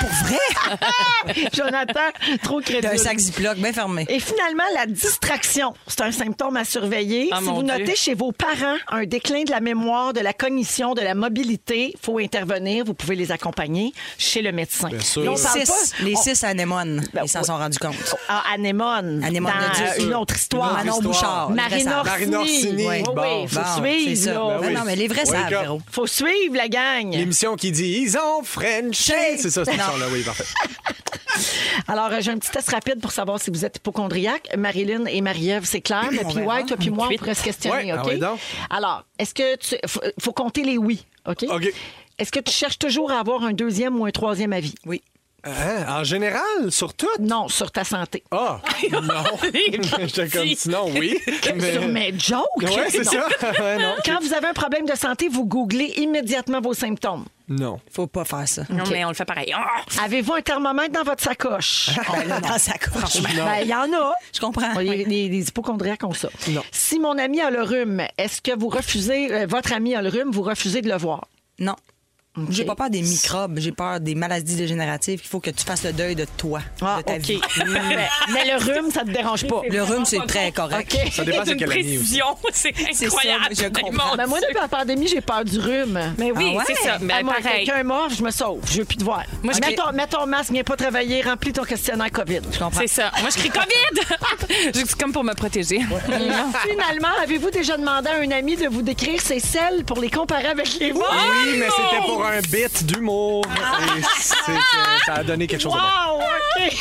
Speaker 5: Pour vrai?
Speaker 2: Jonathan, trop crédule.
Speaker 5: D'un sac Ziploc bien fermé.
Speaker 2: Et finalement, la distraction, c'est un symptôme à surveiller.
Speaker 4: Ah,
Speaker 2: si
Speaker 4: mon
Speaker 2: vous
Speaker 4: Dieu.
Speaker 2: notez chez vos parents un déclin de la mémoire, de la cognition, de la mobilité, faut intervenir. Vous pouvez les accompagner chez le médecin.
Speaker 3: sûr.
Speaker 2: Et on
Speaker 5: Les
Speaker 2: parle
Speaker 5: six,
Speaker 2: pas-
Speaker 5: les
Speaker 2: on-
Speaker 5: six à anémones,
Speaker 2: Ben,
Speaker 5: ils s'en
Speaker 2: ouais.
Speaker 5: sont rendus compte.
Speaker 2: Ah, Anémone.
Speaker 5: Anémone
Speaker 2: dans,
Speaker 5: de
Speaker 2: euh,
Speaker 5: Dieu.
Speaker 2: une autre histoire.
Speaker 5: Manon Bouchard.
Speaker 2: Marine
Speaker 5: Marine
Speaker 2: Orsini.
Speaker 3: Orsini.
Speaker 2: Oui,
Speaker 3: Bon.
Speaker 2: oui, faut
Speaker 5: Bon, c'est
Speaker 2: suivre.
Speaker 5: ça.
Speaker 2: là.
Speaker 5: Ben oui. Non, mais les vrais
Speaker 3: Wake
Speaker 5: savent,
Speaker 3: up.
Speaker 5: Véro.
Speaker 2: Faut suivre la gang.
Speaker 3: L'émission qui dit Ils ont Frenché. C'est ça, cette
Speaker 5: Non.
Speaker 3: chanson-là, oui, parfait.
Speaker 2: Alors, euh, j'ai un petit test rapide pour savoir si vous êtes hypochondriaque. Marilyn et Marie-Ève, c'est clair. Mais
Speaker 5: On
Speaker 2: puis,
Speaker 5: verra.
Speaker 2: ouais, toi puis moi, on pourrait se questionner,
Speaker 3: Ouais, ah
Speaker 2: OK?
Speaker 3: ouais, donc.
Speaker 2: Alors, est-ce que tu... Faut, faut compter les oui, OK?
Speaker 3: OK.
Speaker 2: Est-ce que tu cherches toujours à avoir un deuxième ou un troisième avis?
Speaker 5: Oui.
Speaker 3: Hein, en général, sur tout?
Speaker 2: Non, sur ta santé.
Speaker 3: Ah, non. J'étais comme sinon, oui.
Speaker 2: Sur mes jokes?
Speaker 3: Ouais, c'est
Speaker 2: Non.
Speaker 3: ça. Ouais, non.
Speaker 2: Quand vous avez un problème de santé, vous googlez immédiatement vos symptômes.
Speaker 3: Non.
Speaker 5: Faut pas faire ça.
Speaker 4: Non, mais on le fait pareil. Ah!
Speaker 2: Avez-vous un thermomètre dans votre sacoche?
Speaker 5: Ben là, dans sa couche.
Speaker 2: Ben, il y en a.
Speaker 5: Je comprends.
Speaker 2: Les, les- les hypochondriacs ont ça. Si mon ami a le rhume, est-ce que vous refusez, euh, votre ami a le rhume, vous refusez de le voir?
Speaker 5: Non. J'ai pas peur des microbes, j'ai peur des maladies dégénératives. Il faut que tu fasses le deuil de toi, de ta vie.
Speaker 2: mais, mais le rhume, ça te dérange pas.
Speaker 5: Le rhume, c'est très correct.
Speaker 2: OK.
Speaker 3: Ça dépend c'est
Speaker 4: une
Speaker 3: quelle année aussi.
Speaker 4: précision, c'est incroyable.
Speaker 5: ça, je comprends.
Speaker 4: Mon
Speaker 2: Ben, moi,
Speaker 4: Dieu.
Speaker 2: depuis la pandémie, j'ai peur du rhume.
Speaker 4: Mais oui,
Speaker 5: Ah ouais?
Speaker 4: c'est ça. Mais
Speaker 2: Ah, moi,
Speaker 4: pareil.
Speaker 2: quelqu'un est mort, je me sauve. Je veux plus te voir.
Speaker 4: Moi, je
Speaker 2: mets,
Speaker 4: crie-
Speaker 2: ton, mets ton masque, viens pas travailler, remplis ton questionnaire COVID.
Speaker 5: Je comprends.
Speaker 4: C'est ça. Moi, je crie COVID! Je- C'est comme pour me protéger.
Speaker 2: Finalement, avez-vous déjà demandé à un ami de vous décrire ses selles pour les comparer avec les vôtres?
Speaker 5: oh!
Speaker 3: Oui, mais
Speaker 4: non!
Speaker 3: c'était pour un bit d'humour.
Speaker 5: Ah!
Speaker 3: Et c'est- c'est- Ça a donné quelque chose de bon.
Speaker 2: Wow, OK.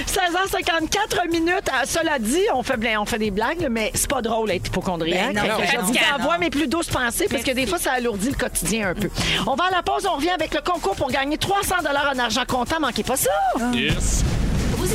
Speaker 2: 16h54 minutes. Ah, Cela dit, on fait, bla- on fait des blagues, là, mais c'est pas drôle d'être hypochondriaque.
Speaker 5: Ben non,
Speaker 2: Fait que
Speaker 4: non,
Speaker 2: je vous
Speaker 4: non.
Speaker 2: envoie mes plus douces pensées parce que des fois, ça alourdit le quotidien un peu. On va à la pause, on revient avec le concours pour gagner 300 en argent comptant. Manquez pas ça.
Speaker 5: Ah.
Speaker 8: Vous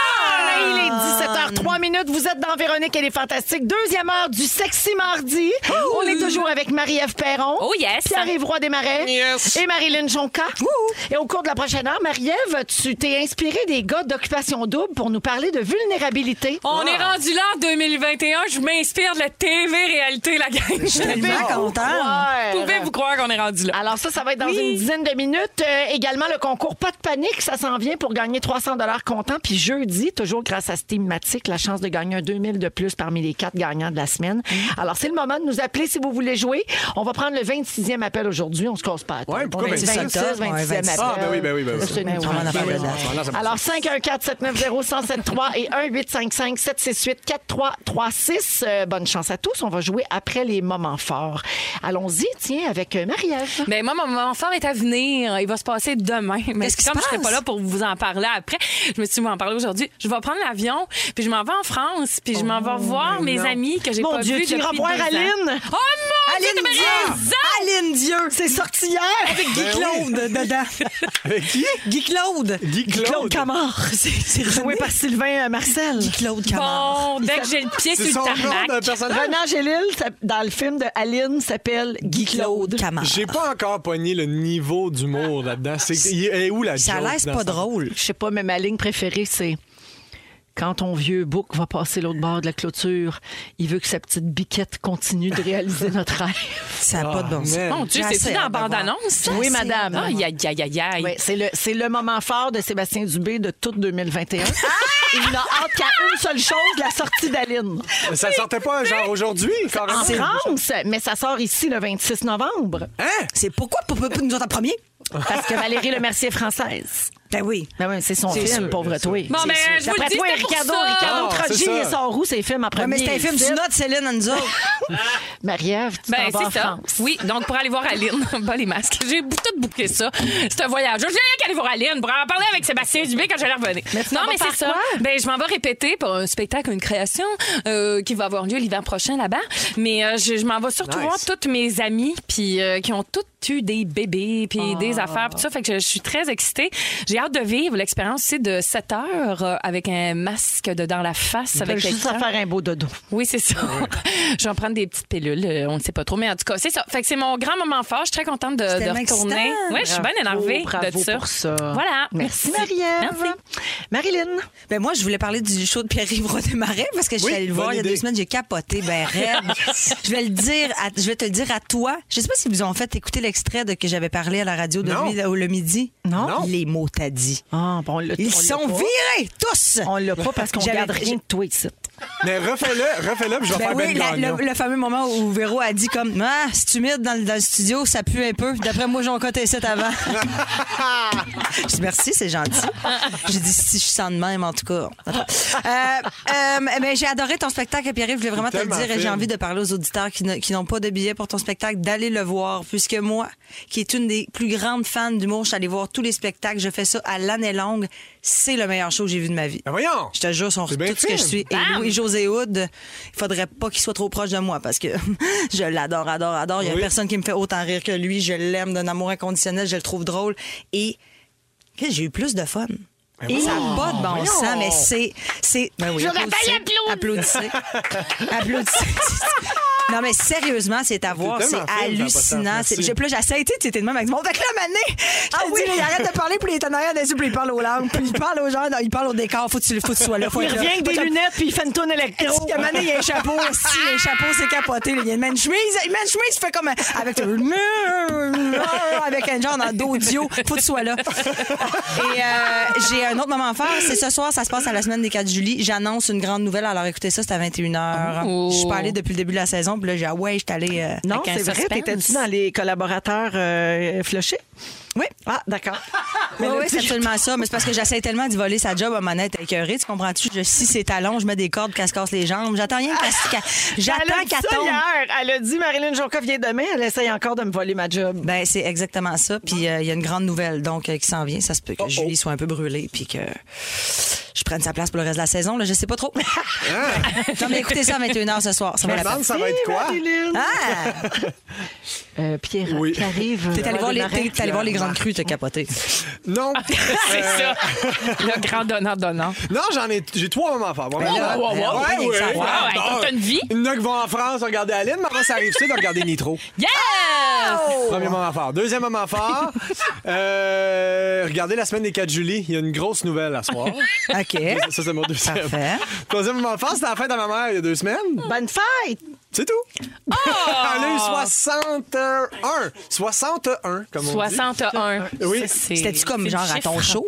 Speaker 2: Il est 17h03 minutes. Vous êtes dans Véronique et les Fantastiques. Deuxième heure du Sexy Mardi. On est toujours avec Marie-Ève Perron.
Speaker 4: Oh, yes.
Speaker 2: Pierre-Yves Roy Desmarais. Et Marilyn Jonca. Et au cours de la prochaine heure, Marie-Ève, tu t'es inspirée des gars d'Occupation Double pour nous parler de vulnérabilité.
Speaker 4: On est rendu là en 2021. Je m'inspire de la TV réalité, la gang.
Speaker 5: Je suis tellement contente.
Speaker 2: Ouais.
Speaker 4: Pouvez-vous croire qu'on est rendu là?
Speaker 2: Ah, Alors ça, ça va être dans une dizaine de minutes. Euh, également, le concours Pas de panique, ça s'en vient pour gagner 300 dollars comptant. Puis jeudi, toujours grâce à Steamatic, la chance de gagner un 2000 de plus parmi les quatre gagnants de la semaine. Alors, c'est le moment de nous appeler si vous voulez jouer. On va prendre le 26e appel aujourd'hui. On se casse pas. la tête.
Speaker 3: Ouais, pourquoi
Speaker 2: On est
Speaker 3: 26e?
Speaker 2: 26, 26e
Speaker 5: Ouais,
Speaker 2: appel.
Speaker 5: 26e.
Speaker 3: Ah, ben oui, ben oui, ben oui.
Speaker 2: C'est une
Speaker 5: Ben oui, on en a
Speaker 2: tranquille.
Speaker 5: pas besoin.
Speaker 3: Voilà, ça me
Speaker 2: Alors, 514-790-1073 et 1-855-768-4336. Euh, bonne chance à tous. On va jouer après les moments forts. Allons-y, tiens, avec euh, Marie-Ève.
Speaker 4: Mais moi, mon moment fort est à venir. Il va se passer demain. Mais
Speaker 5: Qu'est-ce qui
Speaker 4: comme
Speaker 5: se
Speaker 4: je serai
Speaker 5: passe?
Speaker 4: pas là pour vous en parler après, je me suis dit, vous en parler aujourd'hui. Je vais prendre l'avion, puis je m'en vais en France, puis je m'en vais voir mes amis que j'ai
Speaker 2: Mon
Speaker 4: pas
Speaker 2: Dieu,
Speaker 4: vus
Speaker 2: tu iras
Speaker 4: depuis
Speaker 2: voir
Speaker 4: deux ans.
Speaker 2: Aline?
Speaker 4: Oh mon Dieu, t'as
Speaker 5: Aline
Speaker 4: raison!
Speaker 5: Dieu! Aline Dieu! C'est sorti hier! Avec Guy Claude dedans.
Speaker 3: Ben Avec qui?
Speaker 5: Guy Claude!
Speaker 3: Guy Claude.
Speaker 5: Camard. C'est- C'est
Speaker 2: Joué
Speaker 5: joué
Speaker 2: par Sylvain euh, Marcel.
Speaker 5: Guy Claude Camard.
Speaker 4: Bon, dès que j'ai le pied sur
Speaker 3: C'est son
Speaker 4: le
Speaker 3: nom d'un
Speaker 4: tarmac.
Speaker 5: Ah,
Speaker 3: personnage.
Speaker 2: Renan Gélil, ça- dans le film de Aline, s'appelle Guy Claude.
Speaker 5: Camard.
Speaker 3: J'ai pas encore pogné le niveau d'humour là-dedans. C'est il est- elle est où la
Speaker 5: Ça a
Speaker 3: joke
Speaker 5: l'air
Speaker 3: dans
Speaker 5: c'est pas
Speaker 3: ça?
Speaker 5: drôle.
Speaker 2: Je sais pas, mais ma ligne préférée, c'est quand ton vieux bouc va passer l'autre bord de la clôture, il veut que sa petite biquette continue de réaliser notre rêve.
Speaker 5: Ça a pas de bon sens.
Speaker 3: Ah, man.
Speaker 4: Mon
Speaker 5: J'ai
Speaker 4: Dieu, c'est-tu
Speaker 5: assez
Speaker 4: dans la
Speaker 5: hâte de voir.
Speaker 4: bande-annonce? ça?
Speaker 2: Oui, madame.
Speaker 4: Aïe, aïe, aïe, aïe, aïe.
Speaker 2: Oui, c'est le, c'est le moment fort de Sébastien Dubé de toute 2021.
Speaker 4: Ah!
Speaker 2: Il n'a hâte qu'à une seule chose, la sortie d'Aline.
Speaker 3: Ça sortait pas genre aujourd'hui,
Speaker 4: Ah,
Speaker 3: carrément.
Speaker 2: En France, mais ça sort ici le 26 novembre.
Speaker 3: Hein?
Speaker 5: C'est pourquoi pour- pour- pour nous autres en premier?
Speaker 2: Parce que Valérie Lemercier est française.
Speaker 5: Ben oui.
Speaker 2: Ben oui, c'est son film, pauvre toi.
Speaker 4: Bon, ben, je vous le
Speaker 2: D'après
Speaker 4: dis,
Speaker 2: toi,
Speaker 4: c'était pour
Speaker 2: Ricardo,
Speaker 4: ça.
Speaker 2: Ricardo
Speaker 3: Ah, c'est
Speaker 2: Trogi
Speaker 3: ça.
Speaker 2: et son roux, c'est film en
Speaker 5: Ouais,
Speaker 2: premier.
Speaker 5: mais c'est un film du notre, Céline, à nous autres.
Speaker 2: Marie-Ève, tu
Speaker 4: Ben,
Speaker 2: t'en vas en
Speaker 4: c'est ça.
Speaker 2: France.
Speaker 4: Oui, donc pour aller voir Aline, bas les masques. J'ai bou- tout bouclé ça. C'est un voyage. Je viens qu'aller voir Aline pour en parler avec Sébastien Dubé quand j'allais revenir.
Speaker 2: Mais tu
Speaker 4: non,
Speaker 2: t'en
Speaker 4: mais
Speaker 2: vas faire
Speaker 4: c'est ça.
Speaker 2: quoi?
Speaker 4: Ben, je m'en vais répéter pour un spectacle, une création euh, qui va avoir lieu l'hiver prochain là-bas. Mais euh, je, je m'en vais surtout
Speaker 3: Nice.
Speaker 4: voir toutes mes amies puis euh, qui ont toutes eu des bébés puis
Speaker 2: Ah.
Speaker 4: des affaires puis tout ça. Fait que je, je suis très excitée. J'ai hâte de vivre l'expérience aussi de 7 heures euh, avec un masque de dans la face avec
Speaker 2: Ben, juste
Speaker 4: quelqu'un.
Speaker 2: à faire un beau dodo.
Speaker 4: Oui, c'est ça.
Speaker 2: Ah
Speaker 4: Je vais en prendre des petites pilules, euh, on ne sait pas trop, mais en tout cas, c'est ça. Fait que c'est mon grand moment fort. Je suis très contente de, de
Speaker 5: tellement
Speaker 4: retourner.
Speaker 5: excitant.
Speaker 4: Oui, je suis bien
Speaker 2: Bravo,
Speaker 4: énervée
Speaker 2: bravo
Speaker 4: de ça.
Speaker 2: pour ça.
Speaker 4: Voilà.
Speaker 2: Merci, Marie-Ève.
Speaker 4: Merci.
Speaker 2: Marilyn.
Speaker 5: Ben moi, je voulais parler du show de Pierre-Yves Rodemarret parce que je suis
Speaker 3: Oui,
Speaker 5: allée le voir
Speaker 3: bonne
Speaker 5: il y a
Speaker 3: idée.
Speaker 5: deux semaines, j'ai capoté, ben raide. je vais le dire, à- je vais te le dire à toi. Je sais pas si vous ont fait écouter l'extrait de que j'avais parlé à la radio de
Speaker 3: Non.
Speaker 5: lui, là, au- le midi.
Speaker 2: Non.
Speaker 3: Non.
Speaker 5: Les mots t'as dit.
Speaker 2: Ah, bon, on l'a- on
Speaker 5: Ils
Speaker 2: l'a
Speaker 5: sont
Speaker 2: pas.
Speaker 5: virés, tous.
Speaker 2: On l'a pas parce qu'on
Speaker 5: J'avais-
Speaker 2: regarde rien de toi ici.
Speaker 3: Mais refais-le, refais-le, puis je vais
Speaker 5: Ben
Speaker 3: faire
Speaker 5: oui,
Speaker 3: Ben
Speaker 5: la-
Speaker 3: Gagnon.
Speaker 5: le, le fameux moment où Véro a dit comme Ah, c'est humide dans le, dans le studio, ça pue un peu. D'après moi, j'en cotais ça avant. je dis merci, c'est gentil. J'ai dit si je sens de même, en tout cas. Euh, euh, mais j'ai adoré ton spectacle, Pierre. Je voulais vraiment te le
Speaker 3: Tellement
Speaker 5: dire et j'ai
Speaker 3: fine.
Speaker 5: envie de parler aux auditeurs qui, ne- qui n'ont pas de billets pour ton spectacle d'aller le voir. Puisque moi, qui est une des plus grandes fans d'humour, je suis allée voir tous les spectacles. Je fais ça à l'année longue. C'est le meilleur show que j'ai vu de ma vie.
Speaker 3: Ben voyons.
Speaker 5: Je te jure, son
Speaker 3: C'est
Speaker 5: tout
Speaker 3: bien
Speaker 5: ce que
Speaker 3: fait.
Speaker 5: je suis. Et Louis-José Hood, il faudrait pas qu'il soit trop proche de moi parce que je l'adore, adore, adore. Il y a
Speaker 3: Oui.
Speaker 5: personne qui me fait autant rire que lui. Je l'aime d'un amour inconditionnel. Je le trouve drôle. Et qu'est-ce que j'ai eu plus de fun.
Speaker 3: Ben
Speaker 5: Et ça n'a pas de bon sens, mais c'est. c'est ben oui, applaudissez. Applaudissez. Applaudissez. Non, mais sérieusement, c'est à voir. C'est
Speaker 3: tellement fine, ça a pas de sens.
Speaker 5: hallucinant.
Speaker 3: Merci.
Speaker 5: C'est- j'ai- Puis là, j'essaie, tu sais, t'étais de même avec du monde. Fait que là, mané, ah oui, il arrête de parler, puis il est en arrière des yeux, puis il parle aux langues, puis il parle aux gens, non, il parle au décor, faut que tu, faut que tu sois là. Faut
Speaker 2: Il
Speaker 5: être là.
Speaker 2: revient avec des
Speaker 5: Faut que-
Speaker 2: lunettes puis il fait une tourne électro.
Speaker 5: Est-ce que Mané, il y a un chapeau aussi. Le chapeau, c'est capoté. là. Il y a une main de chemise. Une main de chemise, il fait comme un- avec le- avec un genre dans- d'audio. Faut que tu sois là. Et euh, j'ai un autre moment fort. C'est ce soir, ça se passe à la semaine des 4 juillet. J'annonce une grande nouvelle. Alors écoutez ça, c'est à 21h.
Speaker 2: Oh.
Speaker 5: Je suis pas allée depuis le début de la saison. Puis là, j'ai dit, ah ouais, je suis allée. euh,
Speaker 2: Non,
Speaker 4: Avec un
Speaker 2: c'est vrai,
Speaker 4: suspense.
Speaker 2: t'étais-tu dans les collaborateurs euh, flushés?
Speaker 5: Oui.
Speaker 2: Ah, d'accord.
Speaker 5: Oui,
Speaker 2: le
Speaker 5: oui, c'est
Speaker 2: petit-
Speaker 5: absolument ça. Mais c'est parce que j'essaie tellement d'y voler sa job à mon être écœurée. Tu comprends-tu? Je scie ses talons, je mets des cordes, qu'elle se casse les jambes. J'attends rien qu'elle se ca-
Speaker 2: Ah! Elle a
Speaker 5: J'attends
Speaker 2: dit
Speaker 5: qu'elle
Speaker 2: ça
Speaker 5: tombe.
Speaker 2: hier. Elle a dit, Marilyn Jonca vient demain, elle essaye encore de me voler ma job.
Speaker 5: Ben, c'est exactement ça. Puis euh, il y a une grande nouvelle donc euh, qui s'en vient. Ça se
Speaker 2: Oh,
Speaker 5: peut que Julie soit un peu brûlée puis que je prenne sa place pour le reste de la saison. Là, je sais pas trop.
Speaker 2: Ah!
Speaker 5: non, mais écoutez ça à 21h ce soir. Ça va la
Speaker 3: Je me
Speaker 5: peine.
Speaker 3: demande ça va être quoi?
Speaker 2: Marilyn.
Speaker 5: Ah!
Speaker 2: Euh, Pierre,
Speaker 3: Oui.
Speaker 2: qui arrive. euh,
Speaker 5: T'es allé voir les,
Speaker 2: Marais.
Speaker 5: t'es allé voir les grandes crues, t'as capoté.
Speaker 3: Non.
Speaker 4: C'est ça. Le grand donnant donnant.
Speaker 3: Non, j'en ai, j'ai trois moments forts. Vraiment.
Speaker 5: Mais là,
Speaker 4: wow, wow,
Speaker 3: Ouais,
Speaker 4: wow.
Speaker 3: Ben ouais,
Speaker 5: Wow, hey,
Speaker 3: Non.
Speaker 4: t'as une vie.
Speaker 3: Il y en a qui vont en France regarder Aline, maman, ça arrive, c'est de regarder Nitro.
Speaker 4: Yes!
Speaker 2: Ah,
Speaker 3: Premier moment fort. Deuxième moment fort, euh, regardez la semaine des 4 juillet, il y a une grosse nouvelle à ce soir.
Speaker 5: OK.
Speaker 3: Ça, c'est mon deuxième.
Speaker 5: Eh? Parfait.
Speaker 3: Troisième moment fort, c'était la fête de ma mère il y a deux semaines.
Speaker 2: Bonne fête!
Speaker 3: C'est tout. Elle a eu 61. 61, comme on dit.
Speaker 4: 61.
Speaker 3: Oui.
Speaker 4: Ça, c'est-
Speaker 5: C'était-tu comme
Speaker 4: c'est
Speaker 5: genre
Speaker 4: du
Speaker 5: à ton
Speaker 4: chiffre.
Speaker 5: show?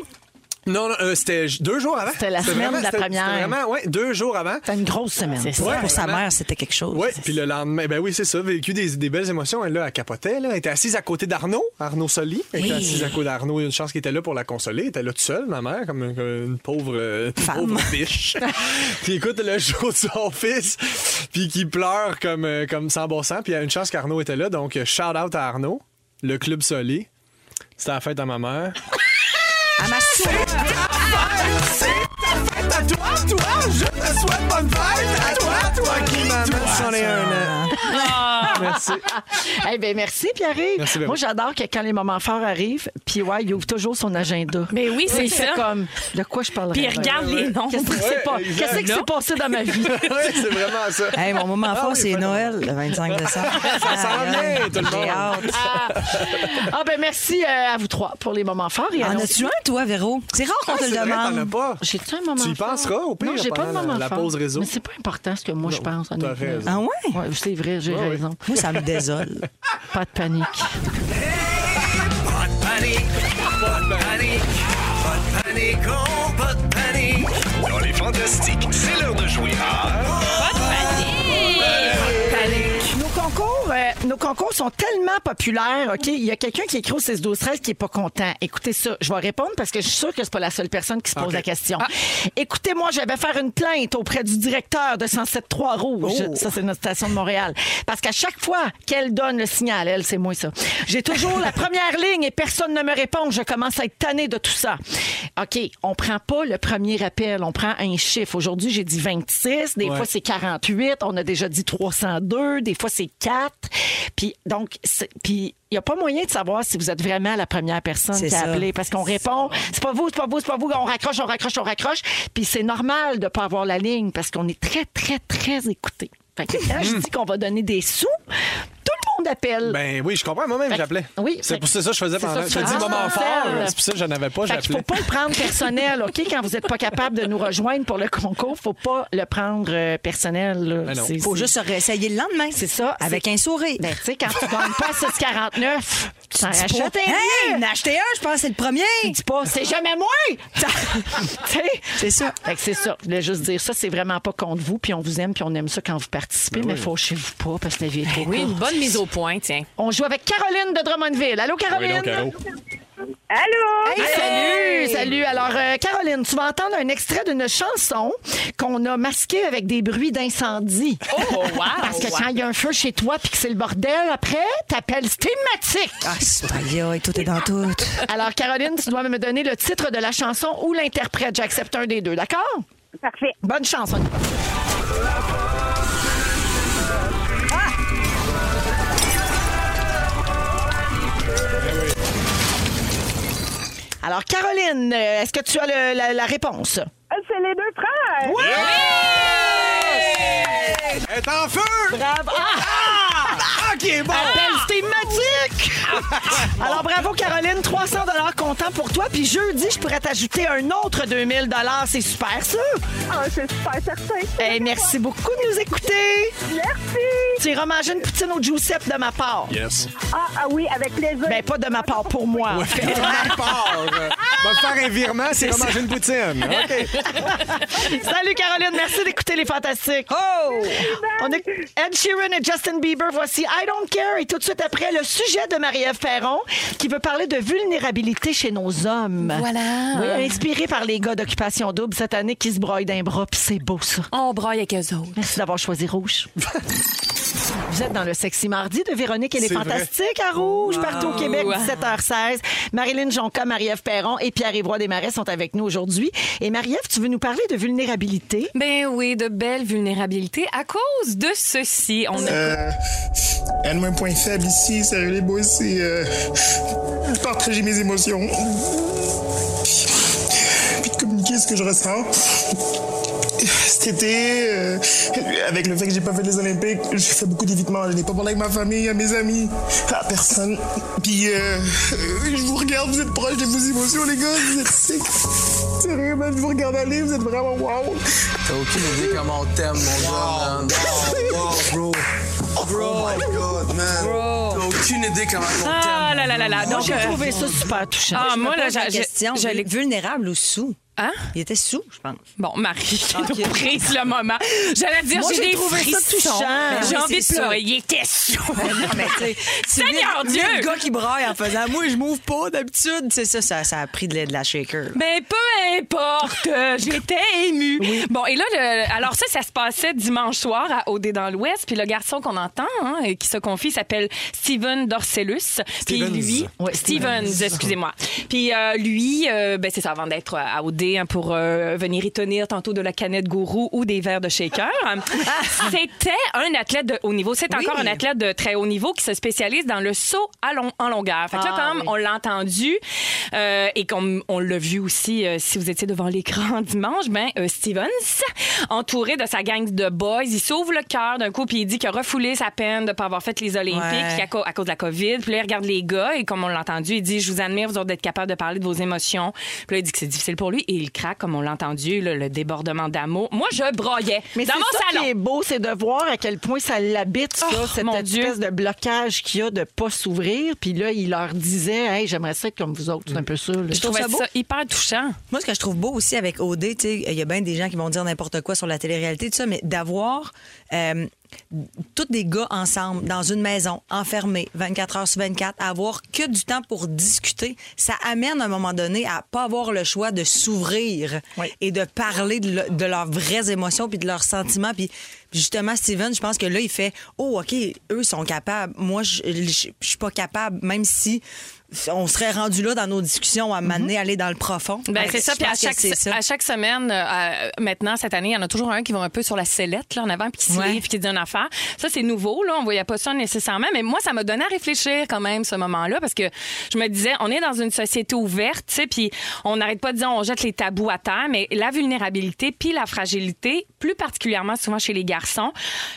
Speaker 3: Non, non, euh, c'était j- deux jours avant.
Speaker 2: C'était la
Speaker 3: C'était
Speaker 2: semaine
Speaker 3: vraiment-
Speaker 2: de la
Speaker 3: c'était- c'était
Speaker 2: première.
Speaker 3: Vraiment, ouais, deux jours avant.
Speaker 2: C'était une grosse semaine.
Speaker 3: ça. Ouais,
Speaker 5: Pour sa
Speaker 3: vraiment.
Speaker 5: mère, c'était quelque chose.
Speaker 3: Oui, puis le lendemain, ben oui, c'est ça, vécu des, des belles émotions. Elle, là, elle capotait. Là. Elle était assise à côté d'Arnaud, Arnaud Soli. Elle était assise à côté d'Arnaud. Il y a une chance qu'il était là pour la consoler. Elle était là toute seule, ma mère, comme une, comme une pauvre, euh, une pauvre biche. qui écoute le show de son fils, puis qui pleure comme, euh, comme sans bon sens. Puis il y a une chance qu'Arnaud était là. Donc, euh, shout out à Arnaud, le club Soli. C'était la fête à ma mère.
Speaker 5: À ma sou-
Speaker 3: À toi, toi, je te souhaite bonne fête. À toi, toi qui m'amène 101 ans. Merci.
Speaker 2: Eh bien, merci, Pierre-Yves.
Speaker 3: Merci, ben Véro.
Speaker 2: Moi, j'adore que quand les moments forts arrivent, puis ouais, il ouvre toujours son agenda.
Speaker 4: Mais oui, c'est
Speaker 2: Il fait
Speaker 4: ça.
Speaker 2: comme, de quoi je parlerai?
Speaker 4: Puis il regarde les noms.
Speaker 2: Qu'est-ce qui s'est pas-
Speaker 3: exact.
Speaker 2: qu'est-ce qui s'est
Speaker 4: Non.
Speaker 2: passé dans ma vie?
Speaker 3: Ouais, c'est vraiment ça.
Speaker 5: Hey, mon moment fort, c'est Noël, le 25 décembre. Ah,
Speaker 3: Ça s'en vient, tout le monde.
Speaker 5: J'ai hâte.
Speaker 2: Ah, ben merci euh, à vous trois pour les moments forts. Et
Speaker 5: En
Speaker 2: allons-
Speaker 5: as-tu un, toi, Véro? C'est rare qu'on
Speaker 3: Ah,
Speaker 5: te
Speaker 3: c'est
Speaker 5: le
Speaker 3: vrai, t'en as
Speaker 5: demande.
Speaker 3: pas.
Speaker 2: J'ai-tu un moment
Speaker 3: Tu y
Speaker 2: fort?
Speaker 3: penseras au pire
Speaker 2: Non, j'ai pas de
Speaker 3: pendant
Speaker 2: moment
Speaker 3: la
Speaker 2: fort.
Speaker 3: pause réseau.
Speaker 2: Mais c'est pas important ce que moi je pense.
Speaker 3: t'as
Speaker 2: honnêtement.
Speaker 3: raison.
Speaker 5: Ah ouais?
Speaker 2: Ouais, c'est vrai, j'ai
Speaker 3: ouais.
Speaker 2: raison.
Speaker 5: Moi, ça me désole.
Speaker 2: Pas de panique.
Speaker 6: Pas de panique, pas de panique, pas de panique, oh, pas de panique. Dans les fantastiques, c'est l'heure de jouer à...
Speaker 2: Nos concours, euh, nos concours sont tellement populaires, OK? Il y a quelqu'un qui écrit au 6 12 13 qui est pas content. Écoutez ça, je vais répondre parce que je suis sûre que c'est pas la seule personne qui se pose la question. Écoutez-moi, je vais faire une plainte auprès du directeur de 107 3 Rouge. Ça c'est notre station de Montréal parce qu'à chaque fois qu'elle donne le signal, elle c'est moi ça. J'ai toujours la première ligne et personne ne me répond, je commence à être tannée de tout ça. OK, on prend pas le premier appel, on prend un chiffre. Aujourd'hui, j'ai dit 26, des
Speaker 3: Ouais.
Speaker 2: fois c'est 48, on a déjà dit 302, des fois c'est 4. Puis donc c'est- puis il n'y a pas moyen de savoir si vous êtes vraiment la première personne
Speaker 5: C'est
Speaker 2: qui a
Speaker 5: ça.
Speaker 2: appelé parce qu'on répond c'est pas vous, c'est pas vous, c'est pas vous, on raccroche, on raccroche, on raccroche. Puis c'est normal de pas avoir la ligne parce qu'on est très très très écouté. Fait que quand je dis qu'on va donner des sous, tout le monde appelle.
Speaker 3: Ben oui, je comprends. Moi-même,
Speaker 2: Fait-
Speaker 3: j'appelais.
Speaker 2: oui,
Speaker 3: C'est
Speaker 2: fait-
Speaker 3: pour ça que je faisais
Speaker 2: c'est
Speaker 3: pendant.
Speaker 2: ça,
Speaker 3: Je
Speaker 2: tu
Speaker 3: te dis
Speaker 2: fais- Ah,
Speaker 3: moment fort.
Speaker 2: celle.
Speaker 3: C'est pour ça que j'en avais pas,
Speaker 2: Fait qu'il
Speaker 3: j'appelais.
Speaker 2: faut pas le prendre personnel, OK? Quand vous n'êtes pas capable de nous rejoindre pour le concours, faut pas le prendre euh, personnel. là.
Speaker 3: Ben non.
Speaker 2: C'est-
Speaker 5: Faut juste se réessayer le lendemain.
Speaker 2: C'est ça.
Speaker 5: Avec
Speaker 2: C'est-
Speaker 5: un sourire.
Speaker 2: Ben, tu sais, quand tu gagnes pas 6,49, tu t'en
Speaker 5: Dis
Speaker 2: rachètes
Speaker 5: pas, hein?
Speaker 2: un
Speaker 5: Hey,
Speaker 2: billet.
Speaker 5: en acheté un, je pense que c'est le premier.
Speaker 2: dis pas, c'est jamais moi! Tu sais?
Speaker 5: C'est ça.
Speaker 2: Fait que c'est ça. Je voulais juste dire ça, c'est vraiment pas contre vous, puis on vous aime, puis on aime ça quand vous participez,
Speaker 5: Ben
Speaker 2: mais fâchez-vous pas parce que la vie est trop
Speaker 4: Oui,
Speaker 2: courte.
Speaker 4: une bonne mise au point, tiens.
Speaker 2: On joue avec Caroline de Drummondville. Allô,
Speaker 3: Oui,
Speaker 2: Caroline?
Speaker 3: donc, Caro.
Speaker 2: Hey, salut! Salut! Alors, euh, Caroline, tu vas entendre un extrait d'une chanson qu'on a masqué avec des bruits d'incendie.
Speaker 4: Oh, wow!
Speaker 2: Parce que quand il y a un feu chez toi puis que c'est le bordel, après, t'appelles thématique.
Speaker 5: Ah, c'est pas bien, tout est dans tout.
Speaker 2: Alors, Caroline, tu dois me donner le titre de la chanson ou l'interprète. J'accepte un des deux, d'accord? Parfait. Bonne chance. on y va. Ah! Alors, Caroline, euh, est-ce que tu as le- la- la réponse?
Speaker 9: Euh, C'est les deux frères.
Speaker 3: Elle est en feu!
Speaker 2: Bravo! Ah!
Speaker 3: Ah! Ok, bon!
Speaker 2: Appelle thématique! Ah! Alors bravo Caroline, 300 dollars comptant pour toi puis jeudi je pourrais t'ajouter un autre 2000 dollars, c'est super ça.
Speaker 9: Ah, c'est super certain.
Speaker 2: Hey, merci beaucoup de nous écouter.
Speaker 9: Merci.
Speaker 2: Tu iras manger une poutine au Giuseppe de ma part.
Speaker 3: Yes.
Speaker 9: Ah, ah oui, avec plaisir.
Speaker 2: Ben pas de ma part pour moi.
Speaker 3: On part. On va faire un virement, c'est remanger une poutine. OK.
Speaker 2: Salut Caroline, merci d'écouter les fantastiques. Oh! On a Ed Sheeran et Justin Bieber, voici I Don't Care et tout de suite après le sujet de Marie-Ève Perron qui veut parler de vulnérabilité chez nos hommes.
Speaker 4: Voilà.
Speaker 2: Oui, inspiré par les gars d'Occupation Double cette année qui se broient d'un bras, puis c'est beau ça.
Speaker 4: On braille avec eux autres.
Speaker 2: Merci d'avoir choisi Rouge. Vous êtes dans le Sexy Mardi de Véronique et les
Speaker 3: C'est vrai.
Speaker 2: Fantastiques à Rouge, partout au Québec, 17h16. Marilyn Jonca, Marie-Ève Perron et Pierre-Évoix Desmarais sont avec nous aujourd'hui. Et Marie-Ève, tu veux nous parler de vulnérabilité?
Speaker 4: Ben oui, de belles vulnérabilités à cause de ceci. On a...
Speaker 10: Euh, Un de mes points faibles ici, sérieux les boys, c'est euh, partager mes émotions. Puis- Puis de communiquer ce que je ressens. Cet été, euh, avec le fait que j'ai pas fait les Olympiques, j'ai fait beaucoup d'évitement. Je n'ai pas parlé avec ma famille, à mes amis, à personne. Puis euh, euh, je vous regarde, vous êtes proche de vos émotions, les gars. Vous êtes sick. Sérieux, man, je vous regarde aller, vous êtes vraiment wow.
Speaker 11: T'as aucune idée comment on t'aime, mon gars, man. Wow, wow, bro.
Speaker 10: Bro. Oh my god, man. T'as aucune idée comment on t'aime.
Speaker 4: Ah là là là là.
Speaker 2: Moi,
Speaker 4: Donc,
Speaker 2: j'ai
Speaker 4: euh,
Speaker 2: trouvé ça super touchant.
Speaker 4: Ah,
Speaker 2: Je me
Speaker 4: moi, là,
Speaker 2: pose la
Speaker 4: j'ai-
Speaker 2: question,
Speaker 4: j'ai-
Speaker 2: oui.
Speaker 5: vulnérable ou sous?
Speaker 4: Hein?
Speaker 5: Il était sous, je pense.
Speaker 4: Bon, Marie, qui nous prise le moment. J'allais dire,
Speaker 5: Moi,
Speaker 4: j'ai
Speaker 5: j'ai
Speaker 4: des
Speaker 5: trouvé ça
Speaker 4: frissons.
Speaker 5: touchant. Mais
Speaker 4: J'ai
Speaker 5: oui,
Speaker 4: envie de
Speaker 5: c'est
Speaker 4: pleurer.
Speaker 5: ça.
Speaker 4: Il était chaud.
Speaker 5: Ben non, mais tu sais, tu vis-
Speaker 4: Seigneur
Speaker 5: vis
Speaker 4: Dieu!
Speaker 5: Le gars qui braille en faisant Moi, je m'ouvre pas d'habitude. C'est ça, ça, ça a pris de la, de la shaker. là.
Speaker 4: Mais peu importe, euh, j'étais émue. Bon, et là, le- alors ça, ça se passait dimanche soir à OD dans l'Ouest. Puis le garçon qu'on entend hein, et qui se confie s'appelle Steven Dorcellus. Puis
Speaker 2: Stevens.
Speaker 4: lui,
Speaker 2: Ouais,
Speaker 4: Stevens,
Speaker 2: Stevens.
Speaker 4: excusez-moi. Puis euh, lui, euh, ben, c'est ça, avant d'être à OD hein, pour euh, venir y tenir tantôt de la canette gourou ou des verres de shaker, hein, c'était un athlète de haut niveau. C'est
Speaker 2: Oui.
Speaker 4: encore un athlète de très haut niveau qui se spécialise dans le saut à long- en longueur. Fait que là,
Speaker 2: Ah,
Speaker 4: quand même,
Speaker 2: oui.
Speaker 4: on l'a entendu euh, et comme on l'a vu aussi euh, si vous étiez devant l'écran dimanche, ben euh, Stevens, entouré de sa gang de boys, il s'ouvre le cœur d'un coup puis il dit qu'il a refoulé sa peine de ne pas avoir fait les Olympiques
Speaker 5: Ouais.
Speaker 4: qu'à co- à, cause de la COVID. Puis là, il regarde les gars et comme on l'a entendu, il dit je vous admire, vous autres d'être capable de parler de vos émotions. Puis là, il dit que c'est difficile pour lui et il craque comme on l'a entendu là, le débordement d'amour. Moi, je broyais
Speaker 2: Mais c'est
Speaker 4: dans mon
Speaker 2: ça
Speaker 4: salon.
Speaker 2: qui est beau, c'est de voir à quel point ça l'habite, ça,
Speaker 4: Oh,
Speaker 2: cette
Speaker 4: mon
Speaker 2: espèce
Speaker 4: Dieu.
Speaker 2: de blocage qu'il y a de pas s'ouvrir. Puis là, il leur disait, hey, j'aimerais ça être comme vous autres. C'est un peu ça. là.
Speaker 4: Je trouvais ça, hyper touchant.
Speaker 5: Moi, ce que je trouve beau aussi avec OD, tu sais, il y a bien des gens qui vont dire n'importe quoi sur la télé-réalité, tout ça, mais d'avoir euh, tous des gars ensemble dans une maison, enfermés, 24 heures sur 24, avoir que du temps pour discuter, ça amène à un moment donné à pas avoir le choix de s'ouvrir et de parler de, le- de leurs vraies émotions puis de leurs sentiments. Puis justement, Steven, je pense que là, il fait Oh, OK, eux sont capables. Moi, je je- je suis pas capable, même si. On serait rendu là dans nos discussions à m'amener aller dans le profond.
Speaker 4: Ben,
Speaker 5: Ouais,
Speaker 4: c'est ça.
Speaker 5: je
Speaker 4: Puis à
Speaker 5: pense que
Speaker 4: chaque,
Speaker 5: c'est ça.
Speaker 4: à chaque semaine, euh, euh, maintenant, cette année, il y en a toujours un qui va un peu sur la sellette, là, en avant, puis qui s'y
Speaker 5: Ouais.
Speaker 4: livre, puis qui dit une affaire. Ça, c'est nouveau, là. On voyait pas ça nécessairement. Mais moi, ça m'a donné à réfléchir quand même, ce moment-là, parce que je me disais, on est dans une société ouverte, tu sais, puis on n'arrête pas de dire, on jette les tabous à terre, mais la vulnérabilité, puis la fragilité, plus particulièrement souvent chez les garçons,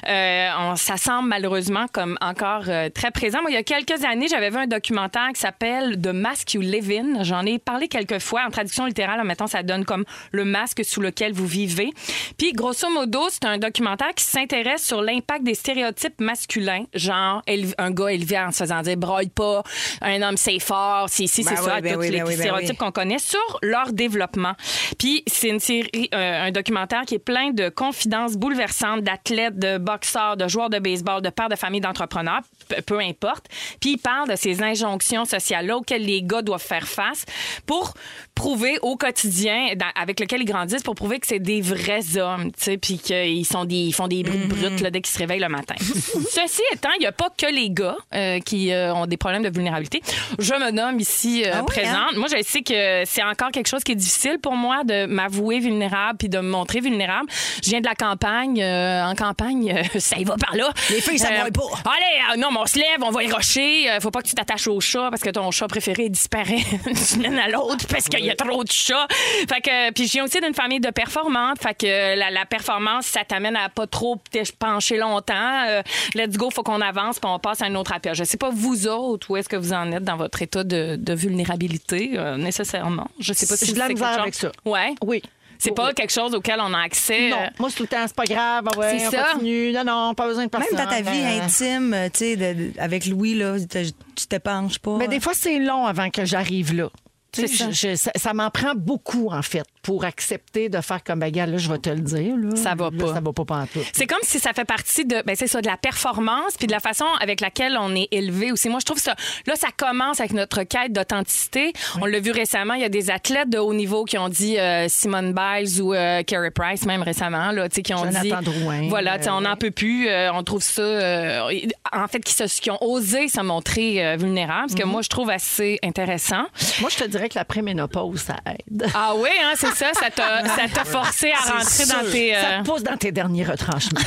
Speaker 4: euh, on, ça semble malheureusement comme encore euh, très présent. Moi, il y a quelques années, j'avais vu un documentaire qui s'appelle The Mask You Live In. J'en ai parlé quelques fois. En traduction littérale, maintenant, ça donne comme le masque sous lequel vous vivez. Puis, grosso modo, c'est un documentaire qui s'intéresse sur l'impact des stéréotypes masculins, genre éle- un gars élevé en se faisant dire broille pas, un homme c'est fort, c'est ici,
Speaker 5: Ben
Speaker 4: c'est
Speaker 5: oui,
Speaker 4: ça,
Speaker 5: ben
Speaker 4: tous
Speaker 5: oui,
Speaker 4: les
Speaker 5: ben oui, ben
Speaker 4: stéréotypes
Speaker 5: oui.
Speaker 4: qu'on connaît sur leur développement. Puis c'est une série, euh, un documentaire qui est plein de confidences bouleversantes d'athlètes, de boxeurs, de joueurs de baseball, de pères de famille, d'entrepreneurs, peu- peu importe. Puis il parle de ces injonctions sociales-là auxquelles les gars doivent faire face pour prouver au quotidien dans- avec lequel ils grandissent pour prouver que c'est des vrais hommes, tu sais, puis qu'ils sont des, ils font des
Speaker 5: Mhm.
Speaker 4: bruits de brutes là, dès qu'ils se réveillent le matin. Ceci étant, il n'y a pas que les gars euh, qui euh, ont des problèmes de vulnérabilité. Je me nomme ici euh,
Speaker 5: Ah oui,
Speaker 4: présente.
Speaker 5: hein?
Speaker 4: Moi, je sais que c'est encore quelque chose qui est difficile pour moi de m'avouer vulnérable puis de me montrer vulnérable. Je viens de la campagne. euh, en campagne, euh, ça y va par là.
Speaker 5: Les filles, ça broie pas.
Speaker 4: Allez, euh, non, mais on se lève, on va y rocher. Euh, faut pas que tu t'attaches au chat parce que ton chat préféré disparaît d'une semaine à l'autre parce qu'il y a trop de chats. Fait que, puis je viens aussi d'une famille de performantes. Fait que euh, la, la performance, ça t'amène à pas trop te pencher longtemps. Euh, let's go, faut qu'on avance puis on passe à un autre appel. Je sais pas vous autres où est-ce que vous en êtes dans votre état de, de vulnérabilité euh, nécessairement. Je sais pas si
Speaker 2: J'ai de la
Speaker 4: c'est quelque
Speaker 2: misère
Speaker 4: chose-
Speaker 2: avec ça.
Speaker 4: Ouais.
Speaker 2: Oui.
Speaker 4: C'est pas quelque chose auquel on a accès. euh,
Speaker 2: Non, moi, c'est tout le temps, c'est pas grave. ah ouais,
Speaker 4: C'est
Speaker 2: on
Speaker 4: ça.
Speaker 2: continue. Non, non, pas besoin de
Speaker 5: Même
Speaker 2: personne.
Speaker 5: dans ta vie
Speaker 2: Euh,
Speaker 5: intime, euh, tu sais, de- de- avec Louis, là, t'as- tu t'épanches pas.
Speaker 2: Mais Ben, des fois, c'est long avant que j'arrive là. Tu
Speaker 4: C'est
Speaker 2: sais, je- je- ça ça m'en prend beaucoup, en fait, pour accepter de faire comme bagarre. Là, je vais te le dire. là.
Speaker 4: Ça va
Speaker 2: Là,
Speaker 4: pas.
Speaker 2: Ça va pas pantoute.
Speaker 4: C'est comme si ça fait partie de, ben c'est ça, de la performance, puis de la façon avec laquelle on est élevé aussi. Moi, je trouve ça, là, ça commence avec notre quête d'authenticité. On l'a vu récemment, il y a des athlètes de haut niveau qui ont dit euh, Simone Biles ou euh, Carey Price, même récemment, là, tu sais, qui ont
Speaker 2: Jonathan
Speaker 4: dit,
Speaker 2: Drouin,
Speaker 4: voilà, tu sais, on n'en peut plus, euh, on trouve ça, euh, en fait, qui, se, qui ont osé se montrer euh, vulnérables, ce que moi, je trouve assez intéressant.
Speaker 2: Moi, je te dirais que la préménopause, ça aide.
Speaker 4: Ah oui, hein, c'est ça, ça t'a ça t'a forcé à rentrer
Speaker 5: C'est
Speaker 4: dans
Speaker 5: sûr.
Speaker 4: tes...
Speaker 2: Ça
Speaker 4: euh,
Speaker 2: te pousse dans tes derniers retranchements.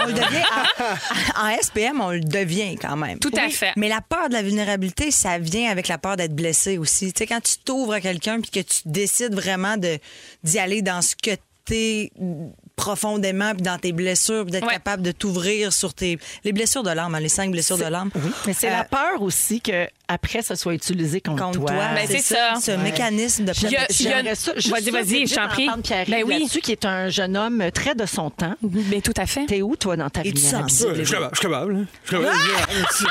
Speaker 5: On le devient. en, en SPM, on le devient quand même.
Speaker 4: Tout à fait.
Speaker 5: Mais la peur de la vulnérabilité, ça vient avec la peur d'être blessé aussi. Tu sais, quand tu t'ouvres à quelqu'un puis que tu décides vraiment de- d'y aller dans ce que t'es profondément puis dans tes blessures puis d'être
Speaker 4: Ouais.
Speaker 5: capable de t'ouvrir sur tes les blessures de l'âme hein, les cinq blessures de l'âme
Speaker 2: Mais c'est
Speaker 5: Euh,
Speaker 2: la peur aussi que après ce soit utilisé contre,
Speaker 5: Contre toi. Ben, c'est ça. Ce mécanisme de
Speaker 2: J'aimerais-
Speaker 5: protection.
Speaker 2: j'aimerais ça- je suis
Speaker 4: Vas-y, vas-y,
Speaker 2: obligée
Speaker 4: je t'en
Speaker 2: d'en
Speaker 4: prie.
Speaker 2: prendre Pierre-Yves
Speaker 4: Ben oui.
Speaker 2: là-dessus, qui est un jeune homme très de son temps.
Speaker 4: Mais Ben, tout à fait.
Speaker 2: T'es où, toi, dans ta vie?
Speaker 3: Je suis capable, je suis capable. hein. Je suis capable, je
Speaker 2: Ah!
Speaker 3: suis capable. C'est-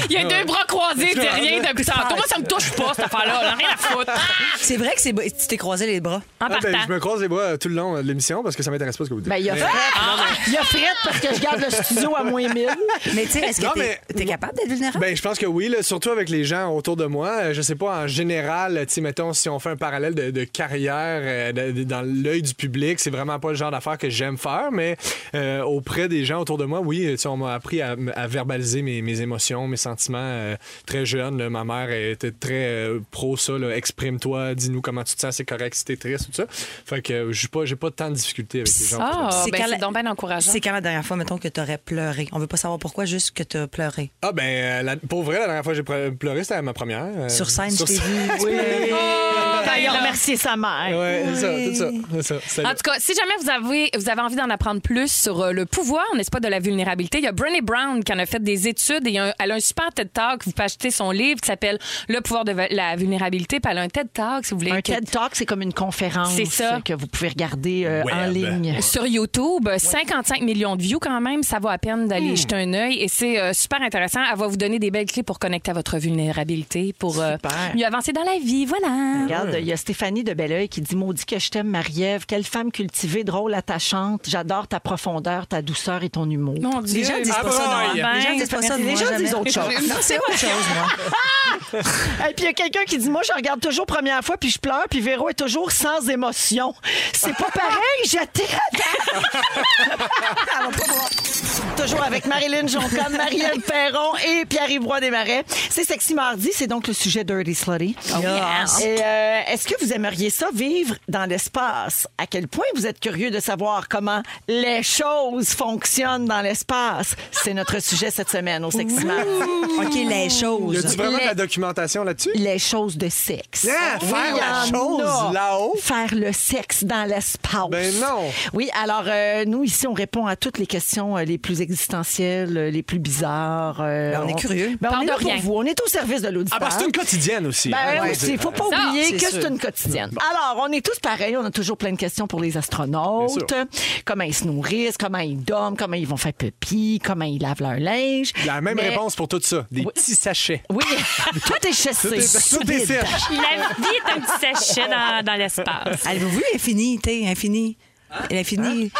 Speaker 3: c'est-
Speaker 4: Il y a
Speaker 3: Ah ouais.
Speaker 4: deux bras croisés,
Speaker 3: Je suis
Speaker 4: t'es
Speaker 3: capable.
Speaker 4: rien depuis tantôt. Moi, ça me touche pas, cette affaire-là. On a rien à foutre.
Speaker 5: C'est vrai que c'est beau. tu t'es croisé les bras.
Speaker 4: En
Speaker 3: Ah, ben,
Speaker 4: partant.
Speaker 3: je me croise les bras tout le long euh, de l'émission parce que ça m'intéresse pas ce que vous dites.
Speaker 2: Ben, il y a
Speaker 3: Mais-
Speaker 2: Fred. Il y a Fred parce que je garde le studio à moins 1000.
Speaker 5: Mais tu sais, est-ce
Speaker 3: Non,
Speaker 5: que t'es
Speaker 3: mais-
Speaker 5: t'es capable d'être vulnérable?
Speaker 3: Ben, je pense que oui, là, surtout avec les gens autour de moi. Euh, Je sais pas, en général, tu sais, mettons, si on fait un parallèle de, de carrière euh, de- de- dans l'œil du public, c'est vraiment pas le genre d'affaires que j'aime faire, mais euh, auprès des gens autour de moi, oui, euh, tu sais, on m'a appris à, m- à verbaliser mes, mes émotions, mes sentiments euh, très jeune. là. ma mère était très euh, pro ça, là, exprime-toi, dis-nous comment tu te sens, c'est correct si t'es triste, tout ça. Fait que euh, j'ai pas, j'ai pas tant de difficultés avec les gens. autour de moi.
Speaker 4: Ah, ben,
Speaker 5: quand
Speaker 4: c'est
Speaker 5: la-
Speaker 4: donc ben encourageant.
Speaker 5: C'est quand la dernière fois, mettons, que t'aurais pleuré? On veut pas savoir pourquoi, juste que t'as pleuré.
Speaker 3: Ah, ben, euh, la- pour vrai, la dernière fois que j'ai pre- pleuré, c'était à ma première. euh,
Speaker 5: Sur scène, je t'ai
Speaker 3: scène.
Speaker 5: vu.
Speaker 2: Oui.
Speaker 4: ben,
Speaker 2: il a
Speaker 4: là.
Speaker 2: remercié sa mère.
Speaker 3: Ouais, c'est ça, tout ça. C'est ça.
Speaker 4: En tout cas, si jamais vous avez, vous avez envie d'en apprendre plus sur euh, le pouvoir, n'est-ce pas, de la vulnérabilité, il y a Brené Brown qui en a fait des études et il y a un- elle a un super TED Talk. Vous pouvez acheter son livre qui s'appelle Le pouvoir de la vulnérabilité. Puis elle a un TED Talk, si vous voulez.
Speaker 2: Un
Speaker 4: que-
Speaker 2: TED Talk, c'est comme une conférence
Speaker 4: C'est ça.
Speaker 2: que vous pouvez regarder euh, en
Speaker 3: Web.
Speaker 2: ligne.
Speaker 4: Sur YouTube, 55 millions de views quand même, ça va à peine
Speaker 5: Hmm.
Speaker 4: d'aller jeter un œil et c'est euh, super intéressant. Elle va vous donner des belles clés pour connecter à votre vulnérabilité, pour euh,
Speaker 2: Super.
Speaker 4: mieux avancer dans la vie. Voilà.
Speaker 2: Regarde, il y a Stéphanie de Belleuil qui dit Maudit que je t'aime, Marie-Ève. Quelle femme cultivée, drôle, attachante. J'adore ta profondeur, ta douceur et ton humour.
Speaker 4: Mon Dieu,
Speaker 5: Les gens disent
Speaker 3: Ah,
Speaker 5: pas ça
Speaker 3: bon,
Speaker 5: de
Speaker 3: il y
Speaker 5: moi.
Speaker 3: a-
Speaker 5: Les gens disent Ben, pas ça de
Speaker 2: Les
Speaker 5: moi,
Speaker 2: gens
Speaker 5: jamais.
Speaker 2: disent autre chose.
Speaker 5: Ah, Non, c'est autre chose, moi.
Speaker 2: Et puis il y a quelqu'un qui dit Moi, je regarde toujours première fois, puis je pleure, puis Véro est toujours sans émotion. C'est pas pareil, j'étais Toujours avec Marilyn Jonca, Marielle Perron et Pierre-Yves Roy Desmarais. C'est Sexy Mardi, c'est donc le sujet Dirty Slutty.
Speaker 5: yes.
Speaker 2: Et, euh, Est-ce que vous aimeriez ça, vivre dans l'espace? À quel point vous êtes curieux de savoir comment les choses fonctionnent dans l'espace? C'est notre sujet cette semaine au Sexy Mardi.
Speaker 5: OK, les
Speaker 3: Y a-tu
Speaker 5: choses.
Speaker 3: vraiment de la documentation là-dessus?
Speaker 2: les choses de sexe.
Speaker 3: Ah,
Speaker 2: Oui,
Speaker 3: faire
Speaker 2: il y
Speaker 3: la
Speaker 2: en
Speaker 3: chose
Speaker 2: a.
Speaker 3: là-haut?
Speaker 2: Faire le sexe dans l'espace.
Speaker 3: Ben non.
Speaker 2: Oui, alors euh, nous, ici, on répond à toutes les questions euh, les plus existentielles, euh, les plus bizarres. euh,
Speaker 5: Ben, on est curieux.
Speaker 2: Ben, on
Speaker 4: Parle
Speaker 2: est
Speaker 4: de
Speaker 2: là pour
Speaker 4: rien.
Speaker 2: vous. On est au service de l'auditeur.
Speaker 3: Ah, bah, c'est une quotidienne aussi.
Speaker 2: Ben
Speaker 3: hein,
Speaker 2: oui,
Speaker 3: faut
Speaker 2: c'est-
Speaker 3: dire.
Speaker 2: faut pas
Speaker 4: Ça,
Speaker 2: oublier
Speaker 5: c'est
Speaker 2: que c'est
Speaker 5: sûr.
Speaker 2: une quotidienne. Alors, on est tous pareils, on a toujours plein de questions pour les
Speaker 3: Bien
Speaker 2: astronautes.
Speaker 3: sûr.
Speaker 2: Comment ils se nourrissent, comment ils dorment, comment ils vont faire pipi, comment ils lavent leur linge.
Speaker 3: La même
Speaker 2: Mais-
Speaker 3: réponse pour tout ça. Des
Speaker 2: Oui.
Speaker 3: petits sachets.
Speaker 2: Oui, tout est chassé.
Speaker 3: Tout est, tout est sèche.
Speaker 4: La vie est un petit sachet dans, dans l'espace.
Speaker 5: Avez-vous vu l'infini, tu sais, infini?
Speaker 2: Hein?
Speaker 5: L'infini.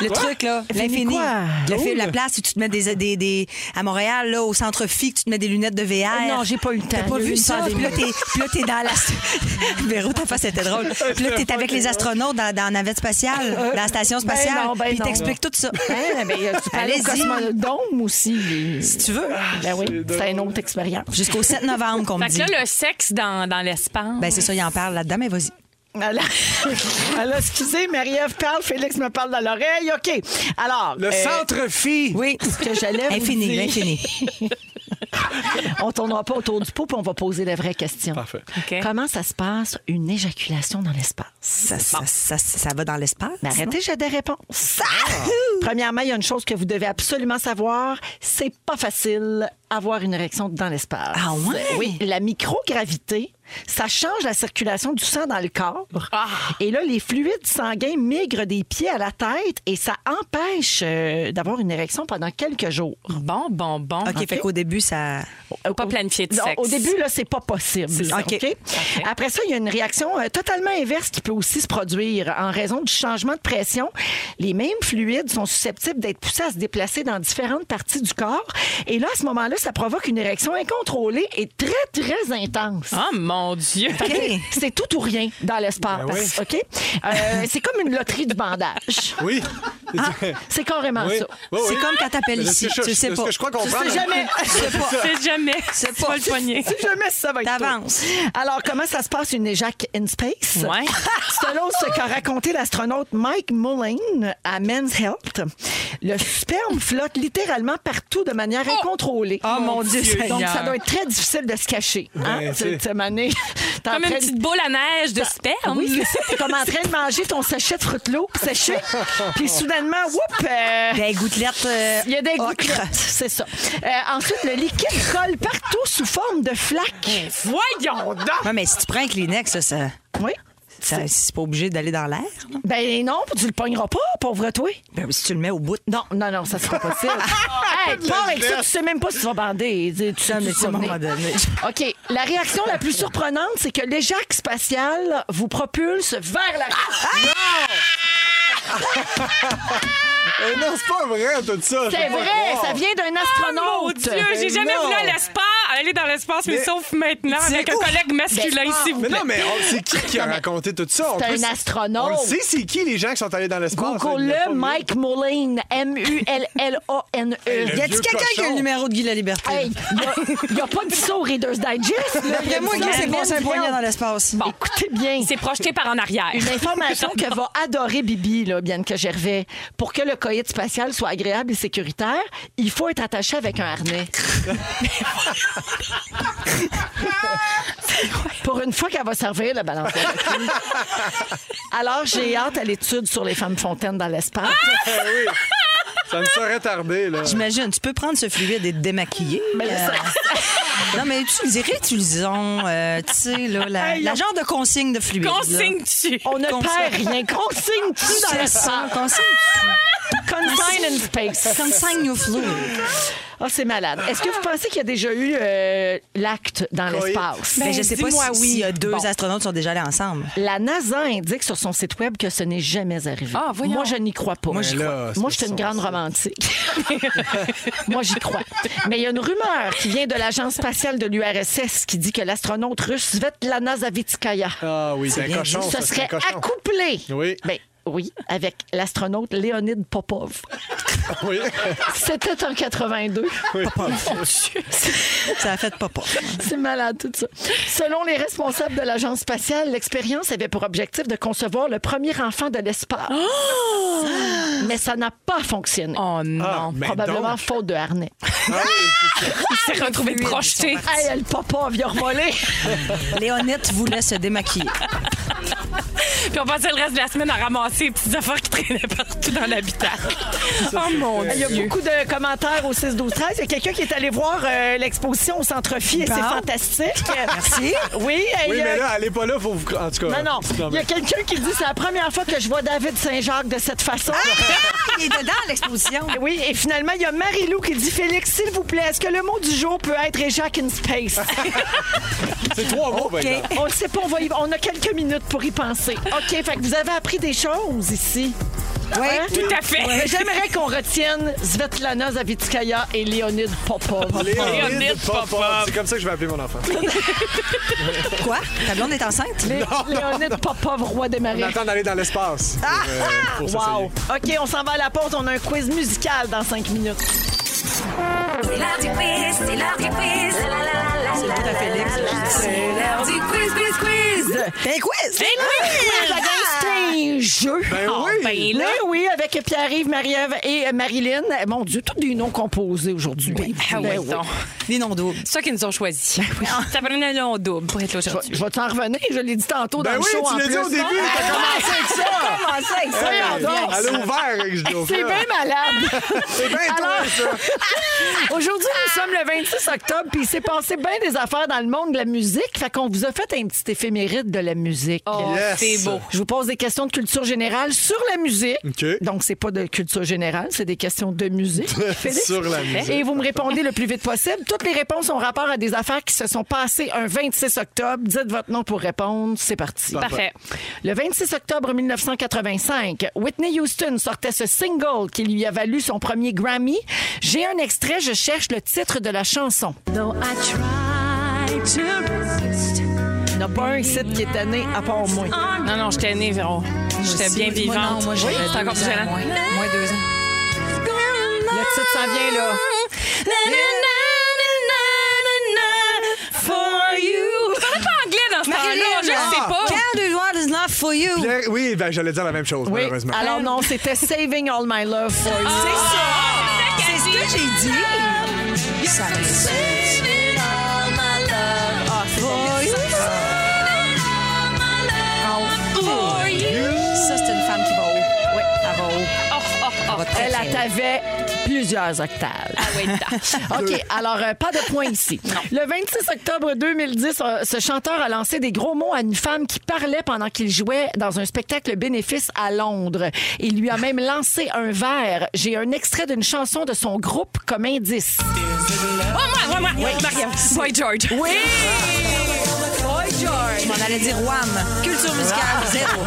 Speaker 5: Le truc, là. L'infini.
Speaker 2: quoi?
Speaker 5: Le film, la
Speaker 3: Drôle.
Speaker 5: place où tu te mets des, des, des- À Montréal, là, au centre phi, que tu te mets des lunettes de VR.
Speaker 2: Euh, Non, j'ai pas eu le temps.
Speaker 5: T'as pas
Speaker 2: Il y a eu
Speaker 5: vu
Speaker 2: une
Speaker 5: ça?
Speaker 2: pandémie.
Speaker 5: Puis là, t'es- puis là, t'es dans la. Véro, ta face était drôle. Puis là, t'es avec les astronautes dans, dans la navette spatiale, dans la station spatiale.
Speaker 2: Ben non, ben
Speaker 5: puis ils
Speaker 2: non.
Speaker 5: t'expliquent tout ça.
Speaker 2: Hein, ben, euh, tu peux aller au
Speaker 5: Allez-y.
Speaker 2: Cosmodome aussi.
Speaker 5: Si tu veux.
Speaker 2: Ben oui, c'est une autre expérience.
Speaker 5: Jusqu'au 7 novembre, qu'on me
Speaker 4: Fait que
Speaker 5: dit.
Speaker 4: là, le sexe dans, dans l'espace.
Speaker 5: Ben, c'est ça, il en parle là-dedans, mais vas-y.
Speaker 2: Alors, alors, excusez, Marie-Ève parle, Félix me parle dans l'oreille. OK. Alors.
Speaker 3: Le
Speaker 2: euh,
Speaker 3: centre-fille.
Speaker 5: Oui.
Speaker 2: ce que j'allais vous
Speaker 5: Infini,
Speaker 2: dire.
Speaker 5: l'infini.
Speaker 2: On tournera pas autour du pot, puis on va poser la vraie question.
Speaker 3: Parfait.
Speaker 4: OK.
Speaker 2: Comment ça se passe une éjaculation dans l'espace?
Speaker 5: Ça, ça, ça, ça va dans l'espace.
Speaker 2: Mais Ben, arrêtez, j'ai des réponses.
Speaker 5: Ah!
Speaker 2: Premièrement, il y a une chose que vous devez absolument savoir. C'est pas facile avoir une érection dans l'espace.
Speaker 5: Ah ouais?
Speaker 2: Oui, la microgravité, ça change la circulation du sang dans le corps.
Speaker 5: Ah!
Speaker 2: Et là, les fluides sanguins migrent des pieds à la tête et ça empêche euh, d'avoir une érection pendant quelques jours.
Speaker 4: Bon, bon, bon.
Speaker 5: OK, fait qu'au début, ça.
Speaker 4: Pas planifié de
Speaker 2: Non,
Speaker 4: sexe.
Speaker 2: Au début, là, c'est pas possible.
Speaker 5: ça.
Speaker 2: OK.
Speaker 5: OK.
Speaker 2: Après ça, il y a une réaction euh, totalement inverse qui peut aussi se produire en raison du changement de pression. Les mêmes fluides sont susceptibles d'être poussés à se déplacer dans différentes parties du corps. Et là, à ce moment-là, ça provoque une érection incontrôlée et très, très intense.
Speaker 4: Oh mon Dieu!
Speaker 5: OK.
Speaker 2: C'est tout ou rien dans l'espace.
Speaker 3: Ben oui.
Speaker 2: OK? Euh, c'est comme une loterie du bandage.
Speaker 3: Oui.
Speaker 2: C'est carrément
Speaker 3: Oui.
Speaker 2: ça.
Speaker 3: Oui,
Speaker 5: C'est
Speaker 3: oui.
Speaker 5: comme quand t'appelles
Speaker 3: Mais de
Speaker 5: ici,
Speaker 3: ce que je-
Speaker 5: tu sais
Speaker 3: de ce
Speaker 5: pas.
Speaker 3: que je crois qu'on
Speaker 2: Tu sais jamais.
Speaker 4: C'est jamais. C'est pas le poignet.
Speaker 2: Si jamais ça va être
Speaker 5: T'avances.
Speaker 2: toi. Alors, comment ça se passe une éjac in space?
Speaker 4: Ouais.
Speaker 2: Selon ce qu'a raconté l'astronaute Mike Mullane à Men's Health, le sperme flotte littéralement partout de manière incontrôlée.
Speaker 5: Oh, mon Dieu,
Speaker 2: Donc,
Speaker 4: Seigneur.
Speaker 2: ça doit être très difficile de se cacher. Hein?
Speaker 3: Ben,
Speaker 2: Tu-
Speaker 3: c'est-
Speaker 2: tu mané- t'es en
Speaker 4: Comme une
Speaker 2: train de-
Speaker 4: petite boule à
Speaker 5: Ben,
Speaker 4: neige de sperme.
Speaker 2: oui, c'est ça. T'es comme en train de manger ton sachet de Fruit Loop séché, puis soudainement, soudainement, whoop! euh,
Speaker 5: Des gouttelettes, euh,
Speaker 2: Il y a des
Speaker 5: ocre.
Speaker 2: gouttelettes, oh, c'est ça. Euh, ensuite, le liquide colle partout sous forme de flaques. Voyons donc!
Speaker 5: Ouais, mais si tu prends un Kleenex, ça, ça,
Speaker 2: Oui?
Speaker 5: ça- c'est pas obligé d'aller dans l'air.
Speaker 2: Ben non, tu le pogneras pas, pauvre toi.
Speaker 5: Ben, si tu le mets au bout.
Speaker 2: Non, non, non, ça sera possible.
Speaker 3: Ah,
Speaker 2: hey, pars avec ça, tu sais même pas si tu vas bander. Tu sais,
Speaker 5: mais
Speaker 2: tu
Speaker 5: c'est à un moment donné.
Speaker 2: OK. La réaction la plus surprenante, c'est que l'éjac spatial vous propulse vers la.
Speaker 3: Ah!
Speaker 2: Ah!
Speaker 3: Eh non, c'est pas vrai, tout ça.
Speaker 2: C'est vrai, ça vient d'un
Speaker 3: Ah,
Speaker 2: astronaute.
Speaker 4: Oh Mon Dieu, j'ai
Speaker 3: Mais
Speaker 4: jamais
Speaker 3: non.
Speaker 4: voulu à l'espace, aller dans l'espace, mais,
Speaker 3: Mais-
Speaker 4: sauf maintenant,
Speaker 5: C'est
Speaker 4: avec un
Speaker 5: ouf.
Speaker 4: collègue masculin,
Speaker 2: Ben,
Speaker 4: s'il vous
Speaker 3: Mais
Speaker 4: plaît.
Speaker 3: non, mais on- c'est qui qui a raconté tout ça? On
Speaker 2: c'est
Speaker 3: peut-
Speaker 2: un astronaute.
Speaker 3: On le sait, c'est qui les gens qui sont allés dans l'espace? hein, ils
Speaker 2: Google-le,
Speaker 3: le font,
Speaker 2: Mike Mullane. M-U-L-L-A-N-E.
Speaker 3: Le
Speaker 5: Y a-t-il
Speaker 3: vieux
Speaker 5: quelqu'un qui a le
Speaker 3: cochon.
Speaker 5: numéro de Guy la Liberté?
Speaker 2: E. Hey, il a, pas dit ça au Reader's Digest. là. Il a
Speaker 5: D'après moi,
Speaker 2: dit
Speaker 5: Guy,
Speaker 2: ça à
Speaker 5: c'est
Speaker 2: Ben
Speaker 5: passé un poignet
Speaker 2: Vian.
Speaker 5: dans l'espace.
Speaker 4: Bon.
Speaker 2: Écoutez bien.
Speaker 4: Il s'est projeté par en arrière.
Speaker 2: Une information que va adorer Bibi, là, Bianca Gervais. Pour que le coït spatial soit agréable et sécuritaire, il faut être attaché avec un harnais. Pour une fois qu'elle va servir, le balance. Alors, j'ai hâte à l'étude sur les femmes fontaines dans l'espace.
Speaker 3: Ça me serait tardé, là.
Speaker 5: J'imagine, tu peux prendre ce fluide et te démaquiller. euh.
Speaker 2: Mais là, Ben, ça-
Speaker 5: Non, mais utilisez, réutilisons, euh, tu sais, là, la, la genre de consigne de fluide. là.
Speaker 4: Consigne-tu?
Speaker 2: on ne
Speaker 5: Comme
Speaker 2: perd
Speaker 5: ça.
Speaker 2: rien. Consigne-tu dans
Speaker 5: C'est ça,
Speaker 2: l'espace?
Speaker 5: consigne.
Speaker 2: Consign in space.
Speaker 5: Consigne au fluide.
Speaker 2: Ah, c'est malade. Est-ce que vous pensez qu'il y a déjà eu euh, l'acte dans
Speaker 3: Coït.
Speaker 2: l'espace?
Speaker 5: Ben, je sais pas
Speaker 4: dis-moi
Speaker 5: si,
Speaker 4: oui.
Speaker 5: si, euh, deux
Speaker 2: Bon.
Speaker 5: astronautes sont déjà allés ensemble.
Speaker 2: La NASA indique sur son site web que ce n'est jamais arrivé.
Speaker 4: Ah, voyons.
Speaker 2: Moi, je n'y crois pas. Moi,
Speaker 3: j'y Mais là, crois.
Speaker 2: Moi, je suis une grande romantique. Moi, j'y crois. Mais il y a une rumeur qui vient de l'agence spatiale de l'URSS qui dit que l'astronaute russe Svetlana Zavitskaya
Speaker 3: Ah oui, c'est un
Speaker 5: bien
Speaker 3: cochon.
Speaker 2: se
Speaker 3: ça, c'est un
Speaker 2: serait
Speaker 3: cochon.
Speaker 2: accouplée.
Speaker 3: Oui.
Speaker 2: Ben, oui, avec l'astronaute Léonide Popov.
Speaker 3: Oui.
Speaker 2: C'était en 82.
Speaker 5: Ça a fait pas peur.
Speaker 2: C'est malade tout ça. Selon les responsables de l'agence spatiale, l'expérience avait pour objectif de concevoir le premier enfant de l'espace. Oh! Mais ça n'a pas fonctionné.
Speaker 4: Oh non.
Speaker 3: Ah, mais
Speaker 2: Probablement
Speaker 3: donc.
Speaker 2: faute de harnais.
Speaker 3: Ah oui,
Speaker 4: Il s'est retrouvé
Speaker 5: fluide,
Speaker 4: projeté.
Speaker 2: Hey, elle papa vient revoler.
Speaker 5: Léonette voulait se démaquiller.
Speaker 4: Puis on passait le reste de la semaine à ramasser les petites affaires qui traînaient partout dans l'habitacle. Oh mon
Speaker 2: Il y a
Speaker 4: Dieu.
Speaker 2: beaucoup de commentaires au 6 12 13. Il y a quelqu'un qui est allé voir euh, l'exposition au centre-fille et c'est
Speaker 5: Bon.
Speaker 2: fantastique.
Speaker 5: Merci.
Speaker 2: Oui, et,
Speaker 3: oui,
Speaker 2: euh,
Speaker 3: mais là, elle est pas là, faut vous. En tout cas.
Speaker 2: non, non. Il y a quelqu'un qui dit c'est la première fois que je vois David Saint-Jacques de cette façon.
Speaker 5: Il est dedans, l'exposition.
Speaker 2: Oui, et finalement, il y a Marie-Lou qui dit Félix, s'il vous plaît, est-ce que le mot du jour peut être Éjac in space
Speaker 3: C'est trois mots, par exemple.
Speaker 2: On le sait pas, on, va y- on a quelques minutes pour y penser. OK, fait que vous avez appris des choses ici.
Speaker 5: Oui.
Speaker 2: Hein?
Speaker 4: Tout à fait.
Speaker 2: Mais J'aimerais qu'on retienne Svetlana Zavitskaya et Leonid Popov.
Speaker 3: Léonide
Speaker 4: Léonide
Speaker 3: Popov. C'est comme ça que je vais appeler mon enfant.
Speaker 5: Quoi? Ta blonde est enceinte?
Speaker 2: Lé- Leonid Popov, roi des
Speaker 3: On
Speaker 2: marées.
Speaker 3: attend d'aller dans l'espace. pour, euh, pour s'essayer.
Speaker 2: Ah, Wow. OK, on s'en va à la pause. On a un quiz musical dans cinq minutes.
Speaker 8: C'est l'heure du quiz, c'est l'heure du quiz. La, la, la, la, la, la, la, la, la. C'est l'heure du quiz, quiz, quiz.
Speaker 4: Ben
Speaker 5: T'es quiz!
Speaker 4: C'est
Speaker 2: Ah,
Speaker 4: lui!
Speaker 2: C'est un jeu.
Speaker 3: Ben oui.
Speaker 4: Ben
Speaker 2: Oui,
Speaker 4: là,
Speaker 2: oui, avec Pierre-Yves, Marie-Ève et euh, Marilyn. Mon Dieu, tous des noms composés aujourd'hui.
Speaker 4: ah oui,
Speaker 2: Ben oui.
Speaker 4: donc.
Speaker 5: Les noms doubles.
Speaker 4: C'est ça qu'ils nous ont choisi. Ça prenait long double pour être là
Speaker 2: Je
Speaker 4: aujourd'hui.
Speaker 2: vais- Je vais t'en revenir, je l'ai dit tantôt dans
Speaker 3: Ben
Speaker 2: le
Speaker 3: oui,
Speaker 2: show en
Speaker 3: tu l'as dit
Speaker 2: plus. Ah,
Speaker 3: au début. T'as commencé avec ça. Euh,
Speaker 2: Voyons Ah, donc.
Speaker 3: Elle a ouvert avec ce joke-là.
Speaker 2: C'est bien malade.
Speaker 3: C'est bien toi,
Speaker 2: Alors-
Speaker 3: ça.
Speaker 2: Aujourd'hui, nous sommes le 26 octobre, puis il s'est passé bien des affaires dans le monde de la musique. Fait qu'on vous a fait un petit éphéméride de la musique.
Speaker 4: Oh,
Speaker 3: Yes.
Speaker 4: c'est beau.
Speaker 2: Je vous pose des questions de culture générale sur la musique.
Speaker 3: OK.
Speaker 2: Donc, c'est pas de culture générale, c'est des questions de musique. Félix.
Speaker 3: Sur la musique.
Speaker 2: Et vous me répondez le plus vite possible. Toutes les réponses ont rapport à des affaires qui se sont passées un 26 octobre. Dites votre nom pour répondre. C'est parti.
Speaker 4: Parfait.
Speaker 2: Le 26 octobre 1985, Whitney Houston sortait ce single qui lui a valu son premier Grammy. J'ai un extrait, je cherche le titre de la chanson. Il n'y en a pas un ici qui est tanné à part moi.
Speaker 4: Non, non, j'étais née, Véro.
Speaker 5: Euh,
Speaker 4: J'étais bien
Speaker 5: Moi, non,
Speaker 4: vivante.
Speaker 5: moi, j'avais
Speaker 4: c'est encore
Speaker 5: deux
Speaker 4: plus
Speaker 5: ans,
Speaker 4: gênant.
Speaker 5: Moins, moins deux ans.
Speaker 2: Le titre s'en vient là.
Speaker 4: For you. Je parlais pas anglais dans ce
Speaker 5: Ah,
Speaker 4: temps-là, je le sais pas.
Speaker 5: Can do what is not for you.
Speaker 3: Bien, Oui, ben j'allais dire la même chose,
Speaker 2: Oui.
Speaker 3: malheureusement.
Speaker 2: Alors non, c'était Saving All My Love for You.
Speaker 4: C'est ça.
Speaker 5: Ah, C'est ce que j'ai dit. Ça
Speaker 2: Ah, c'est bon.
Speaker 5: Oh, Ça, c'est une femme qui va haut. Oui, elle va haut.
Speaker 4: Oh, oh,
Speaker 5: va très,
Speaker 2: Elle
Speaker 5: très
Speaker 2: elle
Speaker 5: loin.
Speaker 2: t'avait plusieurs octaves. Ah
Speaker 4: oui,
Speaker 2: OK, alors euh, pas de point ici. Le 26 octobre 2010, euh, ce chanteur a lancé des gros mots à une femme qui parlait pendant qu'il jouait dans un spectacle bénéfice à Londres. Il lui a même lancé un verre. J'ai un extrait d'une chanson de son groupe comme indice.
Speaker 4: Oh, moi, moi, moi, Mariam. Boy George. Oui! Boy George.
Speaker 5: Je m'en allais dire Wham. Culture musicale, zéro.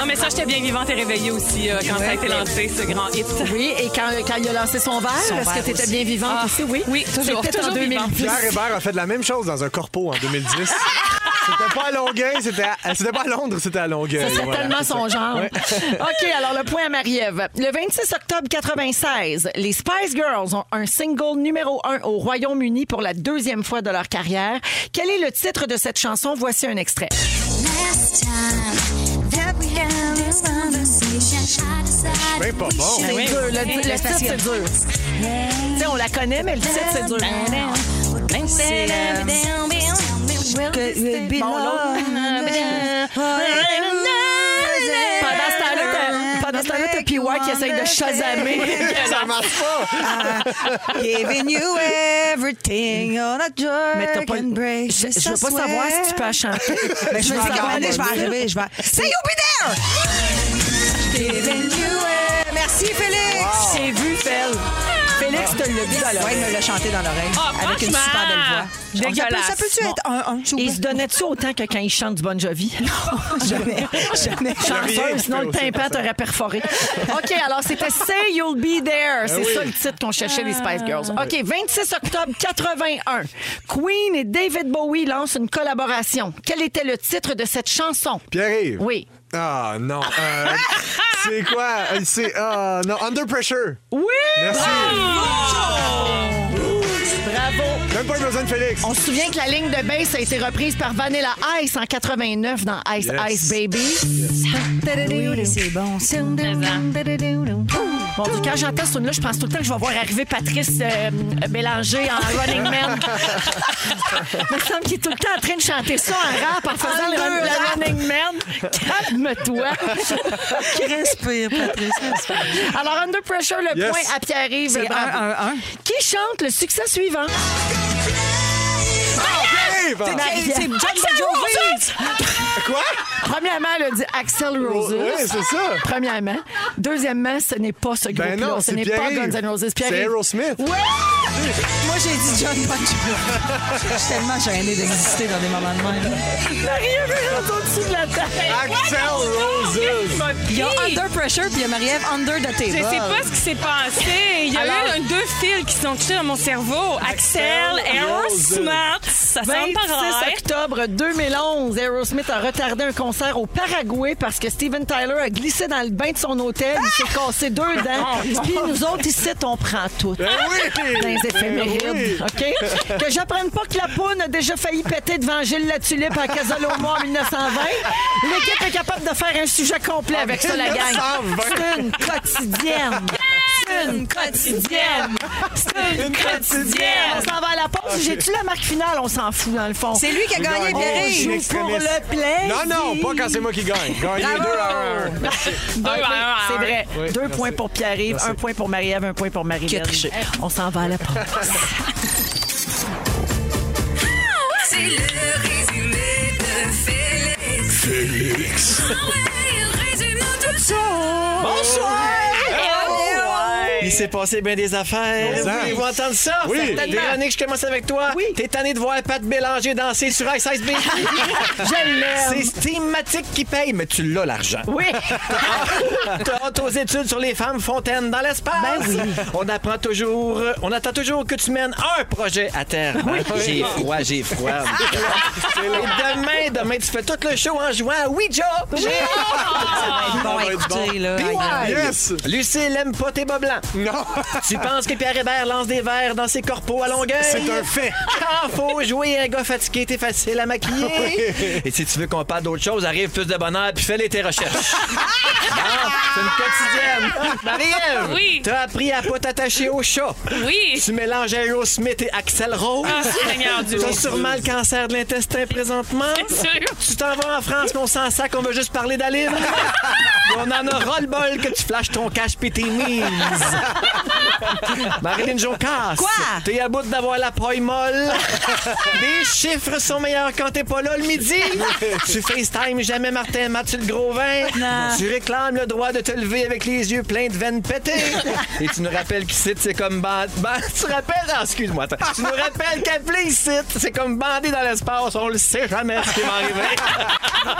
Speaker 4: Non, mais ça, j'étais bien vivante et réveillée aussi euh, quand ça a été lancé, ce grand hit.
Speaker 2: Oui, et quand, quand il a lancé son verre,
Speaker 4: Son
Speaker 2: est-ce
Speaker 4: verre
Speaker 2: que tu étais
Speaker 4: aussi.
Speaker 2: bien vivante
Speaker 4: Ah,
Speaker 2: aussi? Oui,
Speaker 4: oui, toujours,
Speaker 2: C'était en
Speaker 4: toujours vivante.
Speaker 2: 2010.
Speaker 3: Pierre Hébert a fait la même chose dans un corpo en 2010. C'était pas à Longueuil, c'était à- c'était pas à Londres, c'était à Longueuil.
Speaker 2: Ça, c'est
Speaker 3: voilà.
Speaker 2: tellement son genre.
Speaker 3: Ouais.
Speaker 2: OK, alors le point à Marie-Ève. Le 26 octobre 96, les Spice Girls ont un single numéro 1 au Royaume-Uni pour la deuxième fois de leur carrière. Quel est le titre de cette chanson? Voici un extrait.
Speaker 8: Last time that we had this conversation, I decided
Speaker 3: Ben, pas
Speaker 8: we
Speaker 3: bon.
Speaker 8: should
Speaker 2: C'est dur. Le, le
Speaker 8: dance.
Speaker 2: titre, c'est dur. Tu sais, on la connaît, mais le titre, c'est dur.
Speaker 5: C'est, euh, que-
Speaker 2: Bon, l'autre. Pendant ce temps-là, t'as- pendant ce temps-là, t'as P.Y. qui essaye de chasamer.
Speaker 3: Ça marche pas!
Speaker 5: Giving you everything on a joy
Speaker 2: Mais t'as pas Ben,
Speaker 5: can
Speaker 2: le-
Speaker 5: break
Speaker 2: Je,
Speaker 5: this
Speaker 2: je veux pas savoir si tu peux la chanter.
Speaker 5: Mais Ben, je vais
Speaker 2: sens
Speaker 5: regarder,
Speaker 2: mal.
Speaker 5: je vais arriver, je vais. Say you be there! Giving you a- Merci Félix!
Speaker 2: J'ai vu, Fel. Félix te l'a dit dans
Speaker 5: Ouais, il
Speaker 2: l'oreille.
Speaker 5: me l'a chanté dans l'oreille.
Speaker 4: Ah,
Speaker 5: avec une
Speaker 4: franchement!
Speaker 5: super belle voix.
Speaker 4: Dégueulasse.
Speaker 5: Ça peut-tu être un, un, s'il vous
Speaker 2: Il se
Speaker 5: plaît?
Speaker 2: donnait-tu autant que quand il chante du Bon Jovi? Hein? Non, jamais. jamais.
Speaker 3: Rien,
Speaker 2: Chanceuse, sinon le
Speaker 3: aussi,
Speaker 2: tympan t'aurait perforé. OK, alors c'était Say You'll Be There. C'est
Speaker 3: Ben oui. Ah.
Speaker 2: ça le titre qu'on cherchait les Spice Girls. OK, 26 octobre 81. Queen et David Bowie lancent une collaboration. Quel était le titre de cette chanson?
Speaker 3: Pierre-Yves.
Speaker 2: Oui.
Speaker 3: Ah, non. euh, c'est quoi? Euh, C'est. Ah, non. Under pressure.
Speaker 2: Oui!
Speaker 3: Merci.
Speaker 2: Bravo!
Speaker 3: Même pas besoin de Félix.
Speaker 2: On se souvient que la ligne de bass a été reprise par Vanilla Ice en 89 dans Ice
Speaker 3: Yes.
Speaker 2: Ice Baby.
Speaker 5: C'est bon, c'est bon.
Speaker 2: Mon Dieu, quand j'entends ce tune-là, je pense tout le temps que je vais voir arriver Patrice euh, Bélanger en Running Man. Il me semble qu'il est tout le temps en train de chanter ça en rap en faisant
Speaker 5: En
Speaker 2: le,
Speaker 5: deux
Speaker 2: le
Speaker 5: rap.
Speaker 2: Running Man. Calme-toi.
Speaker 5: Respire, Patrice. respire.
Speaker 2: Alors, Under Pressure, le
Speaker 3: Yes.
Speaker 2: point à Pierre-Yves.
Speaker 5: C'est
Speaker 2: Bravo.
Speaker 5: un, un, un.
Speaker 2: Qui chante le succès suivant? Ah,
Speaker 3: Pierre-Yves!
Speaker 5: C'est c'est John
Speaker 2: Axel
Speaker 5: Jovi.
Speaker 3: Quoi?
Speaker 2: Premièrement, elle a dit Axel Roses.
Speaker 3: Oui, Oh, c'est ça.
Speaker 2: Premièrement. Deuxièmement, ce n'est pas ce groupe-là.
Speaker 3: Ben non,
Speaker 2: ce
Speaker 3: c'est
Speaker 2: n'est pas
Speaker 3: Pierre-Yves.
Speaker 2: Guns N' Roses. Pierre-Yves.
Speaker 3: C'est Aerosmith.
Speaker 5: Moi, j'ai dit John Bon Jovi. Je suis tellement gênée d'exister dans des moments de même.
Speaker 2: Marie-Ève est rendue au-dessus de la tête.
Speaker 3: Axel Roses.
Speaker 5: Il y a Under Pressure puis il y a Marie-Ève Under the
Speaker 4: Je sais
Speaker 5: Table.
Speaker 4: pas ce qui s'est passé. Il y a
Speaker 2: Alors-
Speaker 4: eu un- deux fils qui sont touchés dans mon cerveau. Axel, Aerosmith, ça semble
Speaker 2: 26
Speaker 4: pareil.
Speaker 2: octobre 2011, Aerosmith a retardé un concert au Paraguay parce que Steven Tyler a glissé dans le bain de son hôtel. Il s'est cassé deux dents. Puis nous autres, ici, on prend tout.
Speaker 3: Ben oui!
Speaker 2: Dans les éphémérides, OK? Que j'apprenne pas que la poune a déjà failli péter devant Gilles Latulippe à Casaloma en 1920. L'équipe est capable de faire un sujet complet avec ça, la gang.
Speaker 3: 1920.
Speaker 2: C'est une quotidienne. C'est une quotidienne. C'est une quotidienne. On s'en va à la pause. J'ai-tu la marque finale? On s'en fout, dans le fond.
Speaker 5: C'est lui qui a gagné,
Speaker 3: On
Speaker 2: On
Speaker 5: Pierre.
Speaker 3: joue
Speaker 2: joue pour
Speaker 3: extrémiste.
Speaker 2: le plaisir.
Speaker 3: Non, non, pas quand c'est moi qui gagne. Gagner
Speaker 5: Bravo!
Speaker 3: deux à un.
Speaker 4: Deux
Speaker 2: Ah,
Speaker 4: à un, à
Speaker 2: C'est
Speaker 4: un.
Speaker 2: vrai.
Speaker 3: Oui,
Speaker 2: Deux
Speaker 3: merci.
Speaker 2: points pour Pierre-Yves, un point pour Marie-Ève, un point pour marie
Speaker 5: Qui a triché.
Speaker 2: On s'en va à la pause.
Speaker 8: Ah C'est le résumé de Félix. Félix. Ah ouais, il résume tout ça.
Speaker 11: Il s'est passé bien des affaires.
Speaker 3: Bon sang.
Speaker 11: Vous voulez entendre ça?
Speaker 3: Oui.
Speaker 11: Véronique, je commence avec toi.
Speaker 2: Oui.
Speaker 11: T'es tanné de voir Pat Bélanger danser sur Ice Ice Baby?
Speaker 2: Je l'aime.
Speaker 11: C'est thématique qui paye, mais tu l'as l'argent.
Speaker 2: Oui.
Speaker 11: T'as hâte aux études sur les femmes fontaines dans l'espace. On apprend toujours, on attend toujours que tu mènes un projet à terme. J'ai froid, j'ai froid. Et demain, demain, tu fais tout le show en jouant à Ouija. J'ai hâte.
Speaker 5: Ah, Bon, écoutez, là.
Speaker 11: P.Y.
Speaker 3: Yes.
Speaker 11: Lucie, elle aime pas tes bas blancs.
Speaker 3: Non.
Speaker 11: Tu penses que Pierre Hébert lance des verres dans ses corpos à longueur?
Speaker 3: C'est un fait.
Speaker 11: Quand faut jouer un gars fatigué, t'es facile à maquiller.
Speaker 3: Oui.
Speaker 11: Et si tu veux qu'on parle d'autre chose, arrive plus de bonheur puis fais-les tes recherches. Bon, c'est une quotidienne. Marie-Ève,
Speaker 4: Oui.
Speaker 11: t'as appris à pas t'attacher au chat.
Speaker 4: Oui.
Speaker 11: Tu mélanges Aerosmith et Axel Rose.
Speaker 4: Ah, Seigneur Dieu.
Speaker 11: T'as sûrement le cancer de l'intestin présentement. Tu t'en vas en France, mais on s'en sac, on veut juste parler d'Aline. Et on en aura le bol que tu flashes ton cash pis tes mises. Marilyn Jocasse.
Speaker 8: Quoi?
Speaker 11: T'es à bout d'avoir la paille molle. Les chiffres sont meilleurs quand t'es pas là le midi. tu FaceTime jamais Martin Mathieu le gros vin.
Speaker 8: Non.
Speaker 11: Tu réclames le droit de te lever avec les yeux pleins de veines pétées. Et tu nous rappelles qu'ici, c'est comme ban... ban- tu rappelles... ah, excuse-moi, attends. Tu nous rappelles qu'appeler ici, c'est comme bander dans l'espace. On le sait jamais ce qui va arriver.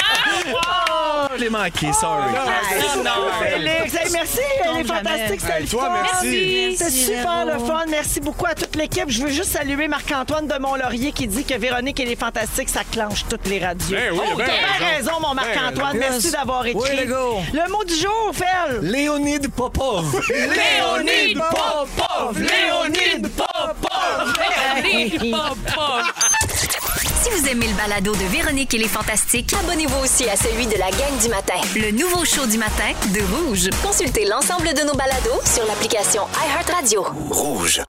Speaker 11: oh, j'ai manqué, sorry.
Speaker 8: non, non.
Speaker 12: Félix, hey, merci, elle est
Speaker 8: Tombe jamais.
Speaker 12: fantastique, c'était
Speaker 11: Hey,
Speaker 12: le
Speaker 11: toi,
Speaker 12: fun.
Speaker 11: merci.
Speaker 12: C'est
Speaker 11: Merci,
Speaker 12: super le
Speaker 11: Véro.
Speaker 12: fun. Merci beaucoup à toute l'équipe. Je veux juste saluer Marc-Antoine de Montlorier qui dit que Véronique, elle est fantastique, ça clenche toutes les radios.
Speaker 8: Ben oui, il a
Speaker 12: t'as
Speaker 8: bien
Speaker 12: bien
Speaker 8: raison.
Speaker 12: raison, mon Marc-Antoine.
Speaker 8: Ben,
Speaker 12: merci d'avoir
Speaker 8: oui,
Speaker 12: écrit.
Speaker 8: le go.
Speaker 12: le mot du jour, Fel.
Speaker 11: Léonide Popov.
Speaker 8: Léonide Popov! Léonide Popov! Léonide Popov!
Speaker 13: Si vous aimez le balado de Véronique et les Fantastiques, abonnez-vous aussi à celui de la gang du matin. Le nouveau show du matin de Rouge. Consultez l'ensemble de nos balados sur l'application iHeartRadio.
Speaker 6: Rouge.